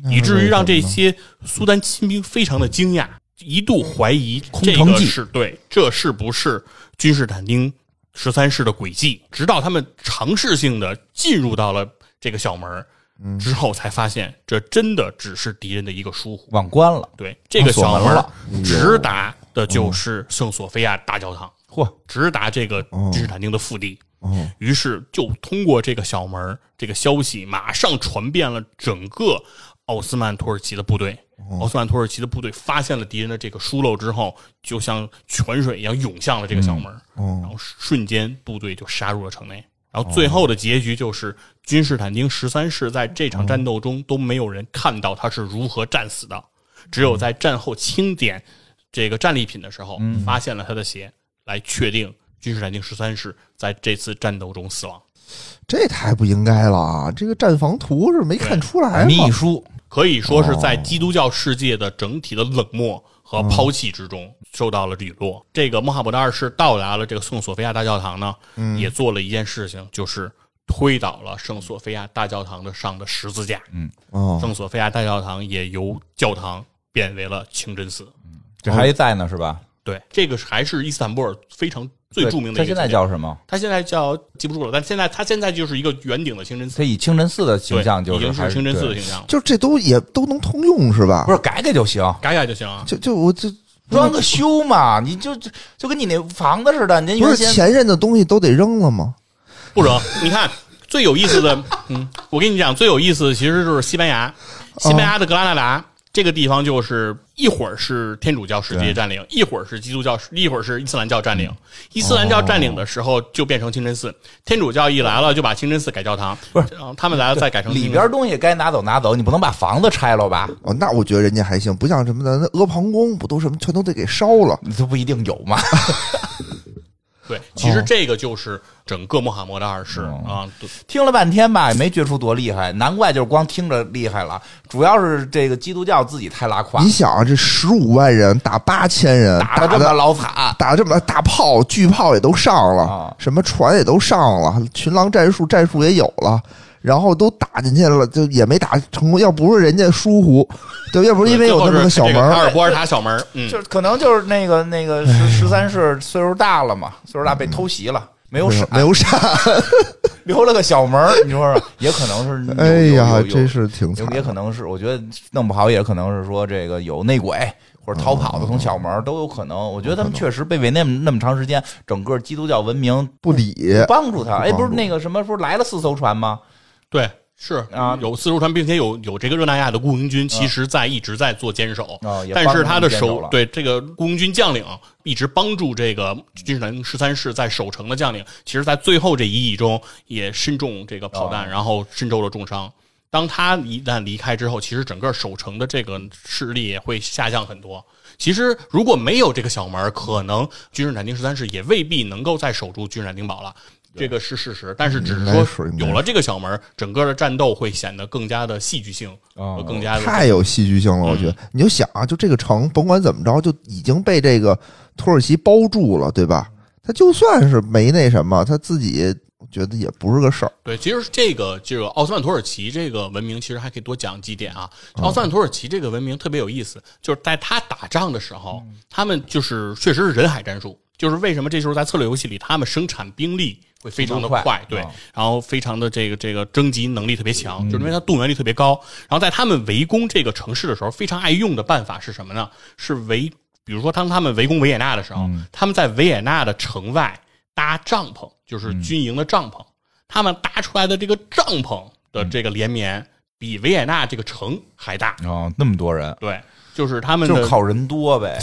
[SPEAKER 2] 以至于让这些苏丹亲兵非常的惊讶，一度怀疑这
[SPEAKER 1] 空城
[SPEAKER 2] 个
[SPEAKER 1] 计
[SPEAKER 2] 是对，这是不是君士坦丁十三世的诡计？直到他们尝试性的进入到了这个小门儿
[SPEAKER 1] 嗯
[SPEAKER 2] 之后，才发现这真的只是敌人的一个疏忽。
[SPEAKER 1] 忘关了，
[SPEAKER 2] 对，这个小门
[SPEAKER 1] 锁门
[SPEAKER 2] 儿
[SPEAKER 1] 了嗯
[SPEAKER 2] 直达的就是圣索菲亚大教堂。
[SPEAKER 1] 嚯，
[SPEAKER 2] 直达这个君士坦丁的腹地。
[SPEAKER 3] 哦
[SPEAKER 2] 于是就通过这个小门儿，这个消息马上传遍了整个奥斯曼土耳其的部队。
[SPEAKER 3] 哦
[SPEAKER 2] 奥斯曼土耳其的部队发现了敌人的这个疏漏之后，就像泉水一样涌向了这个小门儿，
[SPEAKER 3] 哦
[SPEAKER 2] 然后瞬间部队就杀入了城内。然后最后的结局就是，君士坦丁十三世在这
[SPEAKER 3] 哦
[SPEAKER 2] 场战斗中都没有人看到他是如何战死的，只
[SPEAKER 3] 嗯
[SPEAKER 2] 有在战后清点这个战利品的时候，
[SPEAKER 3] 嗯
[SPEAKER 2] 发现了他的鞋，来确定君士坦丁十三世在这次战斗中死亡。
[SPEAKER 3] 这太不应该了啊！这个战防图是没看出来吗？
[SPEAKER 1] 秘书
[SPEAKER 2] 可以说
[SPEAKER 1] 哦
[SPEAKER 2] 是在基督教世界的整体的冷漠
[SPEAKER 1] 嗯
[SPEAKER 2] 和抛弃之中受到了礼落。这个穆罕默德二世到达了这个圣索菲亚大教堂呢，
[SPEAKER 3] 嗯
[SPEAKER 1] 嗯
[SPEAKER 2] 也做了一件事情，就是推倒了圣索菲亚大教堂的上的十字架，
[SPEAKER 3] 哦，
[SPEAKER 2] 圣索菲亚大教堂也由教堂变为了清真寺。
[SPEAKER 1] 这
[SPEAKER 2] 哦
[SPEAKER 1] 还在呢是吧？
[SPEAKER 2] 对，这个是还是伊斯坦布尔非常最
[SPEAKER 1] 对
[SPEAKER 2] 著名的
[SPEAKER 1] 它
[SPEAKER 2] 一个
[SPEAKER 1] 现
[SPEAKER 2] 景点。
[SPEAKER 1] 在叫什么？
[SPEAKER 2] 它现在叫记不住了，但现在它现在就是一个圆顶的清真寺
[SPEAKER 1] 它以清真寺的形象
[SPEAKER 2] 对
[SPEAKER 1] 就
[SPEAKER 2] 已经
[SPEAKER 1] 还
[SPEAKER 2] 是清真寺的
[SPEAKER 1] 对
[SPEAKER 2] 形象了，
[SPEAKER 3] 就这都也都能通用是吧？
[SPEAKER 1] 不是改改就行，
[SPEAKER 2] 改改就行啊。
[SPEAKER 3] 就就我就
[SPEAKER 1] 装个修嘛，你就就就跟你那房子似的，您
[SPEAKER 3] 不
[SPEAKER 1] 原
[SPEAKER 3] 是
[SPEAKER 1] 先
[SPEAKER 3] 前任的东西都得扔了吗？
[SPEAKER 2] 不扔。你看最有意思的，嗯，我跟你讲最有意思的其实就是西班牙，西班牙的格拉纳达。这个地方就是一会儿是天主教世界占领，一会儿是基督教，一会儿是伊斯兰教占领。伊斯兰教占领的时候就变成清真寺，天主教一来了就把清真寺改教堂，不是他们来了再改成清
[SPEAKER 1] 里
[SPEAKER 2] 真寺
[SPEAKER 1] 边东西该拿走拿走，你不能把房子拆了吧？
[SPEAKER 3] 哦，那我觉得人家还行，不像什么的那阿房宫不都什么全都得给烧了？
[SPEAKER 1] 你都不一定有嘛。
[SPEAKER 2] 对，其实这个就是整个穆罕默德二世啊，对
[SPEAKER 1] 听了半天吧，也没觉出多厉害，难怪就是光听着厉害了，主要是这个基督教自己太拉胯
[SPEAKER 3] 你，想啊，这十五万人打八千人，
[SPEAKER 1] 打的嗯
[SPEAKER 3] 打
[SPEAKER 1] 这么
[SPEAKER 3] 的
[SPEAKER 1] 老惨。
[SPEAKER 3] 打得这么大炮、巨炮也都上了，
[SPEAKER 1] 啊
[SPEAKER 3] 什么船也都上了，群狼战术战术也有了。然后都打进去了，就也没打成功。要不是人家疏忽，对，要不是因为有那么个小门
[SPEAKER 2] 最后是这个阿尔
[SPEAKER 3] 儿，哎
[SPEAKER 2] 伯尔塔小门儿，嗯，
[SPEAKER 1] 就是可能就是那个那个十十三世岁数大了嘛，岁数大被偷袭了，没有
[SPEAKER 3] 嗯没
[SPEAKER 1] 闪
[SPEAKER 3] 有，没有闪。
[SPEAKER 1] 留了个小门儿，你说说，也可能 是有，
[SPEAKER 3] 哎呀，
[SPEAKER 1] 有有有
[SPEAKER 3] 真是挺惨
[SPEAKER 1] 有。也可能是，我觉得弄不好也可能是说这个有内鬼或者逃
[SPEAKER 3] 嗯
[SPEAKER 1] 跑的，从小门儿都有可能。我觉得他们确实被围那么那么长时间，整个基督教文明
[SPEAKER 3] 不理，
[SPEAKER 1] 帮助他。哎，
[SPEAKER 3] 帮
[SPEAKER 1] 不是
[SPEAKER 3] 助
[SPEAKER 1] 那个什么，不是来了四艘船吗？
[SPEAKER 2] 对，是
[SPEAKER 1] 啊
[SPEAKER 2] 有四艘船，并且有有这个热那亚的雇佣军，其实在一直在做坚守，
[SPEAKER 1] 啊也帮
[SPEAKER 2] 但是他
[SPEAKER 1] 着他们
[SPEAKER 2] 的
[SPEAKER 1] 坚守
[SPEAKER 2] 守
[SPEAKER 1] 了
[SPEAKER 2] 对这个雇佣军将领一直帮助这个君臣十三世在守城的将领，其实在最后这一役中也身中这个
[SPEAKER 1] 啊
[SPEAKER 2] 炮弹，然后身受了重伤。当他一旦离开之后，其实整个守城的这个势力也会下降很多。其实如果没有这个小门儿，可能君士坦丁十三世也未必能够再守住君士坦丁堡了。这个是事实，但是只是
[SPEAKER 3] 应该
[SPEAKER 2] 说
[SPEAKER 3] 是应该
[SPEAKER 2] 有了这个小门儿，整个的战斗会显得更加的戏剧性
[SPEAKER 1] 哦
[SPEAKER 3] 哦
[SPEAKER 2] 和更加的
[SPEAKER 3] 太有戏剧性了，我觉
[SPEAKER 1] 嗯
[SPEAKER 3] 得。你就想啊，就这个城，甭管怎么着，就已经被这个土耳其包住了，对
[SPEAKER 1] 嗯
[SPEAKER 3] 吧？他就算是没那什么，他自己我觉得也不是个事儿。
[SPEAKER 2] 对。其实这个这个奥斯曼土耳其这个文明，其实还可以多讲几点啊。奥斯曼土耳其这个文明特别有意思，就是在他打仗的时候，
[SPEAKER 1] 嗯
[SPEAKER 2] 他们就是确实是人海战术，就是为什么这时候在策略游戏里，他们生产兵力会非常的
[SPEAKER 1] 速度快
[SPEAKER 2] 快，对
[SPEAKER 1] 啊，嗯
[SPEAKER 2] 然后非常的这个这个征集能力特别强，就是因为它动员力特别高。然后在他们围攻这个城市的时候，非常爱用的办法是什么呢？是围，比如说当他们围攻维也纳的时候，
[SPEAKER 1] 嗯
[SPEAKER 2] 他们在维也纳的城外搭帐篷，就是
[SPEAKER 1] 嗯
[SPEAKER 2] 军营的帐篷。他们搭出来的这个帐篷的
[SPEAKER 1] 嗯
[SPEAKER 2] 这个连绵，比维也纳这个城还大。
[SPEAKER 1] 哦，那么多人，
[SPEAKER 2] 对，就是他们
[SPEAKER 1] 就是
[SPEAKER 2] 的
[SPEAKER 1] 靠人多呗。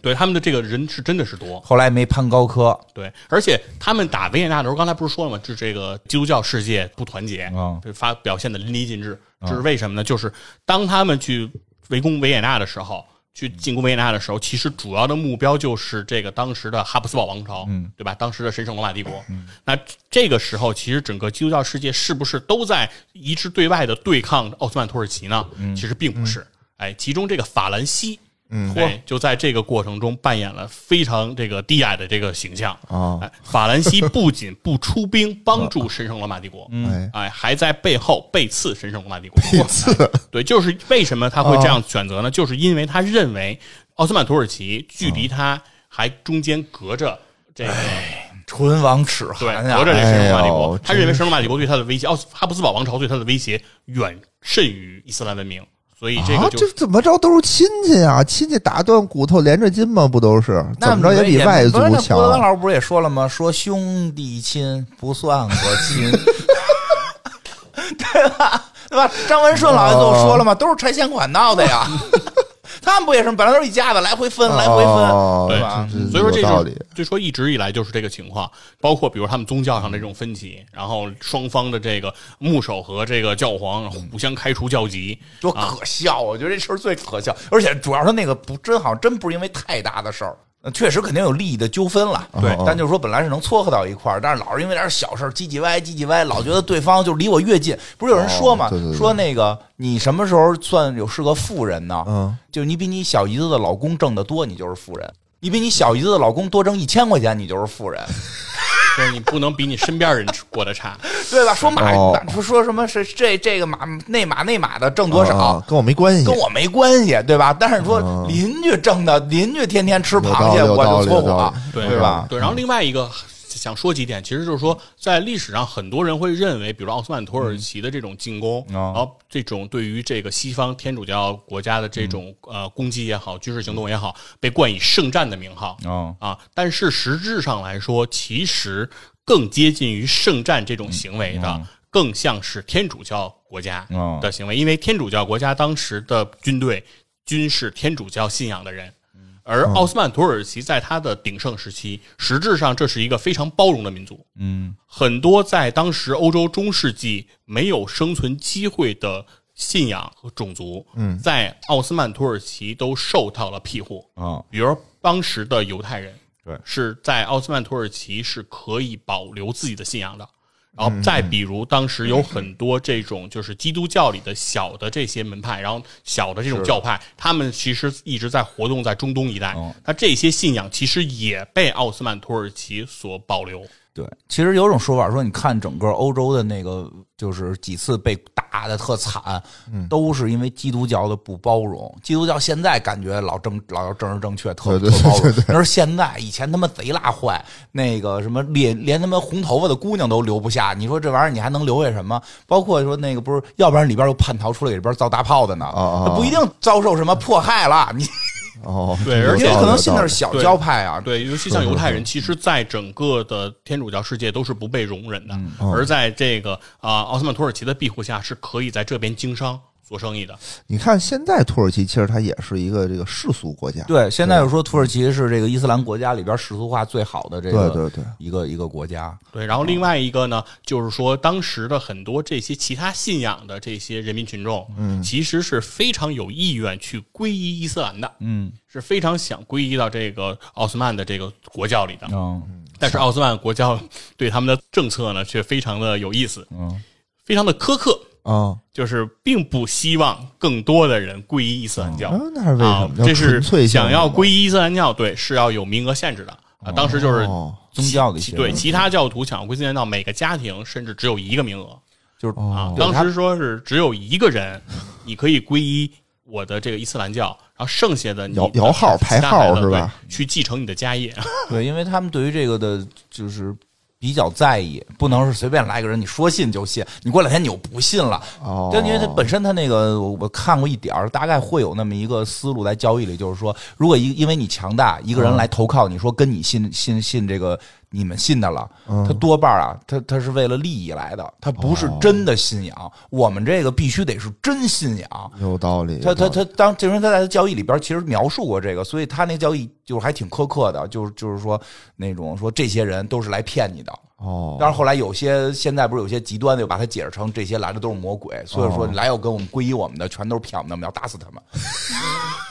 [SPEAKER 2] 对他们的这个人是真的是多。
[SPEAKER 1] 后来没攀高科，
[SPEAKER 2] 对，而且他们打维也纳的时候，刚才不是说了吗？就是这个基督教世界不团结，
[SPEAKER 1] 嗯
[SPEAKER 2] 被发表现的淋漓尽致。这是为什么呢？就是当他们去围攻维也纳的时候，去进攻维也纳的时候，其实主要的目标就是这个当时的哈布斯堡王朝，嗯，对吧？当时的神圣罗马帝国。那这个时候，其实整个基督教世界是不是都在一致对外的对抗奥斯曼土耳其呢？其实并不是。哎，其中这个法兰西。嗯，对，就在这个过程中扮演了非常这个低矮的这个形象
[SPEAKER 3] 哦
[SPEAKER 2] 哎法兰西不仅不出兵帮助神圣罗马帝国，
[SPEAKER 1] 嗯
[SPEAKER 3] 哎，
[SPEAKER 2] 哎，还在背后背刺神圣罗马帝 国。背
[SPEAKER 3] 刺
[SPEAKER 1] 哎
[SPEAKER 2] 对，就是为什么他会这样选
[SPEAKER 3] 哦
[SPEAKER 2] 择呢？就是因为他认为奥斯曼土耳其距离他还中间隔着这个，
[SPEAKER 1] 唇亡齿
[SPEAKER 2] 对，
[SPEAKER 1] 寒
[SPEAKER 2] 隔
[SPEAKER 1] 啊
[SPEAKER 2] 着！这神圣罗马帝
[SPEAKER 3] 哎呦
[SPEAKER 2] 国。他认为
[SPEAKER 3] 真
[SPEAKER 2] 神圣罗马帝国对他的威胁，奥斯哈布斯堡王朝对他的威胁远甚于伊斯兰文明，所以这
[SPEAKER 3] 啊
[SPEAKER 2] 个，就
[SPEAKER 3] 这怎么着都是亲戚啊，亲戚打断骨头连着筋嘛，不都是？
[SPEAKER 1] 那
[SPEAKER 3] 怎么着也比外族
[SPEAKER 1] 不是那郭德纲
[SPEAKER 3] 强。啊
[SPEAKER 1] 老师不是也说了吗？说兄弟亲不算过亲， 对吧？对吧？张文顺老爷
[SPEAKER 3] 哦
[SPEAKER 1] 跟我说了吗？都是拆迁款闹的呀， 他们不也是本来都是一家子，来回分，来回分，
[SPEAKER 3] 哦
[SPEAKER 1] 对
[SPEAKER 2] 对嗯
[SPEAKER 1] 吧？
[SPEAKER 3] 这
[SPEAKER 2] 所以说这
[SPEAKER 3] 有道
[SPEAKER 2] 就
[SPEAKER 3] 理
[SPEAKER 2] 是，就说一直以来就是这个情况，包括比如他们宗教上的这种分歧，然后双方的这个牧首和这个教皇互相开除教籍，
[SPEAKER 1] 多可笑！我觉得这事儿最可笑，而且主要是那个不真好像真不是因为太大的事儿，呃确实肯定有利益的纠纷了，嗯
[SPEAKER 2] 对
[SPEAKER 3] 啊
[SPEAKER 1] 但就是说本来是能撮合到一块儿，但是老是因为点小事儿唧唧歪唧唧歪，老觉得对方就离我越近。不是有人说嘛，
[SPEAKER 3] 哦对对对
[SPEAKER 1] 说那个你什么时候算有是个富人呢？
[SPEAKER 3] 嗯，
[SPEAKER 1] 就你比你小姨子的老公挣得多，你就是富人；你比你小姨子的老公多挣一千块钱，你就是富人，
[SPEAKER 2] 就是你不能比你身边人过得差。
[SPEAKER 1] 对吧？说马
[SPEAKER 3] 哦
[SPEAKER 1] 马说说什么是这这个马那马那马的挣多少？
[SPEAKER 3] 啊跟我没关系，
[SPEAKER 1] 跟我没关系，对吧？但是说
[SPEAKER 3] 嗯
[SPEAKER 1] 邻居挣的，邻居天天吃螃蟹，
[SPEAKER 3] 有
[SPEAKER 1] 我
[SPEAKER 3] 道
[SPEAKER 1] 就
[SPEAKER 3] 理
[SPEAKER 1] 搓
[SPEAKER 3] 有道
[SPEAKER 1] 火，
[SPEAKER 2] 对
[SPEAKER 1] 对吧？
[SPEAKER 2] 对，然后另外一个想说几点，其实就是说，在历史上很多人会认为，比如奥斯曼土耳其的这种进攻，
[SPEAKER 1] 嗯哦
[SPEAKER 2] 然后这种对于这个西方天主教国家的这种、
[SPEAKER 1] 嗯
[SPEAKER 2] 呃攻击也好，军事行动也好，被冠以圣战的名号、
[SPEAKER 1] 哦，
[SPEAKER 2] 啊。但是实质上来说，其实更接近于圣战这种行为的，更像是天主教国家
[SPEAKER 1] 哦
[SPEAKER 2] 的行为，因为天主教国家当时的军队均是天主教信仰的人。而奥斯曼土耳其在它的鼎盛时期，实质上这是一个非常包容的民族。
[SPEAKER 1] 嗯，
[SPEAKER 2] 很多在当时欧洲中世纪没有生存机会的信仰和种族，嗯，在奥斯曼土耳其都受到了庇护。
[SPEAKER 3] 啊
[SPEAKER 1] 哦，
[SPEAKER 2] 比如当时的犹太人，
[SPEAKER 1] 对
[SPEAKER 2] 是在奥斯曼土耳其是可以保留自己的信仰的。然
[SPEAKER 1] 嗯
[SPEAKER 2] 后再比如，当时有很多这种就是基督教里的小的这些门派，然后小的这种教派，他们其实一直在活动在中东一带
[SPEAKER 1] 哦。
[SPEAKER 2] 那这些信仰其实也被奥斯曼土耳其所保留。
[SPEAKER 1] 对，其实有种说法说，你看整个欧洲的那个，就是几次被打的特惨，
[SPEAKER 3] 嗯
[SPEAKER 1] 都是因为基督教的不包容。基督教现在感觉老正老要政治正确，特
[SPEAKER 3] 对对
[SPEAKER 1] 特包
[SPEAKER 3] 对
[SPEAKER 1] 容。那是现在，以前他妈贼拉坏，那个什么连连他妈红头发的姑娘都留不下。你说这玩意儿你还能留下什么？包括说那个不是，要不然里边有叛逃出来，里边造大炮的呢，
[SPEAKER 3] 哦
[SPEAKER 1] 他不一定遭受什么迫害了。你
[SPEAKER 3] 哦，
[SPEAKER 2] 对
[SPEAKER 3] 有
[SPEAKER 2] 而
[SPEAKER 1] 因
[SPEAKER 2] 且
[SPEAKER 1] 为
[SPEAKER 3] 道理
[SPEAKER 1] 可能信
[SPEAKER 3] 有道
[SPEAKER 1] 的
[SPEAKER 3] 理
[SPEAKER 1] 是小教派啊，
[SPEAKER 2] 对，尤其像犹太人，其实，在整个的天主教世界都是不被容忍的，
[SPEAKER 1] 嗯
[SPEAKER 2] 而在这个啊、奥斯曼土耳其的庇护下，是可以在这边经商做生意的。
[SPEAKER 3] 你看现在土耳其其实它也是一个这个世俗国家，
[SPEAKER 1] 对，现在就说土耳其是这个伊斯兰国家里边世俗化最好的这个
[SPEAKER 3] 对对对
[SPEAKER 1] 一个一个国家。
[SPEAKER 2] 对，然后
[SPEAKER 3] 哦
[SPEAKER 2] 另外一个呢，就是说当时的很多这些其他信仰的这些人民群众，嗯，其实是非常有意愿去皈依伊斯兰的，
[SPEAKER 1] 嗯
[SPEAKER 2] 是非常想皈依到这个奥斯曼的这个国教里的。
[SPEAKER 3] 哦
[SPEAKER 1] 嗯
[SPEAKER 2] 但是奥斯曼国教对他们的政策呢，却非常的有意思，
[SPEAKER 3] 哦
[SPEAKER 1] 嗯，
[SPEAKER 2] 非常的苛刻，
[SPEAKER 3] 啊，
[SPEAKER 2] 就是并不希望更多的人皈依伊斯兰教。
[SPEAKER 3] 啊那是为什
[SPEAKER 2] 啊
[SPEAKER 3] 么？，
[SPEAKER 2] 这
[SPEAKER 3] 要纯粹
[SPEAKER 2] 是
[SPEAKER 3] 性
[SPEAKER 2] 想要
[SPEAKER 3] 的
[SPEAKER 2] 皈依伊斯兰教，对，是要有名额限制的啊。当时就是
[SPEAKER 3] 哦
[SPEAKER 1] 宗教的一
[SPEAKER 2] 其
[SPEAKER 1] 些
[SPEAKER 2] 对其他教徒想要皈依伊斯兰教，每个家庭甚至只有一个名额
[SPEAKER 1] 就是
[SPEAKER 2] 啊。
[SPEAKER 1] 哦对
[SPEAKER 2] 当时说是只有一个人，你可以皈依我的这个伊斯兰教，然后剩下的你
[SPEAKER 3] 摇
[SPEAKER 2] 的
[SPEAKER 3] 摇号
[SPEAKER 2] 其他
[SPEAKER 3] 排号
[SPEAKER 2] 孩子
[SPEAKER 3] 是吧？
[SPEAKER 2] 对去继承你的家业，
[SPEAKER 1] 对，因为他们对于这个的就是。比较在意，不能是随便来一个人，你说信就信，你过两天你又不信了，
[SPEAKER 3] 哦，
[SPEAKER 1] 就因为它本身它那个我我看过一点儿，大概会有那么一个思路在交易里，就是说，如果一因为你强大，一个
[SPEAKER 3] 嗯
[SPEAKER 1] 人来投靠你说跟你信信信这个你们信的了，
[SPEAKER 3] 嗯
[SPEAKER 1] 他多半儿啊，他他是为了利益来的，他不
[SPEAKER 3] 哦
[SPEAKER 1] 是真的信仰。我们这个必须得是真信仰。
[SPEAKER 3] 有道理，
[SPEAKER 1] 他
[SPEAKER 3] 有
[SPEAKER 1] 他
[SPEAKER 3] 道理
[SPEAKER 1] 他当就是说他在他交易里边其实描述过这个，所以他那交易就是还挺苛刻的，就是就是说那种说这些人都是来骗你的，
[SPEAKER 3] 哦，
[SPEAKER 1] 但是后来有些现在不是有些极端的，又把它解释成这些来的都是魔鬼，所以说
[SPEAKER 3] 哦
[SPEAKER 1] 来要跟我们皈依我们的，全都是骗我们的，我们要打死他们。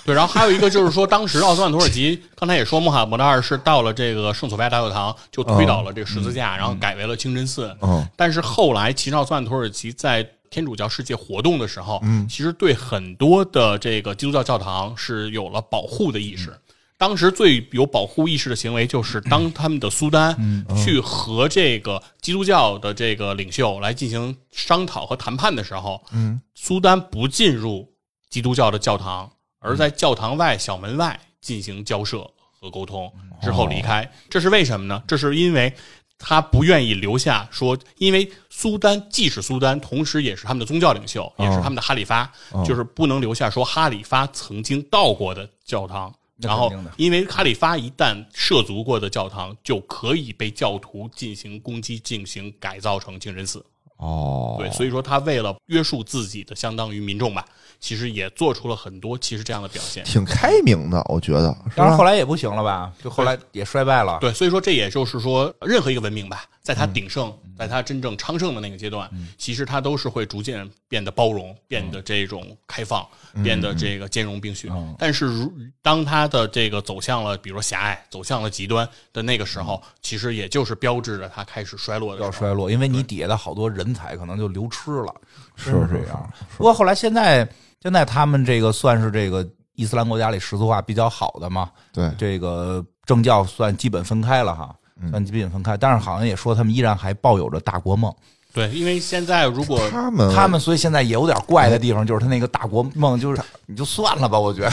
[SPEAKER 2] 对，然后还有一个就是说，当时奥斯曼土耳其，刚才也说穆罕默德二世到了这个圣索菲亚大教堂，就推倒了这个十字架，然后改为了清真寺。
[SPEAKER 3] 嗯，
[SPEAKER 2] 但是后来，其实奥斯曼土耳其在天主教世界活动的时候，嗯，其实对很多的这个基督教教堂是有了保护的意识。当时最有保护意识的行为，就是当他们的苏丹去和这个基督教的这个领袖来进行商讨和谈判的时候，嗯，苏丹不进入基督教的教堂，而在教堂外小门外进行交涉和沟通
[SPEAKER 1] 嗯
[SPEAKER 2] 之后离开。这是为什么呢？这是因为他不愿意留下说，因为苏丹既是苏丹，同时也是他们的宗教领袖，
[SPEAKER 1] 嗯
[SPEAKER 2] 也是他们的哈里发，就是不能留下说哈里发曾经到过的教堂。
[SPEAKER 1] 那
[SPEAKER 2] 然
[SPEAKER 1] 肯
[SPEAKER 2] 后
[SPEAKER 1] 定的，
[SPEAKER 2] 因为哈里发一旦涉足过的教堂，就可以被教徒进行攻击、进行改造成清真寺。
[SPEAKER 3] 哦，
[SPEAKER 2] 对，所以说他为了约束自己的相当于民众吧，其实也做出了很多其实这样的表现。
[SPEAKER 3] 挺开明的，我觉得。是
[SPEAKER 1] 当然
[SPEAKER 3] 吧
[SPEAKER 1] 后来也不行了吧，就后来也衰败了。
[SPEAKER 2] 对，所以说这也就是说，任何一个文明吧，在
[SPEAKER 1] 嗯
[SPEAKER 2] 它鼎盛、在它真正昌盛的那个阶段，其实它都是会逐渐变得包容、变得这种开放、
[SPEAKER 1] 嗯
[SPEAKER 2] 变得这个兼容并蓄。但是如当它的这个走向了，比如说狭隘，走向了极端的那个时候，其实也就是标志着它开始衰落的
[SPEAKER 1] 嗯要
[SPEAKER 2] 时候。
[SPEAKER 1] 衰落，因为你底下的好多人才可能就流失了，
[SPEAKER 3] 是
[SPEAKER 1] 真
[SPEAKER 3] 是
[SPEAKER 1] 这样。不过后来现在现在他们这个算是这个伊斯兰国家里十字化比较好的嘛，
[SPEAKER 3] 对，嗯
[SPEAKER 1] 这个政教算基本分开了哈，算基本分开。但是好像也说他们依然还抱有着大国梦，
[SPEAKER 2] 对，因为现在如 果
[SPEAKER 3] 他们
[SPEAKER 1] 他们所以现在也有点怪的地方，就是他那个大国梦，就是你就算了吧，我觉得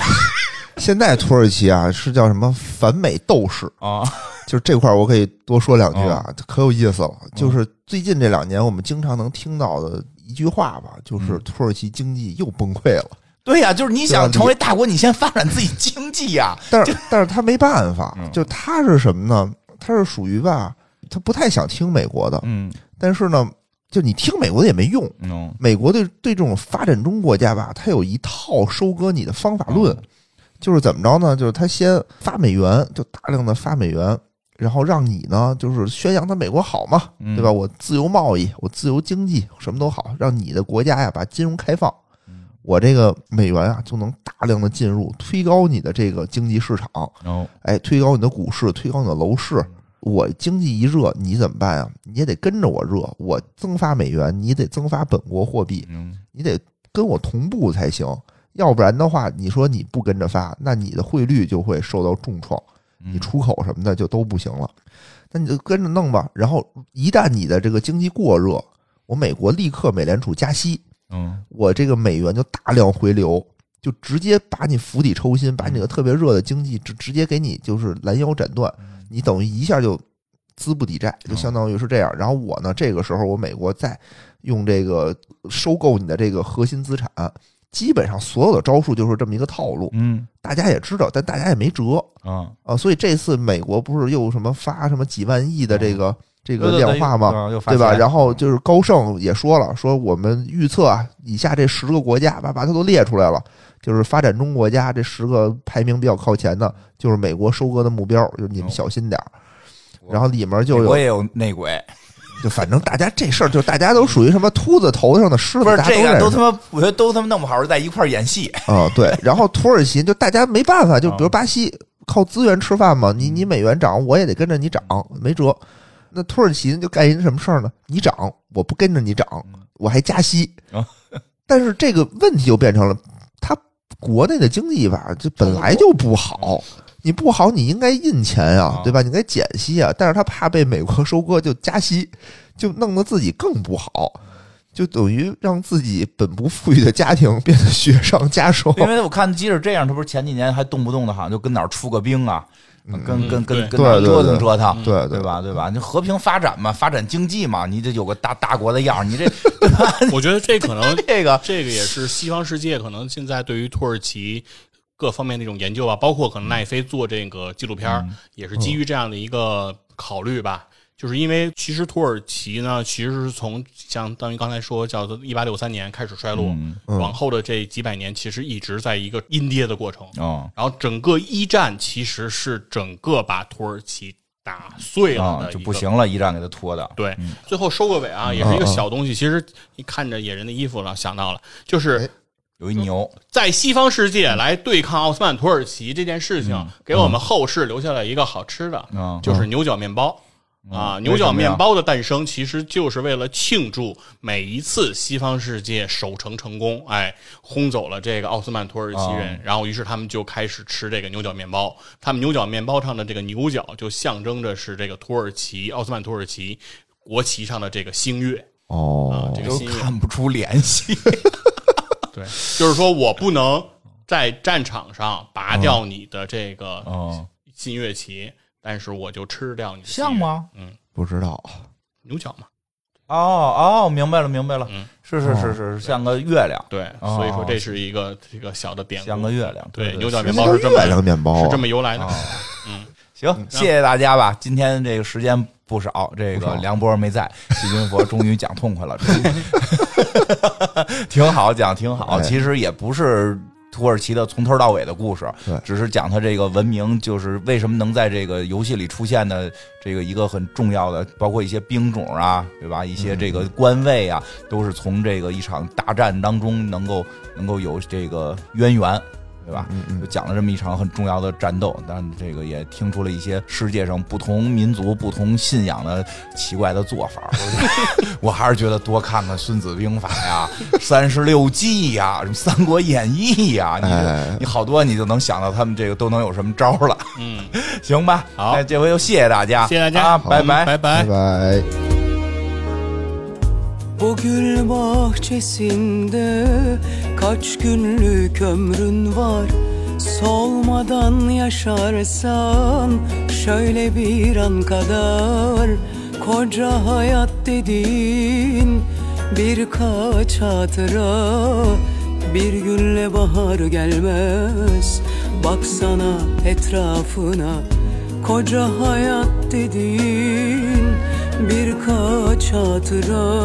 [SPEAKER 3] 现在土耳其啊是叫什么反美斗士，
[SPEAKER 1] 啊，
[SPEAKER 3] 就是这块儿我可以多说两句啊，可有意思了。就是最近这两年我们经常能听到的一句话吧，就是土耳其经济又崩溃了。
[SPEAKER 1] 对呀、就是你
[SPEAKER 3] 对啊
[SPEAKER 1] 想
[SPEAKER 3] 你
[SPEAKER 1] 成为大国，你先发展自己经济呀、
[SPEAKER 3] 但是但是他没办法，就他是什么呢？他是属于吧，他不太想听美国的，
[SPEAKER 1] 嗯
[SPEAKER 3] 但是呢，就你听美国的也没用。
[SPEAKER 1] 嗯
[SPEAKER 3] 美国对对这种发展中国家吧，它有一套收割你的方法论，就是怎么着呢？就是他先发美元，就大量的发美元，然后让你呢，就是宣扬他美国好嘛，
[SPEAKER 1] 嗯
[SPEAKER 3] 对吧？我自由贸易，我自由经济，什么都好，让你的国家呀把金融开放，我这个美元啊就能大量的进入，推高你的这个经济市场，
[SPEAKER 1] 哦
[SPEAKER 3] 哎，推高你的股市，推高你的楼市。我经济一热，你怎么办啊？你也得跟着我热。我增发美元，你得增发本国货币，
[SPEAKER 1] 嗯
[SPEAKER 3] 你得跟我同步才行。要不然的话，你说你不跟着发，那你的汇率就会受到重创，
[SPEAKER 1] 嗯
[SPEAKER 3] 你出口什么的就都不行了。那你就跟着弄吧。然后一旦你的这个经济过热，我美国立刻美联储加息，
[SPEAKER 1] 嗯
[SPEAKER 3] 我这个美元就大量回流，就直接把你釜底抽薪，把你这个特别热的经济直直接给你就是拦腰斩断，你等于一下就资不抵债，就相当于是这样。然后我呢，这个时候我美国再用这个收购你的这个核心资产，基本上所有的招数就是这么一个套路，
[SPEAKER 1] 嗯
[SPEAKER 3] 大家也知道，但大家也没辙
[SPEAKER 1] 啊，
[SPEAKER 3] 啊。所以这次美国不是又什么发什么几万亿的这个这
[SPEAKER 1] 这
[SPEAKER 3] 个量化吗？？
[SPEAKER 1] 又发
[SPEAKER 3] 哦对吧？
[SPEAKER 1] 钱
[SPEAKER 3] 然后就是高盛也说了，说我们预测啊，以下这十个国家，把把它都列出来了，就是发展中国家这十个排名比较靠前的，就是美国收割的目标，就是你们
[SPEAKER 1] 哦
[SPEAKER 3] 小心点儿。
[SPEAKER 1] 我
[SPEAKER 3] 然后里面就
[SPEAKER 1] 哦我
[SPEAKER 3] 有，
[SPEAKER 1] 也有内鬼，
[SPEAKER 3] 就反正大家这事儿，就大家都属于什么秃子头上的虱子，
[SPEAKER 1] 不是
[SPEAKER 3] 大家
[SPEAKER 1] 这个
[SPEAKER 3] 认
[SPEAKER 1] 都
[SPEAKER 3] 识
[SPEAKER 1] 他妈，我觉得都他妈弄不好是在一块儿演 戏。
[SPEAKER 3] 啊、对。然后土耳其就大家没办法，就
[SPEAKER 1] 啊嗯
[SPEAKER 3] 比如巴西靠资源吃饭嘛，你你美元涨，我也得跟着你涨，没辙。那土耳其就干一什么事儿呢？你涨，我不跟着你涨，我还加息
[SPEAKER 1] 嗯啊。
[SPEAKER 3] 但是这个问题就变成了，它国内的经济吧，就本来就不好， 你不好，你应该印钱呀、
[SPEAKER 1] 嗯啊
[SPEAKER 3] 对吧？你应该减息啊。但是他怕被美国收割，就加息，就弄得自己更不好。就等于让自己本不富裕的家庭变得雪上加霜，
[SPEAKER 1] 因为我看即使这样，他不是前几年还动不动的，好像就跟哪儿出个兵啊，跟跟跟
[SPEAKER 2] 嗯对嗯
[SPEAKER 1] 跟哪儿
[SPEAKER 3] 对对
[SPEAKER 1] 折腾折腾，
[SPEAKER 3] 对
[SPEAKER 1] 对？吧？对吧？你和平发展嘛，发展经济嘛，你得有个大大国的样儿， 你这
[SPEAKER 2] 我觉得这可能
[SPEAKER 1] 这个
[SPEAKER 2] 这个也是西方世界可能现在对于土耳其各方面的一种研究吧，包括可能奈飞做这个纪录片
[SPEAKER 1] 嗯
[SPEAKER 2] 儿，也是基于这样的一个考虑吧。就是因为其实土耳其呢，其实是从相当于刚才说叫做一八六三年开始衰落，
[SPEAKER 1] 嗯
[SPEAKER 2] 往后的这几百年其实一直在一个阴跌的过程。
[SPEAKER 1] 哦
[SPEAKER 2] 然后整个一战其实是整个把土耳其打碎了
[SPEAKER 1] 啊
[SPEAKER 2] 的一个
[SPEAKER 1] 就不行嗯了，一战给他拖的，
[SPEAKER 2] 对，最后收个尾啊，也是
[SPEAKER 1] 嗯
[SPEAKER 2] 一个小东西。其实你看着野人的衣服了，想到了，
[SPEAKER 1] 哎
[SPEAKER 2] 就是
[SPEAKER 1] 有一牛，
[SPEAKER 2] 在西方世界来对抗奥斯曼土耳其这件事情，给我们后世留下了一个好吃的，
[SPEAKER 1] 嗯
[SPEAKER 2] 就是牛角面包。啊，牛角面包的诞生其实就是为了庆祝每一次西方世界守城成功，哎，轰走了这个奥斯曼土耳其人，然后于是他们就开始吃这个牛角面包。他们牛角面包上的这个牛角就象征着是这个土耳其奥斯曼土耳其国旗上的这个星月啊
[SPEAKER 3] 哦，
[SPEAKER 2] 这个
[SPEAKER 1] 都
[SPEAKER 2] 星 月
[SPEAKER 1] 看不出联系。
[SPEAKER 2] 对，就是说我不能在战场上拔掉你的这个
[SPEAKER 1] 哦，
[SPEAKER 2] 新月旗，但是我就吃掉你的新月
[SPEAKER 1] 像？吗？
[SPEAKER 3] 不知道，
[SPEAKER 2] 牛角嘛，
[SPEAKER 1] 哦哦，明白了明白了
[SPEAKER 2] 嗯，
[SPEAKER 1] 是是是是，像个月亮，
[SPEAKER 2] 对，
[SPEAKER 1] 哦
[SPEAKER 2] 所以说这是一个这个小的典故，
[SPEAKER 1] 像个月亮，
[SPEAKER 2] 对
[SPEAKER 1] 对，
[SPEAKER 2] 牛角
[SPEAKER 1] 是
[SPEAKER 2] 面包是这么
[SPEAKER 3] 月亮面包啊
[SPEAKER 2] 是这么由来的。
[SPEAKER 1] 哦
[SPEAKER 2] 嗯，
[SPEAKER 1] 行，谢谢大家吧。今天这个时间不少，这
[SPEAKER 3] 不
[SPEAKER 1] 个
[SPEAKER 3] 少
[SPEAKER 1] 梁博没在，细菌佛终于讲痛快了，真的 挺好，讲挺好。
[SPEAKER 3] 哎
[SPEAKER 1] 其实也不是土耳其的从头到尾的故事
[SPEAKER 3] 对，
[SPEAKER 1] 只是讲它这个文明，就是为什么能在这个游戏里出现的这个一个很重要的，包括一些兵种啊，对吧？一些这个官位啊，都是从这个一场大战当中能够能够有这个渊源。对吧？
[SPEAKER 3] 嗯嗯
[SPEAKER 1] 就讲了这么一场很重要的战斗，但这个也听出了一些世界上不同民族、不同信仰的奇怪的做法。 我还是觉得多看看《孙子兵法》 呀，《三十六计》呀，什么《三国演义》呀，你
[SPEAKER 3] 哎
[SPEAKER 1] 就你好多你就能想到他们这个都能有什么招了，
[SPEAKER 2] 嗯，
[SPEAKER 1] 行吧？
[SPEAKER 2] 好
[SPEAKER 1] 那这回就谢谢大家，
[SPEAKER 2] 谢谢大家，
[SPEAKER 1] 啊，拜拜。
[SPEAKER 2] 拜拜
[SPEAKER 3] 拜。拜。
[SPEAKER 4] O gül bahçesinde kaç günlük ömrün var Solmadan yaşarsan şöyle bir an kadar Koca hayat dediğin birkaç hatıra bir günle bahar gelmez Baksana etrafına Koca hayat dediğin Birkaç hatıra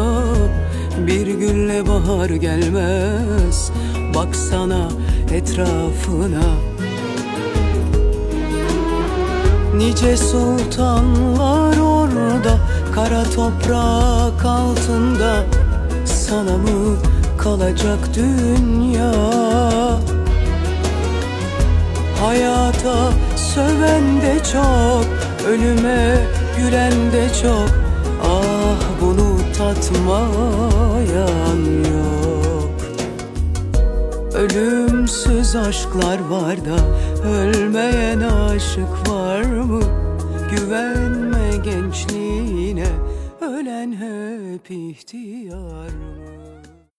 [SPEAKER 4] Bir günle bahar gelmez Baksana etrafına Nice sultanlar orada Kara toprak altında Sana mı kalacak dünya? Hayata söven de çok Ölüme gülen de çok Ah bunu tatmayan yok Ölümsüz aşklar var da ölmeyen aşık var mı? Güvenme gençliğine ölen hep ihtiyar mı?